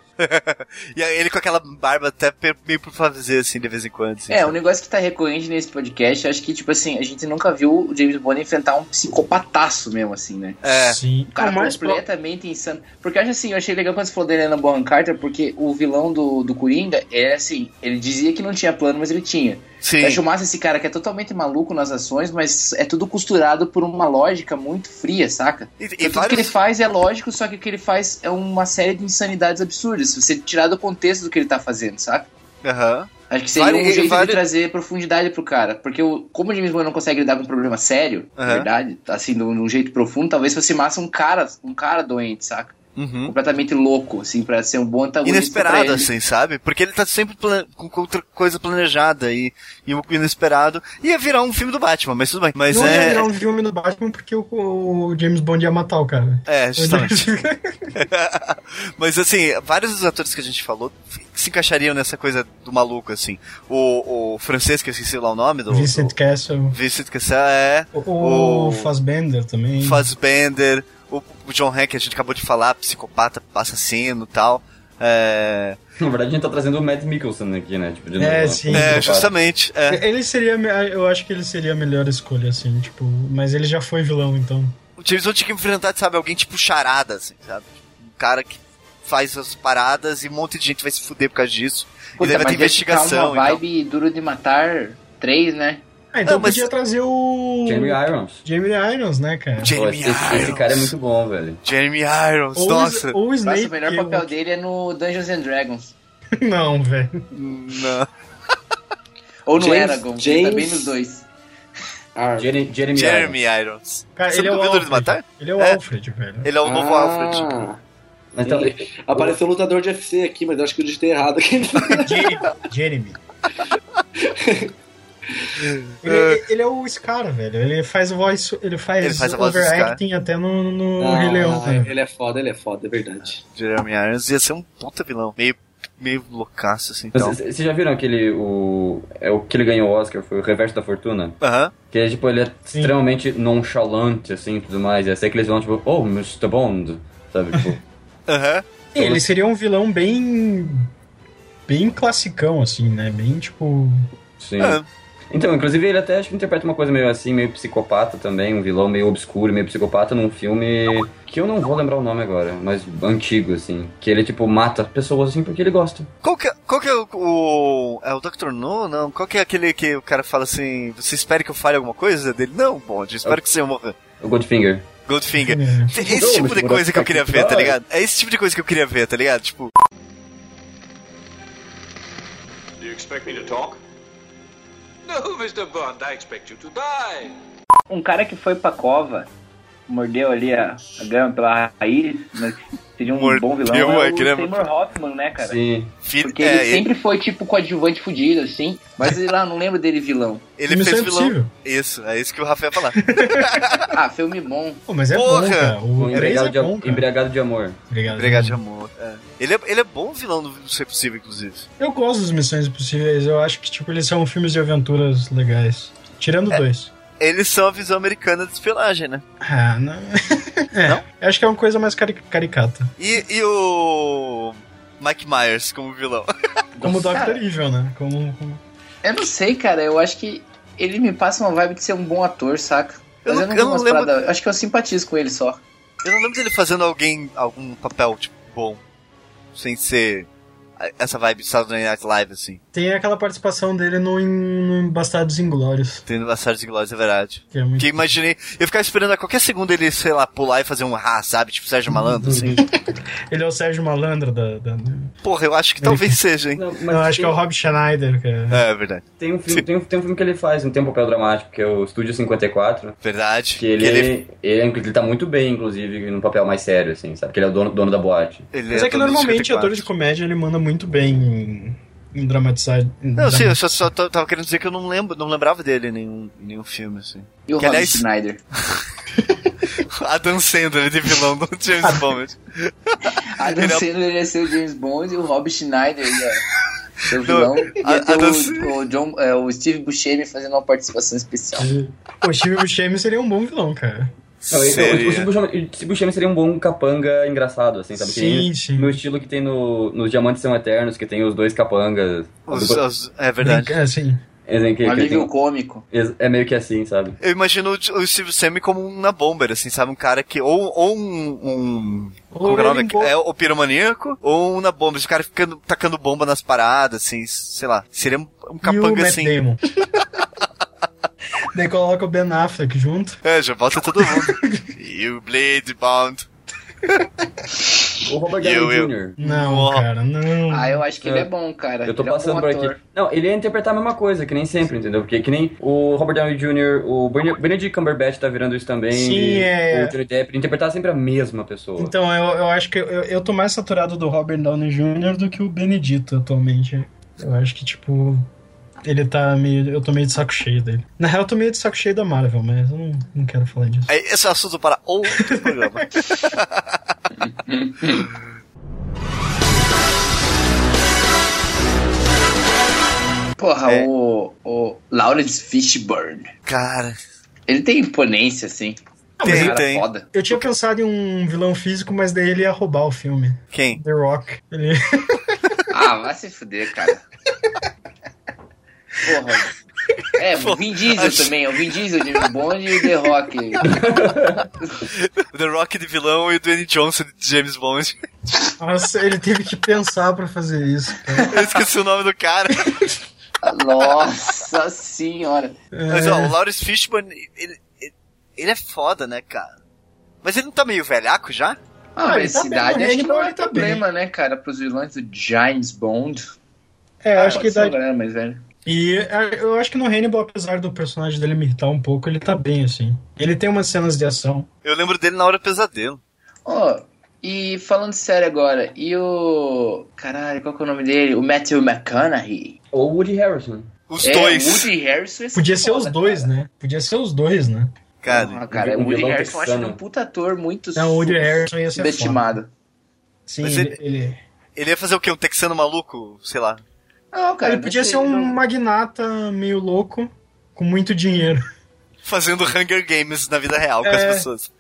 S1: E aí ele com aquela barba até pe- meio por fazer assim de vez em quando. assim,
S3: É,
S1: sabe?
S3: um negócio que tá recorrente nesse podcast, eu acho que, tipo assim, a gente nunca viu o James Bond enfrentar um psicopataço mesmo, assim, né?
S1: É.
S4: Sim.
S3: O cara
S4: O mais pro-
S3: completamente é insano. Porque eu acho assim, eu achei legal quando você falou da Helena Bonham Carter, porque o vilão do, do Coringa é assim, ele dizia que não tinha plano, mas ele tinha.
S1: Sim.
S3: Eu acho massa esse cara que é totalmente maluco nas ações, mas é tudo costurado por uma lógica muito fria, saca?
S1: E, e
S3: Então, Tudo que
S1: vários-
S3: ele faz é lógico, só que o que ele faz é uma série de insanidades absurdas. Se você tirar do contexto do que ele tá fazendo, saca?
S1: Aham.
S3: Acho que seria
S1: Vale-
S3: um jeito
S1: vale-
S3: de trazer profundidade pro cara. Porque o, como o James Bond não consegue lidar com um problema sério, na
S1: Aham.
S3: verdade, assim, de um de um jeito profundo, talvez fosse massa um cara, um cara doente, saca?
S1: Uhum.
S3: Completamente louco, assim, pra ser um bom antagonista. pra
S1: Inesperado,
S3: ele.
S1: assim, sabe? Porque ele tá sempre plan- com outra coisa planejada e, e o inesperado. Ia virar um filme do Batman, mas tudo bem. Mas
S4: Não ia
S1: é.
S4: virar um filme do Batman porque o, o James Bond ia matar o cara.
S1: É, justamente. Mas assim, vários dos atores que a gente falou se encaixariam nessa coisa do maluco, assim. O, o francês, que eu esqueci lá o nome do.
S4: Vincent
S1: do
S4: Castle.
S1: Vincent Cassel é.
S4: O, o
S1: O-
S4: Fassbender também.
S1: Fassbender, o, o John Hack, a gente acabou de falar, psicopata, assassino e tal. É,
S5: Na verdade, a gente tá trazendo o Matt Mikkelsen aqui, né? Tipo, de novo,
S4: É,
S5: né?
S4: sim.
S5: Como
S1: é
S5: cara.
S1: justamente. É.
S4: Ele seria. a me- Eu acho que ele seria a melhor escolha, assim, tipo. Mas ele já foi vilão, então.
S1: O James Bond tinha que enfrentar, sabe, alguém tipo charada, assim, sabe? Um cara que faz as paradas e um monte de gente vai se fuder por causa disso.
S3: Puta,
S1: e daí vai ter
S3: mas deve ficar
S1: é
S5: é
S1: investigação.
S3: Uma
S1: Então.
S3: vibe duro de matar três, né?
S4: Ah, então
S1: Não, mas-
S4: podia trazer o.
S5: Jeremy Irons.
S4: Jamie Irons, né, cara?
S5: Pô,
S1: Jeremy
S5: esse, esse- esse
S1: Irons.
S5: cara é muito bom, velho.
S1: Jeremy Irons,
S4: Ou,
S1: nossa.
S4: o- ou o
S3: Nossa,
S4: Snape.
S3: o melhor
S4: que
S3: papel dele é no Dungeons and Dragons.
S4: Não, velho.
S1: Não.
S3: Ou no
S2: James-
S3: Eragon, ele
S2: James-
S3: tá bem nos dois.
S2: Ah,
S5: Jere- Jeremy, Irons.
S1: Jeremy Irons.
S4: Cara,
S1: Você
S4: ele é o
S1: nunca viu Duro
S4: Alfred.
S1: de Matar?
S4: Ele é o
S1: É.
S4: Alfred, velho.
S1: Ele é o novo
S5: Ah.
S1: Alfred.
S5: Então,
S2: Ah, Apareceu o lutador de UFC aqui, mas eu acho que eu digitei errado aqui.
S4: Jeremy. Jeremy. ele, ele é o Scar, velho. Ele faz voice, ele faz,
S1: Ele faz a voz do
S4: overacting até no, no
S2: Ah,
S4: Rei Leão. velho.
S2: ele é foda, ele é foda, é verdade.
S1: Jeremy Irons ia ser um puta vilão. Meio, meio loucaço, assim. Então.
S5: vocês vocês já viram aquele. O, é o que ele ganhou o Oscar, foi o Reverso da Fortuna?
S1: Aham.
S5: Que é, tipo, ele é
S4: Sim.
S5: extremamente nonchalante, assim, e tudo mais. E assim que eles vão, tipo, oh, Mr. Bond, sabe? Tipo,
S1: Aham.
S4: Ele seria um vilão bem. bem classicão, assim, né? Bem tipo.
S5: sim.
S1: É.
S5: Então, inclusive, ele até acho que interpreta uma coisa meio assim, meio psicopata também, um vilão meio obscuro, meio psicopata num filme que eu não vou lembrar o nome agora, mas antigo, assim. Que ele, tipo, mata pessoas, assim, porque ele gosta.
S1: Qual que, é- qual que é o, o. É o Dr. No? Não. Qual que é aquele que o cara fala assim: Você espera que eu fale alguma coisa dele? Não, Bond, espero que você morra.
S5: É O Goldfinger.
S1: Goldfinger.
S4: né?
S1: Esse tipo de coisa que eu queria ver, tá ligado? É esse tipo de coisa que eu queria ver, tá ligado? Tipo,
S10: Do you expect me to talk? No, Mr. Bond, I expect you to die.
S9: Um cara que foi pra cova, mordeu ali a, a grama pela raiz, mas
S3: seria um
S1: Mordeu,
S3: bom vilão,
S1: é,
S3: é o
S1: que ele é
S3: Seymour Hoffman, né, cara?
S5: Sim.
S1: Fi-
S3: Porque
S1: é,
S3: ele
S1: ele,
S3: sempre foi tipo coadjuvante fudido, assim. Mas sei lá, eu não lembro dele vilão.
S1: ele
S4: Missão
S1: fez vilão.
S4: é Impossível.
S1: Isso, é isso que o Rafa ia falar.
S3: Ah, filme bom.
S4: Pô, mas é
S1: Porra!
S4: bom, cara.
S5: Um
S4: O 3 é
S5: embriagado, de,
S4: bom, cara.
S5: embriagado de amor.
S4: Obrigado.
S1: Obrigado de amor. É. Ele, é, ele é bom vilão do do Ser Possível, inclusive.
S4: Eu gosto dos Missões Impossíveis. Eu acho que, tipo, eles são filmes de aventuras legais. Tirando
S1: É.
S4: dois.
S1: Eles são a visão americana de espionagem, né?
S4: Ah, não. é,
S1: Não?
S4: eu acho que é uma coisa mais cari- caricata.
S1: E, e o Mike Myers como vilão?
S4: Como o
S3: Nossa,
S4: Dr.
S3: cara.
S4: Evil, né? Como, como-
S3: Eu não sei, cara. Eu acho que ele me passa uma vibe de ser um bom ator, saca?
S1: Eu não- eu
S3: Mas eu não, tenho
S1: não
S3: umas
S1: lembro-
S3: paradas- Acho que eu simpatizo com ele só.
S1: Eu não lembro dele fazendo alguém, algum papel, tipo, bom. Sem ser a- essa vibe de Saturday Night Live, assim.
S4: Tem aquela participação dele no, In- no Bastardos Inglórios.
S1: Tendo a série de Glórias, é verdade.
S4: Que é muito...
S1: Que eu imaginei. Eu ficava esperando a qualquer segundo ele, sei lá, pular e fazer um ah, sabe? Tipo Sérgio Malandro, assim.
S4: Ele é o Sérgio Malandro da... da-
S1: Porra, eu acho que talvez seja, hein?
S5: Não, mas
S4: Eu acho que é o
S5: tem-
S4: Rob Schneider, cara.
S1: É, é verdade.
S5: Tem um, filme, tem, um, tem um filme que ele faz, um tem um papel dramático, que é o Estúdio 54.
S1: Verdade.
S5: Que ele, ele... Ele, tá muito bem, inclusive, num papel mais sério, assim, sabe? Que ele é o dono, dono da boate.
S1: ele
S4: Mas é que
S1: dono de
S4: normalmente
S1: 54.
S4: ator de comédia ele manda muito bem em, em dramatizar. em
S1: Não, sim,
S4: drama-
S1: eu só, só t- tava querendo dizer que eu não lembro, não lembrava dele em nenhum, em nenhum filme, assim.
S3: E o
S1: Que,
S3: Rob
S1: aliás-
S3: Schneider.
S1: Adam Sandler de vilão do
S4: Ah,
S1: James Bond.
S3: Adam
S1: Ele é-
S3: Sandler ele ia ser o James Bond e o Rob Schneider ia ser o vilão.
S1: a-
S3: Ia ter
S1: Adam
S3: o, o, John, é, o Steve Buscemi fazendo uma participação especial.
S4: O Steve Buscemi seria um bom vilão, cara.
S5: Não,
S4: é
S5: esse- é o, o,
S1: Seria.
S5: Steve Buscemi- o Steve Buscemi seria um bom capanga engraçado, assim, sabe? Que nem-
S4: Sim, sim.
S5: No estilo que tem no, nos Diamantes São Eternos, que tem os dois capangas.
S1: Os- os- é verdade.
S4: É, sim.
S5: Eles- que-
S3: Um
S5: que
S3: alívio
S5: tem-
S3: cômico.
S5: eles- é meio que assim, sabe?
S1: Eu imagino o o Steve Buscemi como um na bomber, assim, sabe? Um cara que. Ou, ou um. um como que é o nome?
S4: Ou ele
S1: É o piromaníaco, ou um na bomba. Esse cara ficando tacando bomba nas paradas, assim, sei lá. Seria um, um
S4: e o
S1: capanga
S4: Matt
S1: assim.
S4: Damon. Daí coloca o Ben Affleck junto.
S1: É, já bota todo mundo. you bleed bound.
S5: O Robert Downey
S1: Eu-
S5: Jr.
S4: Não,
S1: Nossa.
S4: cara, não.
S3: Ah, eu acho que ele
S5: É.
S3: é bom, cara.
S5: Eu tô
S3: Ele é um
S5: passando
S3: bom
S5: por
S3: ator.
S5: aqui. Não, ele ia interpretar a mesma coisa, que nem sempre, entendeu? Porque que nem o Robert Downey Jr., o Bene- Benedict Cumberbatch tá virando isso também.
S4: Sim,
S5: e
S4: é.
S5: O Johnny Depp, interpretar sempre a mesma pessoa.
S4: Então, eu, eu acho que eu, eu tô mais saturado do Robert Downey Jr. do que o Benedito atualmente. Eu acho que, tipo, ele tá meio. Eu tô meio de saco cheio dele. Na real, eu tô meio de saco cheio da Marvel, mas eu não, não quero falar disso.
S1: Aí, Esse é o assunto para outro programa.
S3: Porra,
S1: É.
S3: o, o Lawrence Fishburne.
S1: Cara,
S3: Ele tem imponência, assim.
S1: tem,
S3: cara
S1: tem.
S3: foda.
S4: Eu tinha pensado em um vilão físico, mas daí ele ia roubar o filme.
S1: Quem?
S4: The Rock. Ele...
S3: Ah, vai se fuder, cara. Porra. É, o Vin Diesel
S1: Acho-
S3: também. O Vin Diesel, James Bond e o The Rock.
S1: The Rock de vilão e o Dwayne Johnson de James Bond.
S4: Nossa, ele teve que pensar pra fazer isso, cara.
S1: Eu esqueci o nome do cara.
S3: Nossa senhora.
S1: Mas ó,
S4: É.
S1: o Lawrence Fishburne, ele, ele, ele é foda, né, cara? Mas ele não tá meio velhaco já?
S3: Ah,
S4: ele
S3: mas
S4: tá
S3: essa idade
S4: bem,
S3: acho que
S4: ele
S3: não
S4: tá-
S3: é
S4: ele tá
S3: problema, né, cara, pros vilões do James Bond. Ah,
S4: É, eu acho
S3: Pode
S4: que
S3: ser né? uma
S4: dá.
S3: galera mais velha.
S4: E é, eu acho que no Hannibal, apesar do personagem dele me irritar um pouco, ele tá bem, assim. Ele tem umas cenas de ação.
S1: Eu lembro dele na hora do pesadelo.
S3: Ó, e falando sério agora, e o... Caralho, qual que é o nome dele? O Matthew McConaughey.
S5: Ou Woody Harrison.
S1: Os
S3: é,
S1: dois.
S3: o Woody Harrison. é
S4: Podia ser
S3: foda,
S4: os dois,
S3: cara.
S4: né? Podia ser os dois, né?
S1: Cara,
S3: Ah, cara,
S5: Um
S3: o Woody
S5: vilão
S3: Harrison eu acho ele
S5: texano.
S3: um puta ator muito
S4: Não, o Woody Harrison
S3: é
S4: ia ser
S3: subestimado.
S4: Sim,
S1: Mas
S4: ele,
S1: ele-
S4: ele-
S1: ele ia fazer o quê? Um texano maluco? Sei lá.
S3: Não, cara,
S4: ele podia
S3: não
S4: ser
S3: sei,
S4: um
S3: não-
S4: magnata meio louco, com muito dinheiro.
S1: Fazendo Hunger Games na vida real com
S4: É.
S1: as pessoas.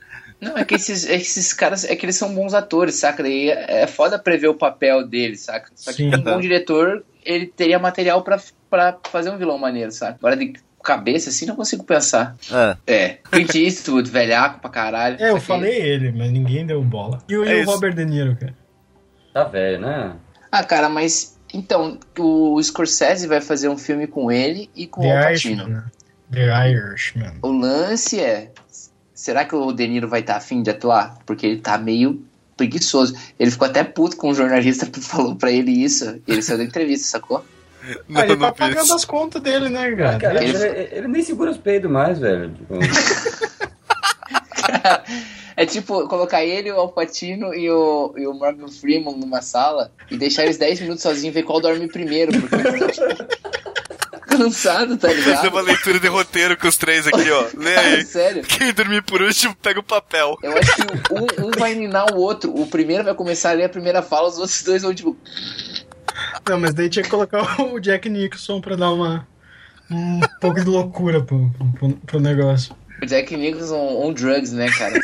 S3: Não, é que esses, é que esses caras, é que eles são bons atores, saca? Daí é é foda prever o papel deles, saca? Só que
S4: Sim.
S3: um bom diretor, ele teria material pra, pra fazer um vilão maneiro, saca? Agora de cabeça, assim, não consigo pensar.
S1: Ah.
S3: É, Clint Eastwood, velhaco pra caralho.
S4: É, eu
S3: Só que-
S4: falei ele, mas ninguém deu bola. E o,
S1: É
S4: e o
S1: isso.
S4: Robert De Niro, cara?
S5: Tá velho, né?
S3: Ah, cara, mas... Então, o Scorsese vai fazer um filme com ele e com o Al
S4: The
S3: Pacino.
S4: Irishman. né? The Irishman.
S3: O lance é: será que o De Niro vai estar afim de atuar? Porque ele tá meio preguiçoso. Ele ficou até puto com o jornalista que falou pra ele isso. E ele saiu da entrevista, sacou?
S1: Não,
S4: ah, ele
S1: não
S4: tá
S1: vi
S4: pagando
S1: isso.
S4: as contas dele, né,
S5: Ah,
S4: cara?
S5: cara,
S3: Ele-
S5: ele, ele nem segura os peidos mais, velho. Tipo,
S3: É tipo colocar ele, o Alpatino e o, e o Morgan Freeman numa sala e deixar eles 10 minutos sozinhos e ver qual dorme primeiro, porque cansado, tá ligado?
S1: Fazer uma leitura de roteiro com os três aqui, ó. Lê aí.
S3: Sério.
S1: Quem dormir por último, pega o papel.
S3: Eu acho que um, um vai minar o outro. O primeiro vai começar a ler a primeira fala, os outros dois vão tipo.
S4: Não, mas daí tinha que colocar o Jack Nicholson pra dar uma. Um pouco de loucura pro, pro, pro negócio.
S3: O Jack Nicholson on drugs, né, cara?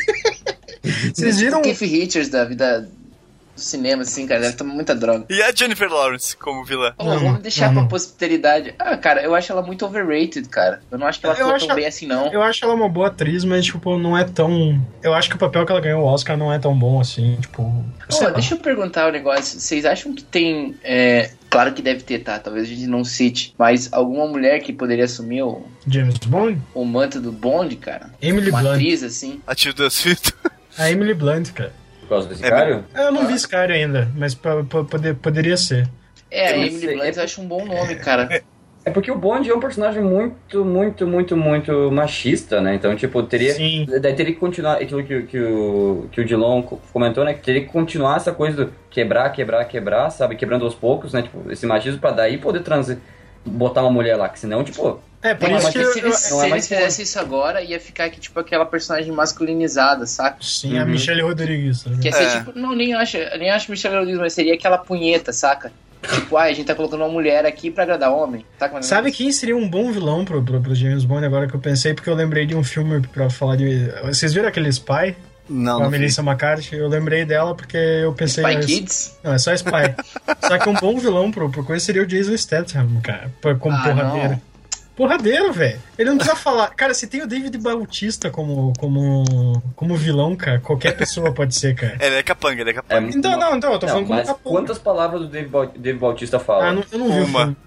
S4: Vocês viram. um
S3: O Keith Richards da vida do cinema, assim, cara, deve tomar muita droga.
S1: E a Jennifer Lawrence como vilã?
S3: Pô,
S4: Não,
S3: vamos deixar
S4: não.
S3: pra posterioridade. Ah, cara, eu acho ela muito overrated, cara. Eu não acho que ela
S4: Eu
S3: ficou
S4: acho
S3: tão
S4: ela-
S3: bem assim, não.
S4: Eu acho ela uma boa atriz, mas, tipo, não é tão. Eu acho que o papel que ela ganhou o Oscar não é tão bom assim, tipo.
S3: Pô,
S4: sei lá.
S3: deixa eu perguntar um negócio. Vocês acham que tem. é, Claro que deve ter, tá? Talvez a gente não cite. Mas alguma mulher que poderia assumir o,
S4: James Bond?
S3: o manto do Bond, cara?
S4: Emily
S3: Uma
S4: Blunt.
S3: atriz, assim.
S1: A tia das fitas.
S4: A Emily Blunt, cara.
S5: Por causa
S3: É
S5: do sicário?
S4: Eu não vi esse cara ainda, mas pa- pa- pode- poderia ser.
S3: É, a
S5: Eu não
S3: Emily
S5: sei.
S3: Blunt eu acho um bom nome, cara.
S5: É porque o Bond é um personagem muito, muito, muito, muito machista, né? Então, tipo, teria.
S4: Sim.
S5: Daí teria que continuar aquilo que, o- que, o, que o Dilon co- comentou, né? Que teria que continuar essa coisa do quebrar, quebrar, quebrar, sabe? Quebrando aos poucos, né? Tipo, esse machismo pra daí poder transi botar uma mulher lá, que senão, tipo,
S4: É, por
S5: Não,
S4: isso
S5: mas
S4: que.
S3: Porque
S4: Eu,
S3: se
S4: eu-
S3: eles,
S5: não é
S3: se eles
S5: mais Bond.
S3: fizessem isso agora, ia ficar aqui, tipo, aquela personagem masculinizada, saca?
S4: Sim, a
S5: Uhum.
S4: Michelle Rodrigues. tá ligado?
S3: Que ia ser,
S1: É.
S3: tipo, não, nem acho, nem acho Michelle Rodrigues, mas seria aquela punheta, saca? Tipo, ai, a gente tá colocando uma mulher aqui pra agradar homem, tá? é saca? mais ou
S4: Sabe
S3: menos?
S4: quem seria um bom vilão pro, pro, pro James Bond agora que eu pensei? Porque eu lembrei de um filme pra falar de. Vocês viram aquele Spy?
S1: Não,
S4: com a Melissa McCarthy? Eu lembrei dela porque eu pensei.
S3: Spy
S4: "Ah,
S3: Kids?
S4: Não, é só Spy. só que um bom vilão pro, pro coisa seria o Jason Statham, cara. pra- Como
S3: Ah,
S4: porradeiro.
S3: não.
S4: Porradeiro, velho. Ele não precisa falar. Cara, se tem o David Bautista como, como, como vilão, cara, qualquer pessoa pode ser, cara.
S1: Ele é capanga, ele é capanga.
S5: é
S4: Então, não, então, eu tô
S5: Não,
S4: falando como
S5: mas
S4: capô.
S5: quantas palavras o Dave, Baut- Dave Bautista fala?
S4: Ah, não, eu não vi o
S1: Uma.
S4: filme.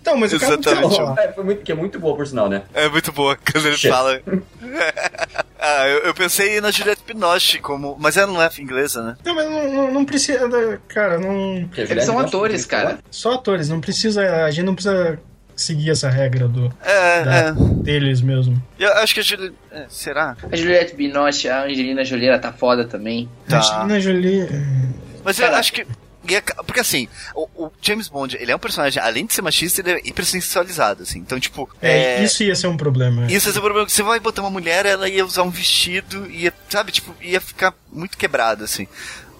S4: então, mas o cara não precisa
S1: Exatamente.
S4: falar.
S5: É, foi muito, que é muito boa, por sinal, né?
S1: É muito boa quando ele
S5: Chefe.
S1: fala. ah, eu, eu pensei na Juliette Binoche como. Mas ela não é inglesa, né?
S4: Não, Então, mas não, não, não precisa. da- Cara, não.
S5: Porque a
S3: Eles
S5: Juliette
S3: são
S5: Binoche
S3: atores,
S5: tem que
S3: cara.
S4: Só atores, não precisa. A gente não precisa seguir essa regra do,
S1: É,
S4: da-
S1: é.
S4: deles mesmo.
S1: Eu acho que a Juliette. é, será?
S3: A Juliette Binoche, a Angelina Jolie, ela tá foda também.
S1: Tá.
S4: Angelina Jolie.
S1: Mas eu
S3: Cara.
S1: acho que. e é ca- Porque assim, o, o James Bond, ele é um personagem, além de ser machista, ele é hipersexualizado, assim. Então, tipo.
S4: É,
S1: é,
S4: Isso ia ser um problema.
S1: Isso esse é o problema. que Você vai botar uma mulher, ela ia usar um vestido, ia, sabe, tipo, ia ficar muito quebrada, assim.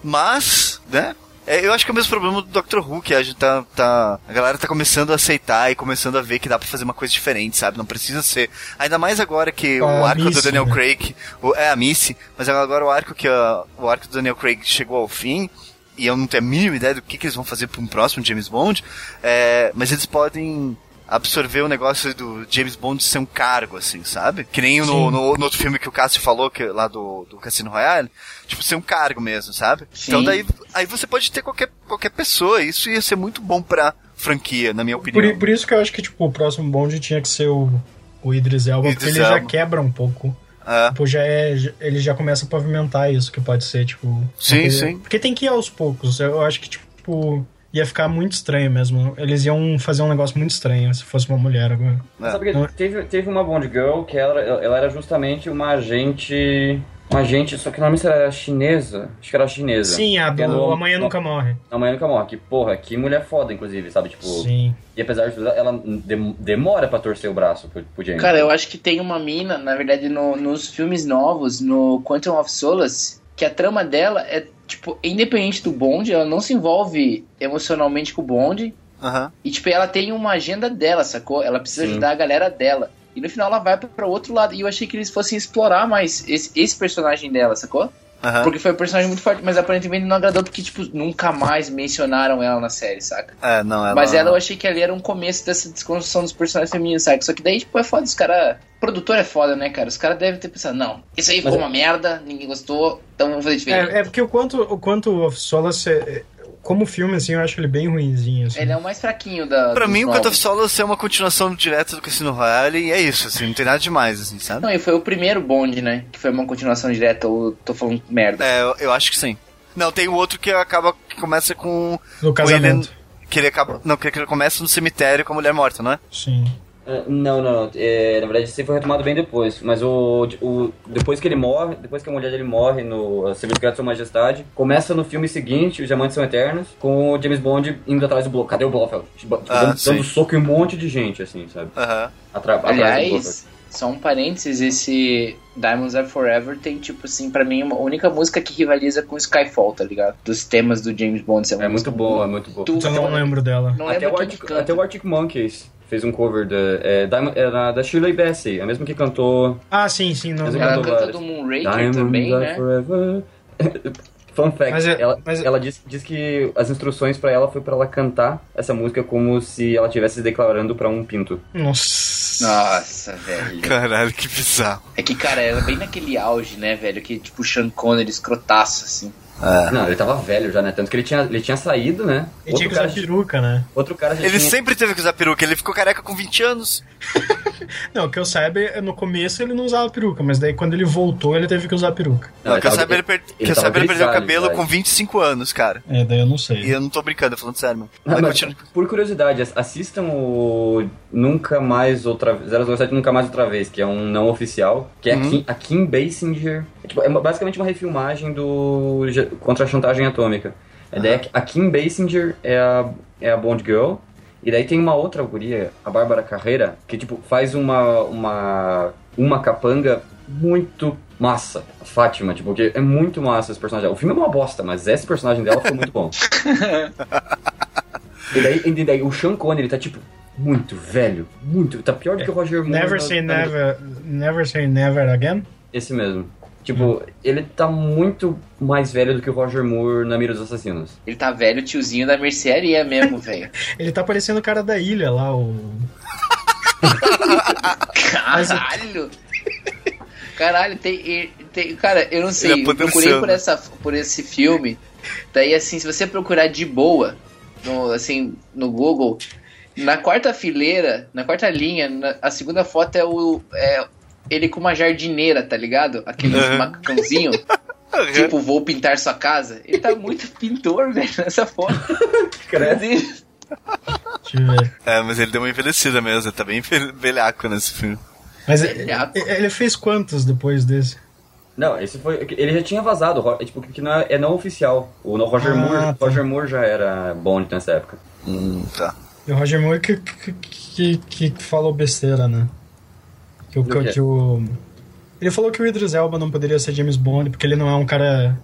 S1: Mas, né? é, eu acho que é o mesmo problema do Dr. Who, que a gente tá, tá. A galera tá começando a aceitar e começando a ver que dá pra fazer uma coisa diferente, sabe? Não precisa ser. Ainda mais agora que o
S4: A
S1: arco do
S4: Missy,
S1: Daniel
S4: Ah, né?
S1: Craig. o- é a Missy, mas agora o arco que a- o arco do Daniel Craig chegou ao fim. E eu não tenho a mínima ideia do que, que eles vão fazer para um próximo James Bond. é, mas eles podem absorver o negócio do James Bond ser um cargo, assim, sabe? Que nem no,
S4: Sim.
S1: no, no outro filme que o Cássio falou, que, lá do, do Cassino Royale, tipo, ser um cargo mesmo, sabe?
S3: Sim.
S1: Então daí aí você pode ter qualquer, qualquer pessoa, isso ia ser muito bom pra franquia, na minha opinião.
S4: Por, por isso que eu acho que tipo, o próximo bonde tinha que ser o, o Idris Elba,
S1: Idris
S4: porque ele
S1: Elba.
S4: já quebra um pouco.
S1: É.
S4: Tipo, já é, já- ele já começa a pavimentar isso, que pode ser, tipo. uma
S1: Sim,
S4: coisa-
S1: sim.
S4: Porque tem que ir aos poucos. Eu acho que, tipo, ia ficar muito estranho mesmo. Eles iam fazer um negócio muito estranho se fosse uma mulher agora.
S5: Mas Sabe que teve, teve uma Bond Girl que ela, ela era justamente uma agente. Uma agente, só que não me se ela era chinesa. Acho que era chinesa.
S4: Sim, a
S5: Que é
S4: do
S5: no-
S4: Amanhã
S5: no-
S4: Nunca Morre.
S5: Amanhã nunca morre. Que porra, que mulher foda, inclusive, sabe? Tipo,
S4: Sim.
S5: e apesar de tudo, ela dem- demora pra torcer o braço pro, pro James.
S3: Cara, eu acho que tem uma mina, na verdade, no- nos filmes novos, no Quantum of Solace, que a trama dela é, tipo, independente do Bond, ela não se envolve emocionalmente com o Bond.
S1: Aham.
S3: E, tipo, ela tem uma agenda dela, sacou? Ela precisa
S5: Sim.
S3: ajudar a galera dela. E no final ela vai pra outro lado. E eu achei que eles fossem explorar mais esse, esse personagem dela, sacou?
S1: Aham.
S3: Porque foi um personagem muito forte, mas aparentemente não agradou porque, tipo, nunca mais mencionaram ela na série, saca?
S1: É, não, ela.
S3: Mas ela, eu achei que ali era um começo dessa desconstrução dos personagens femininos, sabe? Só que daí, tipo, é foda, os caras. Produtor é foda, né, cara? Os caras devem ter pensado, não, isso aí ficou
S5: Mas-
S3: uma merda, ninguém gostou, então vamos fazer diferente.
S4: É, é porque o quanto o quanto of Solace, é- como filme, assim, eu acho ele bem ruinzinho. Assim.
S3: Ele é o mais fraquinho da.
S1: Pra
S3: dos
S1: mim, o Cut of
S3: novos.
S1: Solace é uma continuação direta do Cassino Royale e é isso, assim, não tem nada demais, assim, sabe?
S3: Não, e foi o primeiro Bond, né? Que foi uma continuação direta, ou tô falando merda.
S1: É, eu, eu acho que sim. Não, tem o outro que acaba, que começa com
S4: Do casamento.
S1: Que ele acaba. Não, que ele começa no cemitério com a mulher morta, não é?
S4: Sim.
S5: É, Ah, Não, não, não. É, na verdade, isso aí foi retomado bem depois. Mas o, o depois que ele morre, depois que a mulher dele morre no ah, Serviço Secreto de Sua Majestade, começa no filme seguinte, Os Diamantes São Eternos, com o James Bond indo atrás do Blofeld. Cadê o Blofeld? Tipo,
S1: Ah,
S5: dando,
S1: sim.
S5: dando soco em um monte de gente, assim, sabe?
S1: Aham.
S5: Atra- atrás do Blofeld.
S3: Aliás, só um parênteses, esse Diamonds Are Forever tem, tipo assim, pra mim, uma única música que rivaliza com Skyfall, tá ligado? Dos temas do James Bond. essa
S5: É muito
S3: música
S5: bom, é muito bom.
S3: Tu-
S4: Então Eu não lembro dela.
S3: Não
S5: Até
S3: lembro
S5: o,
S3: quem que é
S5: Arctic,
S3: canta.
S5: até o Arctic Monkeys fez um cover da, é, Diamond- é, da, da Shirley Bassey, a mesma que cantou
S4: Ah, sim, sim. Não,
S5: Mas eu-
S3: Ela
S5: cantou
S3: canta
S5: várias.
S3: do Moonraker
S5: Diamonds
S3: também,
S5: are
S3: né?
S5: forever. Fun fact,
S4: Mas é-
S5: ela,
S4: mas é-
S5: ela diz, diz que as instruções pra ela foi pra ela cantar essa música como se ela estivesse se declarando pra um pinto.
S4: Nossa.
S3: Nossa, velho.
S1: Caralho, que bizarro.
S3: É que, cara, era bem naquele auge, né, velho? Que, tipo, o Sean Connery escrotaço, assim.
S5: Não, ele tava velho já, né? Tanto que ele tinha, ele tinha saído, né?
S4: E tinha que usar peruca, né?
S5: outro cara já
S1: Ele
S5: tinha...
S1: sempre teve que usar peruca, ele ficou careca com 20 anos.
S4: Não, que eu saiba, é, no começo ele não usava peruca, mas daí quando ele voltou ele teve que usar peruca.
S1: Não,
S5: Não, ele
S1: que eu
S5: tava-
S1: saiba, ele, per... que eu
S5: tava
S1: saiba, ele perdeu o
S5: grisalho,
S1: cabelo
S5: cara.
S1: com 25 anos, cara.
S4: É, daí eu não
S1: E
S4: sei.
S1: eu não tô brincando, eu tô falando sério, mano.
S5: Não,
S1: Mas
S5: mas
S1: continua.
S5: por curiosidade, ass- assistam o Nunca Mais Outra Vez, 007 Nunca Mais Outra Vez, que é um não oficial, que é a,
S1: Uhum.
S5: Kim, a Kim Basinger. É, tipo, é uma- basicamente uma refilmagem do ja- Contra a Chantagem Atômica. A ideia é que a Kim Basinger é a, é a Bond Girl, e daí tem uma outra guria, a Bárbara Carreira, que tipo faz uma, uma, uma capanga muito massa. A Fátima, tipo, que é muito massa esse personagem dela. O filme é uma bosta, mas esse personagem dela foi muito bom. E daí, e daí o Sean Connery tá, tipo, muito velho. Muito. Tá pior do que o Roger Moore.
S4: Never
S5: na-
S4: say
S5: na-
S4: never, never say never again.
S5: Esse mesmo. Tipo, ele tá muito mais velho do que o Roger Moore na Mira dos Assassinos.
S3: Ele tá velho tiozinho da mercearia mesmo, velho.
S4: Ele tá parecendo o cara da ilha lá, o
S3: Caralho! Caralho, tem, tem- Cara, eu não sei,
S1: Ele é
S3: eu procurei por,
S1: potenciando.
S3: essa, por esse filme. Daí, assim, se você procurar de boa, no, assim, no Google, na quarta fileira, na quarta linha, na- a segunda foto é o. é ele com uma jardineira, tá ligado? Aquele
S1: Aham.
S3: macacãozinho. tipo, vou pintar sua casa. Ele tá muito pintor, velho, nessa foto.
S5: Credo.
S3: Inclusive,
S4: Deixa eu ver.
S1: É, mas ele deu uma envelhecida mesmo, ele tá bem ve- velhaco nesse filme.
S4: Mas ele,
S3: Velhaco.
S4: ele fez quantos depois desse?
S5: Não, esse foi. Ele já tinha vazado, ro- é, tipo, que não é, é não oficial. O no Roger
S4: Ah,
S5: Moore.
S4: tá.
S5: Roger Moore já era Bond nessa época.
S1: Hum, tá.
S4: E o Roger Moore que, que, que, que falou besteira, né? Que o,
S5: Do quê?
S4: que o. Ele falou que o Idris Elba não poderia ser James Bond porque ele não é um cara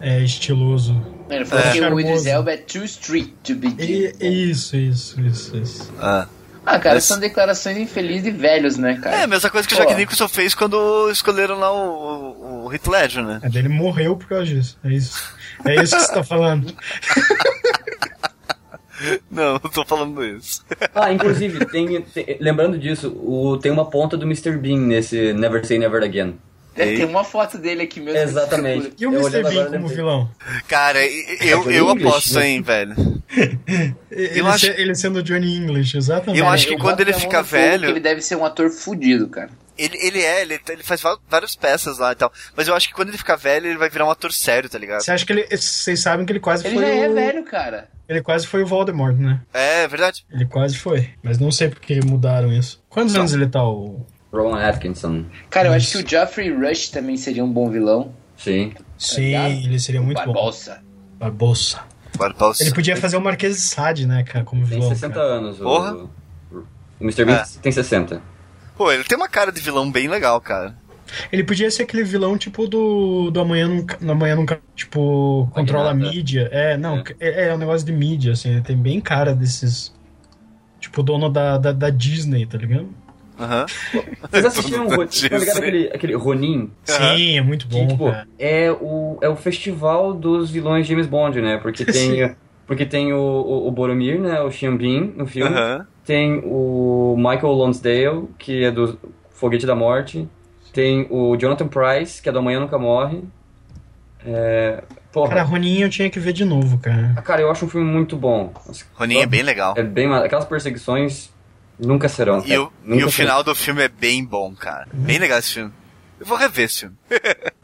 S4: é, estiloso.
S3: ele falou
S4: É.
S3: que o Idris
S4: Charmoso.
S3: Elba é too street to be
S4: E,
S3: James Bond.
S4: e isso, isso, isso, isso.
S1: Ah.
S3: Ah, cara,
S1: Mas-
S3: são declarações infelizes de velhos, né,
S1: É, a
S3: cara?
S1: mesma coisa que o
S3: Pô.
S1: Jack Nicholson fez quando escolheram lá o, o, o Heath Ledger, né?
S4: É, daí ele morreu por causa disso. É isso. É isso que você tá falando.
S1: Não, não tô falando isso.
S5: Ah, inclusive, tem, tem- lembrando disso, o, tem uma ponta do Mr. Bean nesse Never Say Never Again.
S3: É, tem uma foto dele aqui mesmo.
S5: Exatamente.
S4: E o
S5: Eu
S4: Mr.
S5: olhando
S4: Bean
S5: agora,
S4: como
S5: lembrei.
S4: vilão?
S1: Cara, e- e- eu,
S5: Johnny
S1: eu
S5: English,
S1: aposto,
S5: né?
S1: hein, velho.
S4: Ele,
S1: acho-
S4: se- ele sendo Johnny English, exatamente.
S1: Eu acho que
S3: Eu
S1: quando
S3: boto
S1: ele
S4: é um
S3: minha
S1: fica
S3: mão no fogo que
S1: velho-
S3: Ele deve ser um ator fudido, cara.
S1: Ele, ele é, ele, ele faz va- várias peças lá e tal. Mas eu acho que quando ele ficar velho, ele vai virar um ator sério, tá ligado?
S4: Você acha que ele. Vocês sabem que ele quase
S3: Ele
S4: foi.
S3: já é
S4: o,
S3: velho, cara.
S4: Ele quase foi o Voldemort, né?
S1: É, é verdade.
S4: Ele quase foi. Mas não sei porque mudaram isso. Quantos anos ele tá, o
S5: Rowan Atkinson.
S3: Cara, eu acho
S4: Isso.
S3: que o Geoffrey Rush também seria um bom vilão.
S5: Sim.
S4: Sim,
S3: ligado?
S4: ele seria É muito bom.
S3: Barbosa.
S4: Barbosa.
S1: Barbosa.
S4: Ele podia fazer o Marquês de Sade, né, cara, como
S5: Tem
S4: vilão.
S5: 60
S4: cara.
S5: anos. o-
S1: Porra. É.
S5: O, Mr. Bean tem 60.
S1: Pô, ele tem uma cara de vilão bem legal, cara.
S4: Ele podia ser aquele vilão tipo do, do Amanhã Nunca, no Amanhã Nunca, tipo, controla a
S5: Magnata.
S4: mídia. É, não, é. é um negócio de mídia, assim, ele tem bem cara desses... Tipo, dono da, da, da Disney, tá ligado?
S1: Aham.
S5: Vocês assistiram
S1: Todo
S5: Ro-
S1: dia,
S5: tá ligado
S1: sim.
S5: aquele, aquele Ronin?
S1: Aham.
S4: Sim, é muito
S5: Que,
S4: bom,
S5: tipo,
S4: cara.
S5: é o, é o festival dos vilões James Bond, né? Porque tem, porque tem o, o, o Boromir, né? O Sean Bean no filme.
S1: Aham.
S5: Tem o Michael Lonsdale, que é do Foguete da Morte. Tem o Jonathan Price, que é do Amanhã Nunca Morre. É... Porra,
S4: Cara,
S5: cara,
S4: Roninho eu tinha que ver de novo, cara.
S5: eu acho um filme muito bom.
S1: Ronin é bem legal.
S5: É bem... ma- Aquelas perseguições nunca serão,
S1: E
S5: cara.
S1: o,
S5: Nunca
S1: e o
S5: serão.
S1: final do filme é bem bom, cara. Bem legal esse filme. Eu vou rever esse filme.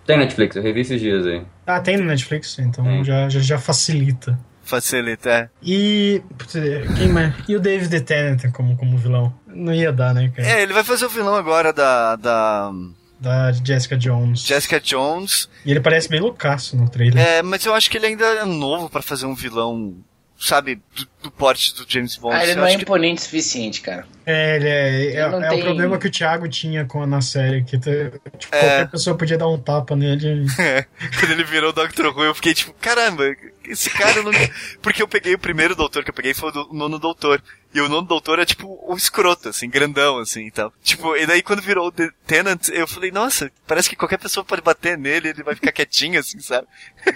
S5: Tem Netflix, eu revi esses dias aí.
S4: Ah, tem no Netflix, então
S5: Tem.
S4: já, já, já facilita. é,
S1: Facilita, é.
S4: E. putz, Quem mais? E o David Tennant como, como vilão? não ia dar, né, cara?
S1: É, ele vai fazer o vilão agora da, da
S4: Da Jessica Jones.
S1: Jessica Jones.
S4: E ele parece bem loucaço no trailer.
S1: É, mas eu acho que ele ainda é novo pra fazer um vilão, sabe, do, do porte do James Bond.
S3: Ah, ele
S1: Eu
S3: não é
S1: acho que-
S3: imponente o suficiente, cara.
S4: É, ele é, é,
S3: não
S4: é
S3: tem-
S4: o problema que o Thiago tinha com, na série, que tu- tipo, qualquer pessoa podia dar um tapa nele.
S1: Quando ele virou o Dr. Who, eu fiquei tipo, caramba, esse cara não. Porque eu peguei o primeiro doutor que eu peguei foi o do- o nono doutor. E o nono doutor é tipo um escroto, assim, grandão, assim e tal. Tipo, e daí quando virou o The Tenant, eu falei, nossa, parece que qualquer pessoa pode bater nele, ele vai ficar quietinho, assim, sabe?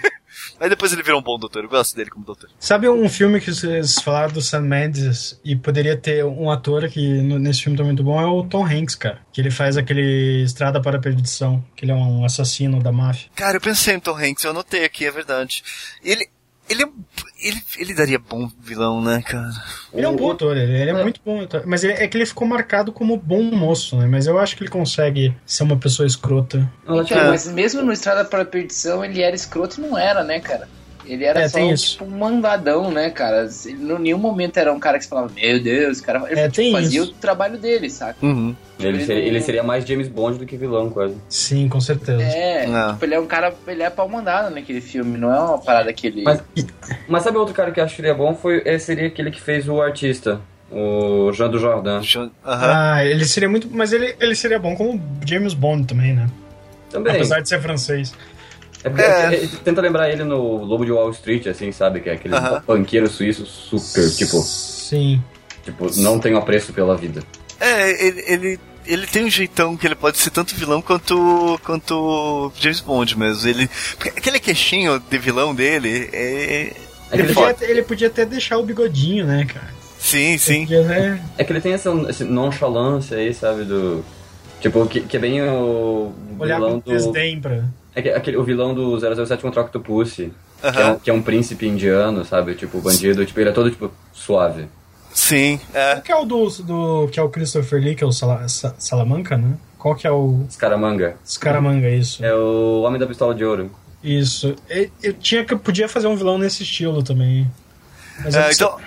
S1: Aí depois ele virou um bom doutor, eu gosto dele como doutor.
S4: Sabe um filme que vocês falaram do Sam Mendes e poderia ter um ator que no- nesse filme tá muito bom? É o Tom Hanks, cara. Que ele faz aquele Estrada para a Perdição, que ele é um assassino da máfia.
S1: Cara, eu pensei no Tom Hanks, eu anotei aqui, é verdade. Ele. Ele, é um- ele, ele daria bom vilão, né, cara?
S4: Ele é um bom ator, ele, ele é muito bom. ator. Mas ele- é que ele ficou marcado como bom moço, né? Mas eu acho que ele consegue ser uma pessoa escrota.
S5: Eu acho que-
S1: É.
S3: Então, mas mesmo no Estrada para a Perdição, ele era escroto e não era, né, cara? Ele era
S4: É,
S3: só
S4: tem
S3: um,
S4: isso.
S3: tipo, um mandadão, né, cara? Ele, em nenhum momento era um cara que você falava, meu Deus, cara. Ele tipo,
S4: É, tem
S3: fazia
S4: isso.
S3: o trabalho dele, saca?
S1: Uhum.
S5: Ele seria, ele seria mais James Bond do que vilão, quase.
S4: Sim, com certeza.
S3: É,
S1: Não.
S3: tipo, ele é um cara, ele é pau mandado naquele filme, não é uma parada que ele.
S5: Mas- Mas sabe outro cara que eu acho que seria bom? Foi, é, seria aquele que fez o artista, o Jean do Jordan.
S1: Aham.
S4: Ah, ele seria muito. Mas ele, ele seria bom como James Bond também, né?
S5: Também.
S4: Apesar de ser francês.
S5: É porque
S1: É.
S5: é, é, tenta lembrar ele no Lobo de Wall Street, assim, sabe? Que é aquele
S1: Aham.
S5: banqueiro suíço super, tipo,
S4: Sim.
S5: tipo, não tenho apreço pela vida.
S1: É, ele, ele, ele tem um jeitão que ele pode ser tanto vilão quanto quanto James Bond mesmo. Ele, porque aquele queixinho de vilão dele é.
S5: É que
S4: Ele
S5: ele,
S4: podia, ele podia até deixar o bigodinho, né, cara?
S1: Sim,
S4: Ele
S1: sim.
S4: podia, né?
S5: é que ele tem essa esse nonchalância aí, sabe? Do. Tipo, que, que é bem o
S4: Olhar
S5: vilão
S4: com
S5: do.
S4: desdém pra.
S5: É que- aquele, o vilão do 007 contra o Octopus, que, é
S1: Aham.
S5: um, que é um príncipe indiano, sabe? Tipo, bandido, tipo, ele é todo, tipo, suave.
S1: Sim. É.
S4: Qual que é o do, do. que é o Christopher Lee, que é o Sala- Sa- Salamanca, né? Qual que é o.
S5: Escaramanga.
S4: Scaramanga, isso.
S5: É o Homem da Pistola de Ouro.
S4: Isso. E- Eu tinha que. Podia fazer um vilão nesse estilo também. Mas eu
S1: É,
S4: não sei-
S1: então,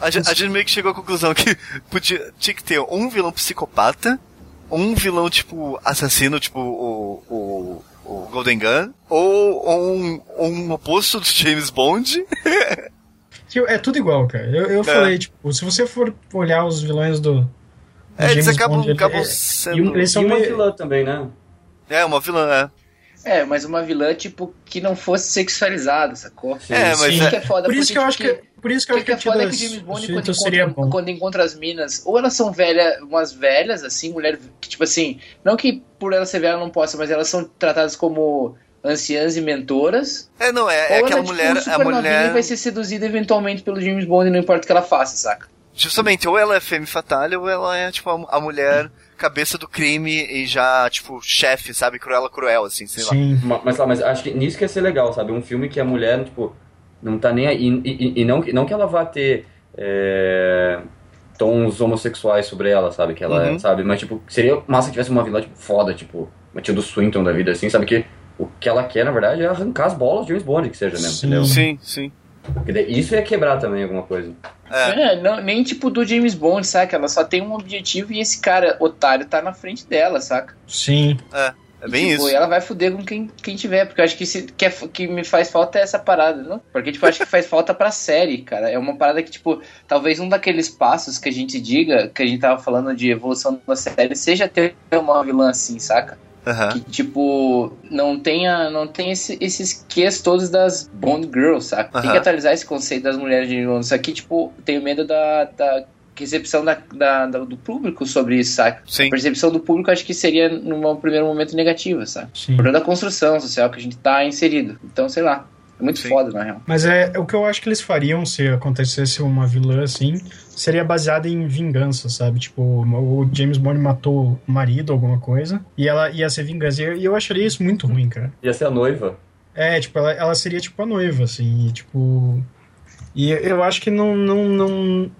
S1: a gente, a gente meio que chegou à conclusão que podia, tinha que ter um vilão psicopata, um vilão tipo assassino, tipo o, o, o Golden Gun, ou, ou um, ou um oposto do James Bond.
S4: Que É tudo igual, cara. Eu, eu falei, tipo, se você for olhar os vilões do. do
S1: É, eles
S4: James
S1: acabam,
S4: Bond, ele-
S1: acabam
S4: é-
S1: sendo.
S4: e um- eles
S5: E
S4: são
S5: uma
S4: meio-
S5: vilã também, né?
S1: É, uma vilã, é.
S3: É, mas uma vilã, tipo, que não fosse sexualizada, sacou?
S1: É, mas
S4: sim.
S1: é-
S3: que é foda,
S4: Por isso
S3: porque,
S4: que eu acho
S3: tipo,
S4: que. Por isso que eu
S3: O
S4: acho
S3: que é
S4: que o
S3: foda é
S4: Tilda
S3: que o James Bond, quando
S4: Swinton seria
S3: encontra, um
S4: bom.
S3: quando encontra as minas, ou elas são velhas, umas velhas, assim, mulher, que, tipo assim, não que por ela ser velha não possa, mas elas são tratadas como anciãs e mentoras.
S1: É, não, é, é
S3: ou
S1: aquela
S3: ela,
S1: mulher.
S3: tipo,
S1: a mulher.
S3: e vai ser seduzida eventualmente pelo James Bond, não importa o que ela faça, saca?
S1: Justamente, ou ela é femme fatale, ou ela é, tipo, a, a mulher cabeça do crime e já, tipo, chefe, sabe? Cruela cruel, assim, sei lá.
S4: Sim.
S5: Ma- Mas, lá, mas acho que nisso que ia ser legal, sabe? Um filme que a mulher, tipo, não tá nem aí. E, e- e não, que- não que ela vá ter é, tons homossexuais sobre ela, sabe? Que ela,
S1: Uhum.
S5: sabe? Mas, tipo, seria massa se tivesse uma vilã, tipo, foda, tipo, Matilda Swinton da vida, assim, sabe? Que o que ela quer, na verdade, é arrancar as bolas de James Bond, que seja, né?
S4: Sim.
S5: Entendeu?
S1: Sim, sim.
S5: Porque daí Isso ia quebrar também alguma coisa.
S1: É.
S3: É, não- nem tipo do James Bond, saca? Ela só tem um objetivo e esse cara, otário, tá na frente dela, saca?
S4: Sim.
S1: É bem
S3: Tipo,
S1: isso.
S3: E ela vai fuder com quem, quem tiver, porque eu acho que se, que, é f- que me faz falta é essa parada, não? Porque, tipo, eu acho que faz falta pra série, cara. É uma parada que, tipo, talvez um daqueles passos que a gente diga, que a gente tava falando de evolução da série, seja ter uma vilã assim, saca?
S1: Aham.
S3: Que, tipo, não tenha, não tenha esse- esses ques todos das Bond Girls, saca? Tem que
S1: Aham.
S3: atualizar esse conceito das mulheres de Bond. Só que, tipo, tenho medo da, da recepção da- da- da- do público sobre isso, saca?
S1: Sim.
S3: A percepção do público acho que seria num primeiro momento negativa, sabe?
S4: Sim.
S3: O problema da construção social que a gente tá inserido. Então, sei lá. É muito
S1: Sim.
S3: foda, na real.
S4: Mas é o que eu acho que eles fariam se acontecesse uma vilã assim, seria baseada em vingança, sabe? Tipo, o James Bond matou o marido, alguma coisa, e ela ia ser vingança. E eu- E eu acharia isso muito ruim, cara.
S5: Ia ser a noiva.
S4: É, tipo, ela, ela seria tipo a noiva, assim, e, tipo. E eu acho que não. não, não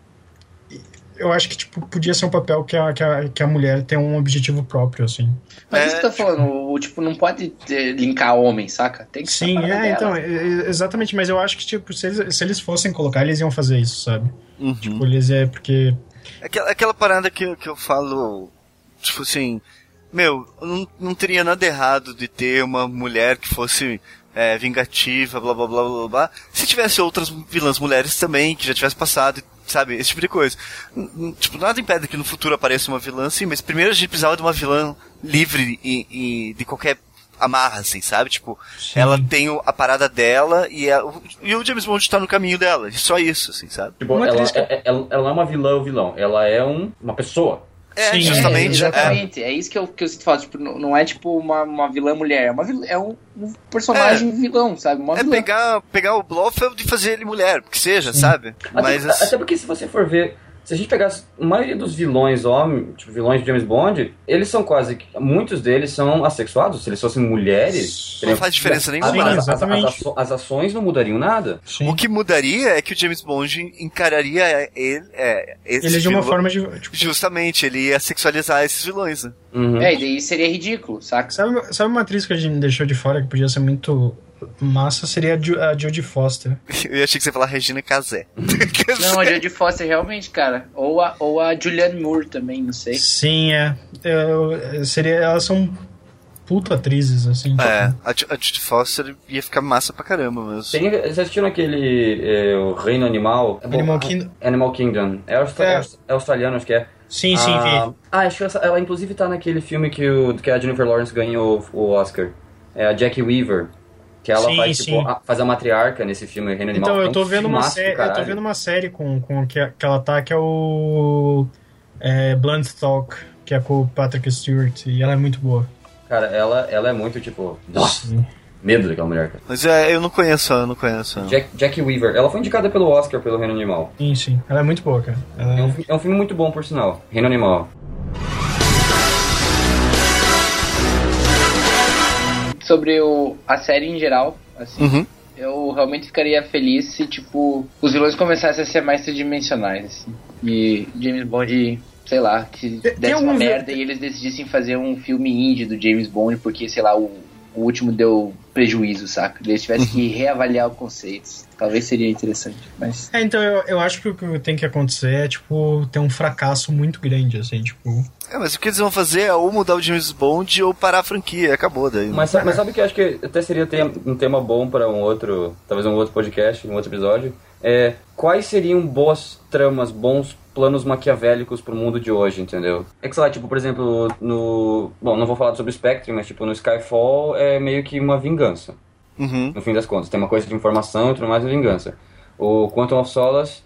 S4: eu acho que tipo, podia ser um papel que a, que, a, que a mulher tem um objetivo próprio, assim.
S3: Mas
S1: É,
S3: isso que eu tô falando, o tipo, não pode eh, linkar homem, saca? Tem que ser
S4: Sim, é,
S3: a parada dela.
S4: então, é, é, exatamente, mas eu acho que tipo, se eles, se eles fossem colocar, eles iam fazer isso, sabe?
S1: Uhum.
S4: Tipo, eles é porque
S1: Aquela, aquela parada que, eu- que eu falo, tipo assim, meu, não, não teria nada errado de ter uma mulher que fosse é, vingativa, blá blá blá blá blá. Se tivesse outras vilãs mulheres também, que já tivesse passado, sabe, esse tipo de coisa. N- n- Tipo, nada impede que no futuro apareça uma vilã, sim, mas primeiro a gente precisava de uma vilã livre e, e de qualquer amarra, assim, sabe? Tipo, ela tem o- a parada dela e, a- o- e o James Bond tá no caminho dela. Só isso, assim, sabe?
S5: Tipo,
S4: Uma
S5: ela,
S4: atriz que-
S5: é- é- ela, ela não é uma vilã ou vilão, ela é um, uma pessoa.
S1: É,
S4: Sim,
S1: justamente.
S4: é,
S3: Exatamente, é isso que eu, que eu sinto falta. Tipo, não, não é tipo uma, uma vilã mulher, é, uma vil- é um, um personagem vilão, sabe? Uma
S1: É
S3: vilã.
S1: pegar, pegar o Blofeld e fazer ele mulher, que seja, sabe?
S5: Uhum. Até,
S1: Mas
S5: a-
S1: assim,
S5: até porque se você for ver, se a gente pegar a maioria dos vilões homem, tipo, vilões de James Bond, eles são quase, que- muitos deles são assexuados, se eles fossem mulheres...
S1: não faz diferença
S5: as-
S1: nenhuma.
S5: as- as- as-
S4: exatamente.
S5: as aço- as ações não mudariam nada.
S4: Sim.
S1: O que mudaria é que o James Bond encararia ele, é, esse
S4: Ele de uma
S1: vilão-
S4: forma de. tipo,
S1: Justamente, ele ia sexualizar esses vilões, né?
S5: Uhum.
S3: É, e daí seria ridículo, saca?
S4: sabe, sabe uma atriz que a gente deixou de fora que podia ser muito massa? Seria a Ju- a Jodie Foster.
S1: Eu achei que você ia falar Regina Casé.
S3: Não, a Jodie Foster realmente, cara. Ou a, ou a Julianne Moore também, não sei.
S4: Sim, é. Eu- seria, elas são puta atrizes, assim.
S1: É,
S4: tipo,
S1: a Ju- a Judy Foster ia ficar massa pra caramba mesmo.
S5: Tem, vocês assistiram aquele é, o Reino Animal? É bom-
S4: Animal
S5: ah,
S4: Kingdom.
S5: Animal Kingdom. É, austra-
S4: É.
S5: é aus- é australiano, acho que é.
S4: Sim, sim,
S5: ah,
S4: vi.
S5: ah, acho que essa- ela inclusive tá naquele filme que, o, que a Jennifer Lawrence ganhou o Oscar. É a Jackie Weaver. Que ela
S4: Sim,
S5: faz, tipo,
S4: sim.
S5: a- faz a matriarca nesse filme, Reino Animal.
S4: Então,
S5: É
S4: eu
S5: um
S4: tô vendo uma
S5: filmaço do
S4: série. Eu tô
S5: caralho.
S4: vendo uma série com, com que, que ela tá, que é o. É, Blunt Talk, que é com o Patrick Stewart, e ela é muito boa.
S5: Cara, ela, ela é muito, tipo... Nossa, medo daquela mulher, cara.
S1: Mas é, eu não conheço, eu não conheço. não.
S5: Jack- Jackie Weaver. Ela foi indicada pelo Oscar pelo Reino Animal.
S4: Sim, sim. Ela é muito boa, cara. Ela
S5: É um,
S4: é...
S5: fi- é um filme muito bom, por sinal. Reino Animal.
S3: Sobre o, a série em geral, assim.
S1: Uhum.
S3: Eu realmente ficaria feliz se, tipo, os vilões começassem a ser mais tridimensionais, assim. E James Bond, e, sei lá,
S4: Tem-
S3: que
S4: tem
S3: desse uma
S4: algum vi-
S3: merda e eles decidissem fazer um filme indie do James Bond porque, sei lá, o, o último deu prejuízo, saca? Eles tivessem que reavaliar o conceito. Talvez seria interessante, mas...
S4: É, então eu, eu acho que o que tem que acontecer é, tipo, ter um fracasso muito grande, assim, tipo.
S1: É, mas o que eles vão fazer é ou mudar o James Bond ou parar a franquia. Acabou daí. né?
S5: Mas, sa- mas sabe que eu acho que até seria tem- um tema bom para um outro, talvez um outro podcast, um outro episódio? É, quais seriam boas tramas, bons planos maquiavélicos pro mundo de hoje, entendeu? É que sei lá, tipo, por exemplo, no. Bom, não vou falar sobre Spectrum, mas tipo, no Skyfall é meio que uma vingança,
S1: Uhum.
S5: no fim das contas. Tem uma coisa de informação e tudo mais, é vingança. O Quantum of Solace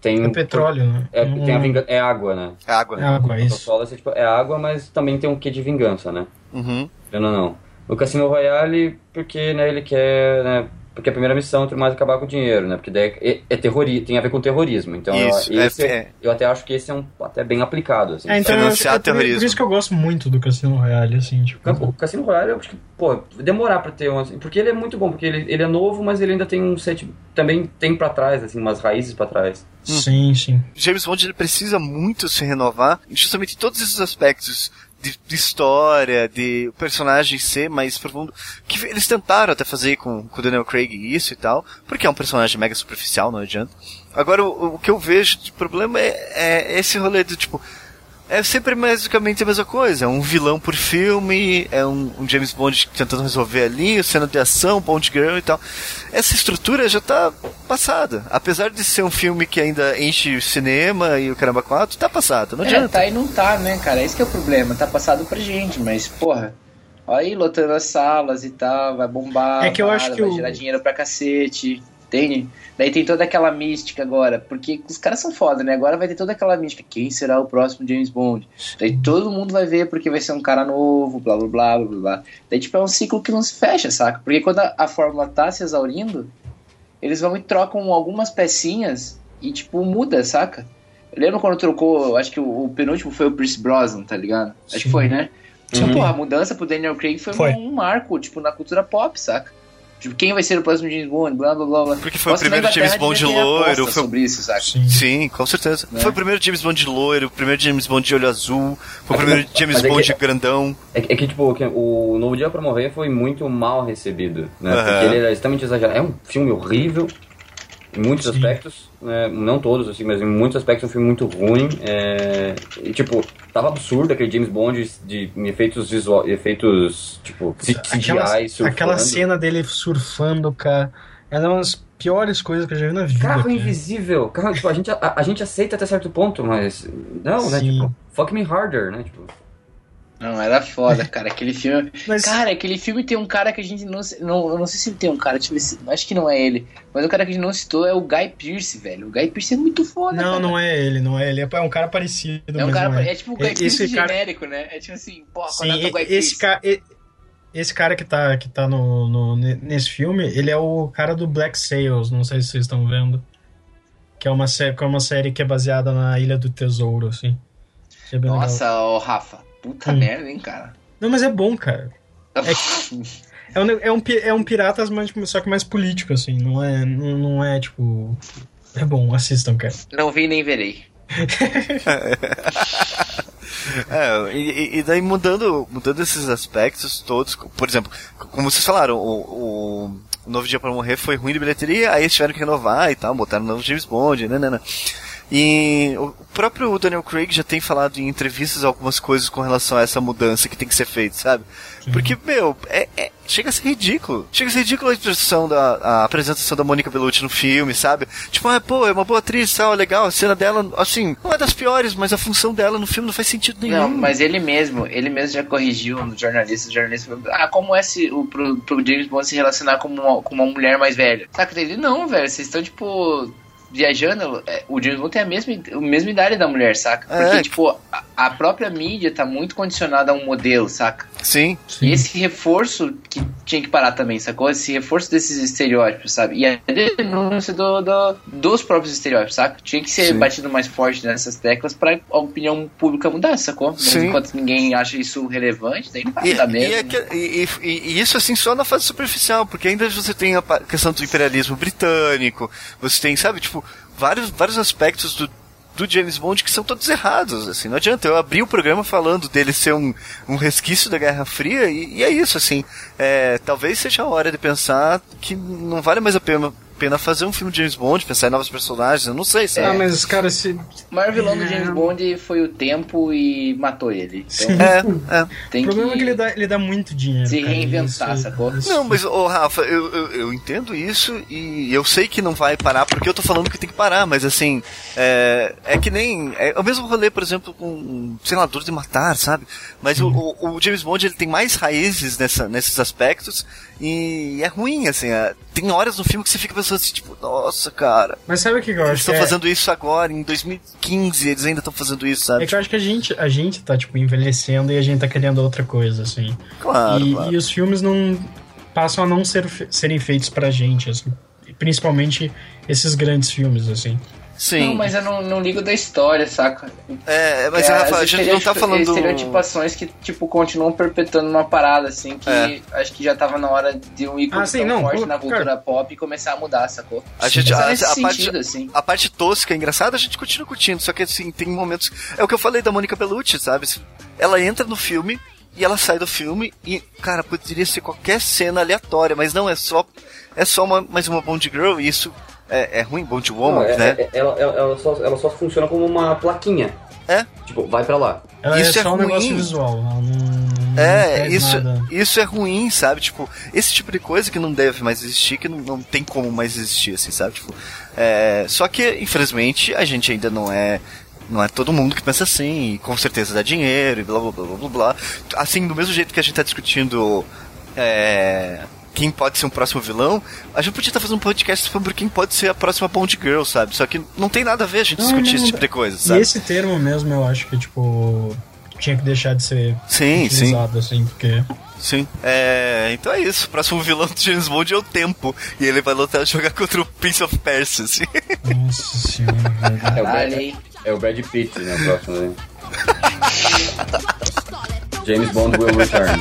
S5: tem. um
S4: É petróleo, né?
S5: É,
S4: Não-
S5: tem a vingança, é água, né?
S1: É água.
S4: É água, é
S5: Quantum of
S4: isso.
S5: Solace é, tipo, é água, mas também tem um quê de vingança, né?
S4: É.
S1: Uhum.
S5: Eu não, não. O Cassino Royale, porque né, ele quer, né, porque a primeira missão tudo mais é acabar com o dinheiro, né? Porque daí é, é terrori, tem a ver com terrorismo. Então eu-
S1: Isso, é,
S5: esse-
S1: é.
S5: eu até acho que esse é um até bem aplicado, assim.
S4: É, então eu-
S1: Financiar
S4: é por,
S1: terrorismo.
S4: por isso que eu gosto muito do Cassino Royale, assim, tipo.
S5: O Cassino Royale, eu acho que, pô, demorar pra ter um. assim, Porque ele é muito bom, porque ele, ele é novo, mas ele ainda tem um set. Também tem pra trás, assim, umas raízes pra trás.
S4: Sim, sim.
S1: James Bond ele precisa muito se renovar, justamente em todos esses aspectos de, de história, de o personagem ser mais profundo, que eles tentaram até fazer com com o Daniel Craig isso e tal, porque é um personagem mega superficial, não adianta. Agora, o, o que eu vejo de problema é, é esse rolê do tipo, é sempre basicamente a mesma coisa. É um vilão por filme, é um, um James Bond tentando resolver ali, cena de ação, Bond Girl e tal. Essa estrutura já tá passada. Apesar de ser um filme que ainda enche o cinema e o Caramba 4, tá passada. Não
S3: É,
S1: adianta.
S3: tá e não tá, né, cara? Esse que é o problema. Tá passado pra gente, mas, porra... Olha aí, lotando as salas e tal, vai bombar,
S4: É que eu
S3: vai,
S4: acho que
S3: vai
S4: o-
S3: gerar dinheiro pra cacete, entende? Daí tem toda aquela mística agora, porque os caras são foda, né? Agora vai ter toda aquela mística, quem será o próximo James Bond? Daí todo mundo vai ver porque vai ser um cara novo, blá blá blá blá blá. Daí tipo é um ciclo que não se fecha, saca? Porque quando a, a fórmula tá se exaurindo, eles vão e trocam algumas pecinhas e tipo muda, saca? Lembra quando trocou, acho que o, o penúltimo foi o Pierce Brosnan, tá ligado? Acho que
S4: Sim.
S3: foi, né? Tipo,
S5: Uhum.
S3: porra, a mudança pro Daniel Craig foi,
S4: Foi.
S3: Um, um marco, tipo, na cultura pop, saca? Tipo, quem vai ser o próximo James Bond, blá blá blá blá.
S1: Porque foi o primeiro
S3: na
S1: James
S3: Inglaterra
S1: Bond
S3: devia ter
S1: loiro,
S3: aposta
S1: foi um o
S3: sobre isso, saca?
S4: Sim.
S1: Sim, com certeza.
S3: Né?
S1: Foi o primeiro James Bond loiro, o primeiro James Bond de olho azul, foi o
S5: Mas-
S1: primeiro
S5: mas-
S1: James
S5: mas é que-
S1: Bond grandão.
S5: É, que- é que, tipo, que o Novo Dia pra Morrer foi muito mal recebido, né?
S1: Aham.
S5: Porque ele era extremamente exagerado. É um filme É horrível. Em muitos aspectos, né, não todos, assim, mas em muitos aspectos é um filme muito ruim. é, e, tipo, tava absurdo aquele James Bond de, de efeitos visuais, efeitos, tipo, C- CGI,
S4: Aquela,
S5: surfando.
S4: aquela cena dele surfando, cara. Ela é uma das piores coisas que eu já vi na vida.
S5: Carro
S4: cara.
S5: invisível, carro, tipo, a gente, a, a gente aceita até certo ponto, mas. Não, né?
S4: Sim.
S5: Tipo, fuck me harder, né? Tipo,
S3: Não, era foda, cara. Aquele filme.
S4: Mas-
S3: Cara, aquele filme tem um cara que a gente não. ci- não eu não sei se tem um cara, deixa eu ver se- acho que não é ele. Mas o cara que a gente não citou é o Guy Pierce, velho. O Guy Pierce é muito foda,
S4: Não,
S3: cara.
S4: não é ele, não é ele. É um cara parecido,
S3: É um
S4: mas
S3: cara.
S4: não
S3: É, tipo o Guy
S4: Esse
S3: Pierce
S4: cara-
S3: genérico, né? É tipo assim, pô,
S4: Sim,
S3: contrata o Guy
S4: esse
S3: Pierce.
S4: cara, e- esse cara que tá, que tá no, no- ne- nesse filme, ele é o cara do Black Sails, não sei se vocês estão vendo. Que é uma, sé- que é uma série que é baseada na Ilha do Tesouro, assim. Que é bem legal.
S3: Nossa, ô Rafa. Puta
S4: Hum.
S3: merda, hein, cara.
S4: Não, mas é bom, cara. É um, ne- é um, pi- é um piratas, mas, tipo, só que mais político, assim. Não é, não, não é tipo. É bom, assistam, cara.
S3: Não vi nem verei.
S1: É, e, e daí mudando, mudando esses aspectos todos, por exemplo, como vocês falaram, o, o Novo Dia para Morrer foi ruim de bilheteria, aí eles tiveram que renovar e tal, botaram o novo James Bond, né, né, né. E o próprio Daniel Craig já tem falado em entrevistas algumas coisas com relação a essa mudança que tem que ser feita, sabe? Porque, meu, é, é- chega a ser ridículo. Chega a ser ridículo a expressão da a apresentação da Mônica Bellucci no filme, sabe? Tipo, ah, pô, é uma boa atriz, tal, é legal, a cena dela, assim, não é das piores, mas a função dela no filme não faz sentido nenhum.
S3: Não, mas ele mesmo, ele mesmo já corrigiu no jornalista, o jornalista falou, ah, como é se, o, pro, pro James Bond se relacionar com uma, com uma mulher mais velha? Saca ele Não, velho, vocês estão, tipo, viajando, é, o James Bond tem a mesma, a mesma idade da mulher, saca? Porque,
S1: É.
S3: tipo, a, a própria mídia tá muito condicionada a um modelo, saca?
S1: Sim.
S3: E esse reforço que tinha que parar também, sacou? Esse reforço desses estereótipos, sabe? E a denúncia do, do- dos próprios estereótipos, saca? Tinha que ser
S1: Sim.
S3: batido mais forte nessas teclas pra a opinião pública mudar, sacou? Mas
S1: Sim.
S3: enquanto ninguém acha isso relevante, daí não vai
S1: E,
S3: mudar
S1: e,
S3: mesmo.
S1: é que- e- e- e isso assim só na fase superficial, porque ainda você tem a pa- questão do imperialismo britânico, você tem, sabe, tipo, vários, vários aspectos do, do James Bond que são todos errados, assim, não adianta. Eu abri o programa falando dele ser um, um resquício da Guerra Fria, e, e é isso, assim, é, talvez seja a hora de pensar que não vale mais a pena, pena fazer um filme de James Bond, pensar em novos personagens, eu não sei,
S3: é
S4: Ah,
S1: sabe?
S4: mas, cara, se.
S3: O maior vilão do James Bond foi o tempo e matou ele. Então
S1: É, é.
S3: tem
S4: o problema
S3: que...
S4: é que ele dá, ele dá muito dinheiro.
S3: se
S4: cara,
S3: reinventar,
S4: isso- é-
S3: sacou?
S4: isso-
S1: Não, mas, ô Rafa, eu, eu, eu entendo isso e eu sei que não vai parar, porque eu tô falando que tem que parar, mas assim, é, é que nem. É, é o mesmo rolê, por exemplo, com, sei lá, Duro de Matar, sabe? Mas o,
S4: Uhum.
S1: o- o James Bond ele tem mais raízes nessa, nesses aspectos e é ruim, assim. é- tem horas no filme que você fica pensando assim, tipo, nossa, cara,
S4: Mas sabe o que que eu
S1: eles
S4: acho?
S1: estão
S4: que é-
S1: fazendo isso agora, em 2015 eles ainda estão fazendo isso, sabe?
S4: É que eu acho que a gente, a gente tá, tipo, envelhecendo e a gente tá querendo outra coisa, assim.
S1: claro,
S4: e,
S1: claro.
S4: e os filmes não passam a não ser, fe- serem feitos pra gente, assim. Principalmente esses grandes filmes, assim.
S1: Sim.
S3: Não, mas eu não, não ligo da história, saca?
S1: É, mas
S3: É,
S1: Rafa,
S3: as
S1: a gente não tá
S3: estereotipa-
S1: falando.
S3: Estereotipações que, tipo, continuam perpetuando uma parada, assim, que
S1: É.
S3: acho que já tava na hora de um ícone
S4: Ah, sim,
S3: tão
S4: não,
S3: forte
S4: eu-
S3: na cultura pop e começar a mudar, sacou?
S1: A gente-
S3: Mas é
S1: a-
S3: nesse
S1: a parte-
S3: sentido, assim.
S1: a parte tosca, é engraçada, a gente continua curtindo. Só que assim, tem momentos. É o que eu falei da Mônica Bellucci, sabe? Se- Ela entra no filme e ela sai do filme e, cara, poderia ser qualquer cena aleatória, mas não é só. É só uma, mais uma Bond Girl e isso é, é ruim, Bond Woman,
S5: não, é-
S1: né?
S5: é- ela, ela- ela só, ela só funciona como uma plaquinha.
S1: É?
S5: Tipo, vai pra lá.
S4: Ela
S1: Isso
S4: é
S1: é
S4: só um
S1: ruim.
S4: negócio visual. ela não- não
S1: É,
S4: traz
S1: isso,
S4: nada.
S1: isso é ruim, sabe? Tipo, esse tipo de coisa que não deve mais existir, que não, não tem como mais existir, assim, sabe? Tipo, é, só que, infelizmente, a gente ainda não é. Não é todo mundo que pensa assim, e com certeza dá dinheiro, e blá blá blá blá blá. blá. Assim, do mesmo jeito que a gente tá discutindo. é, quem pode ser um próximo vilão, a gente podia estar fazendo um podcast sobre quem pode ser a próxima Bond Girl, sabe? Só que não tem nada a ver a gente
S4: Não,
S1: discutir
S4: não,
S1: esse
S4: não.
S1: tipo de coisa,
S4: E
S1: sabe?
S4: esse termo mesmo, eu acho que, tipo, tinha que deixar de ser
S1: Sim, sim.
S4: utilizado, assim, porque...
S1: Sim. É, então é isso. O próximo vilão do James Bond é o tempo. E ele vai lutar jogar contra o Prince of Persia. assim.
S4: Nossa senhora, velho.
S5: É o Brad,
S3: Caralho, hein?
S5: é o Brad Pitt, né? o próximo, né? James Bond will return.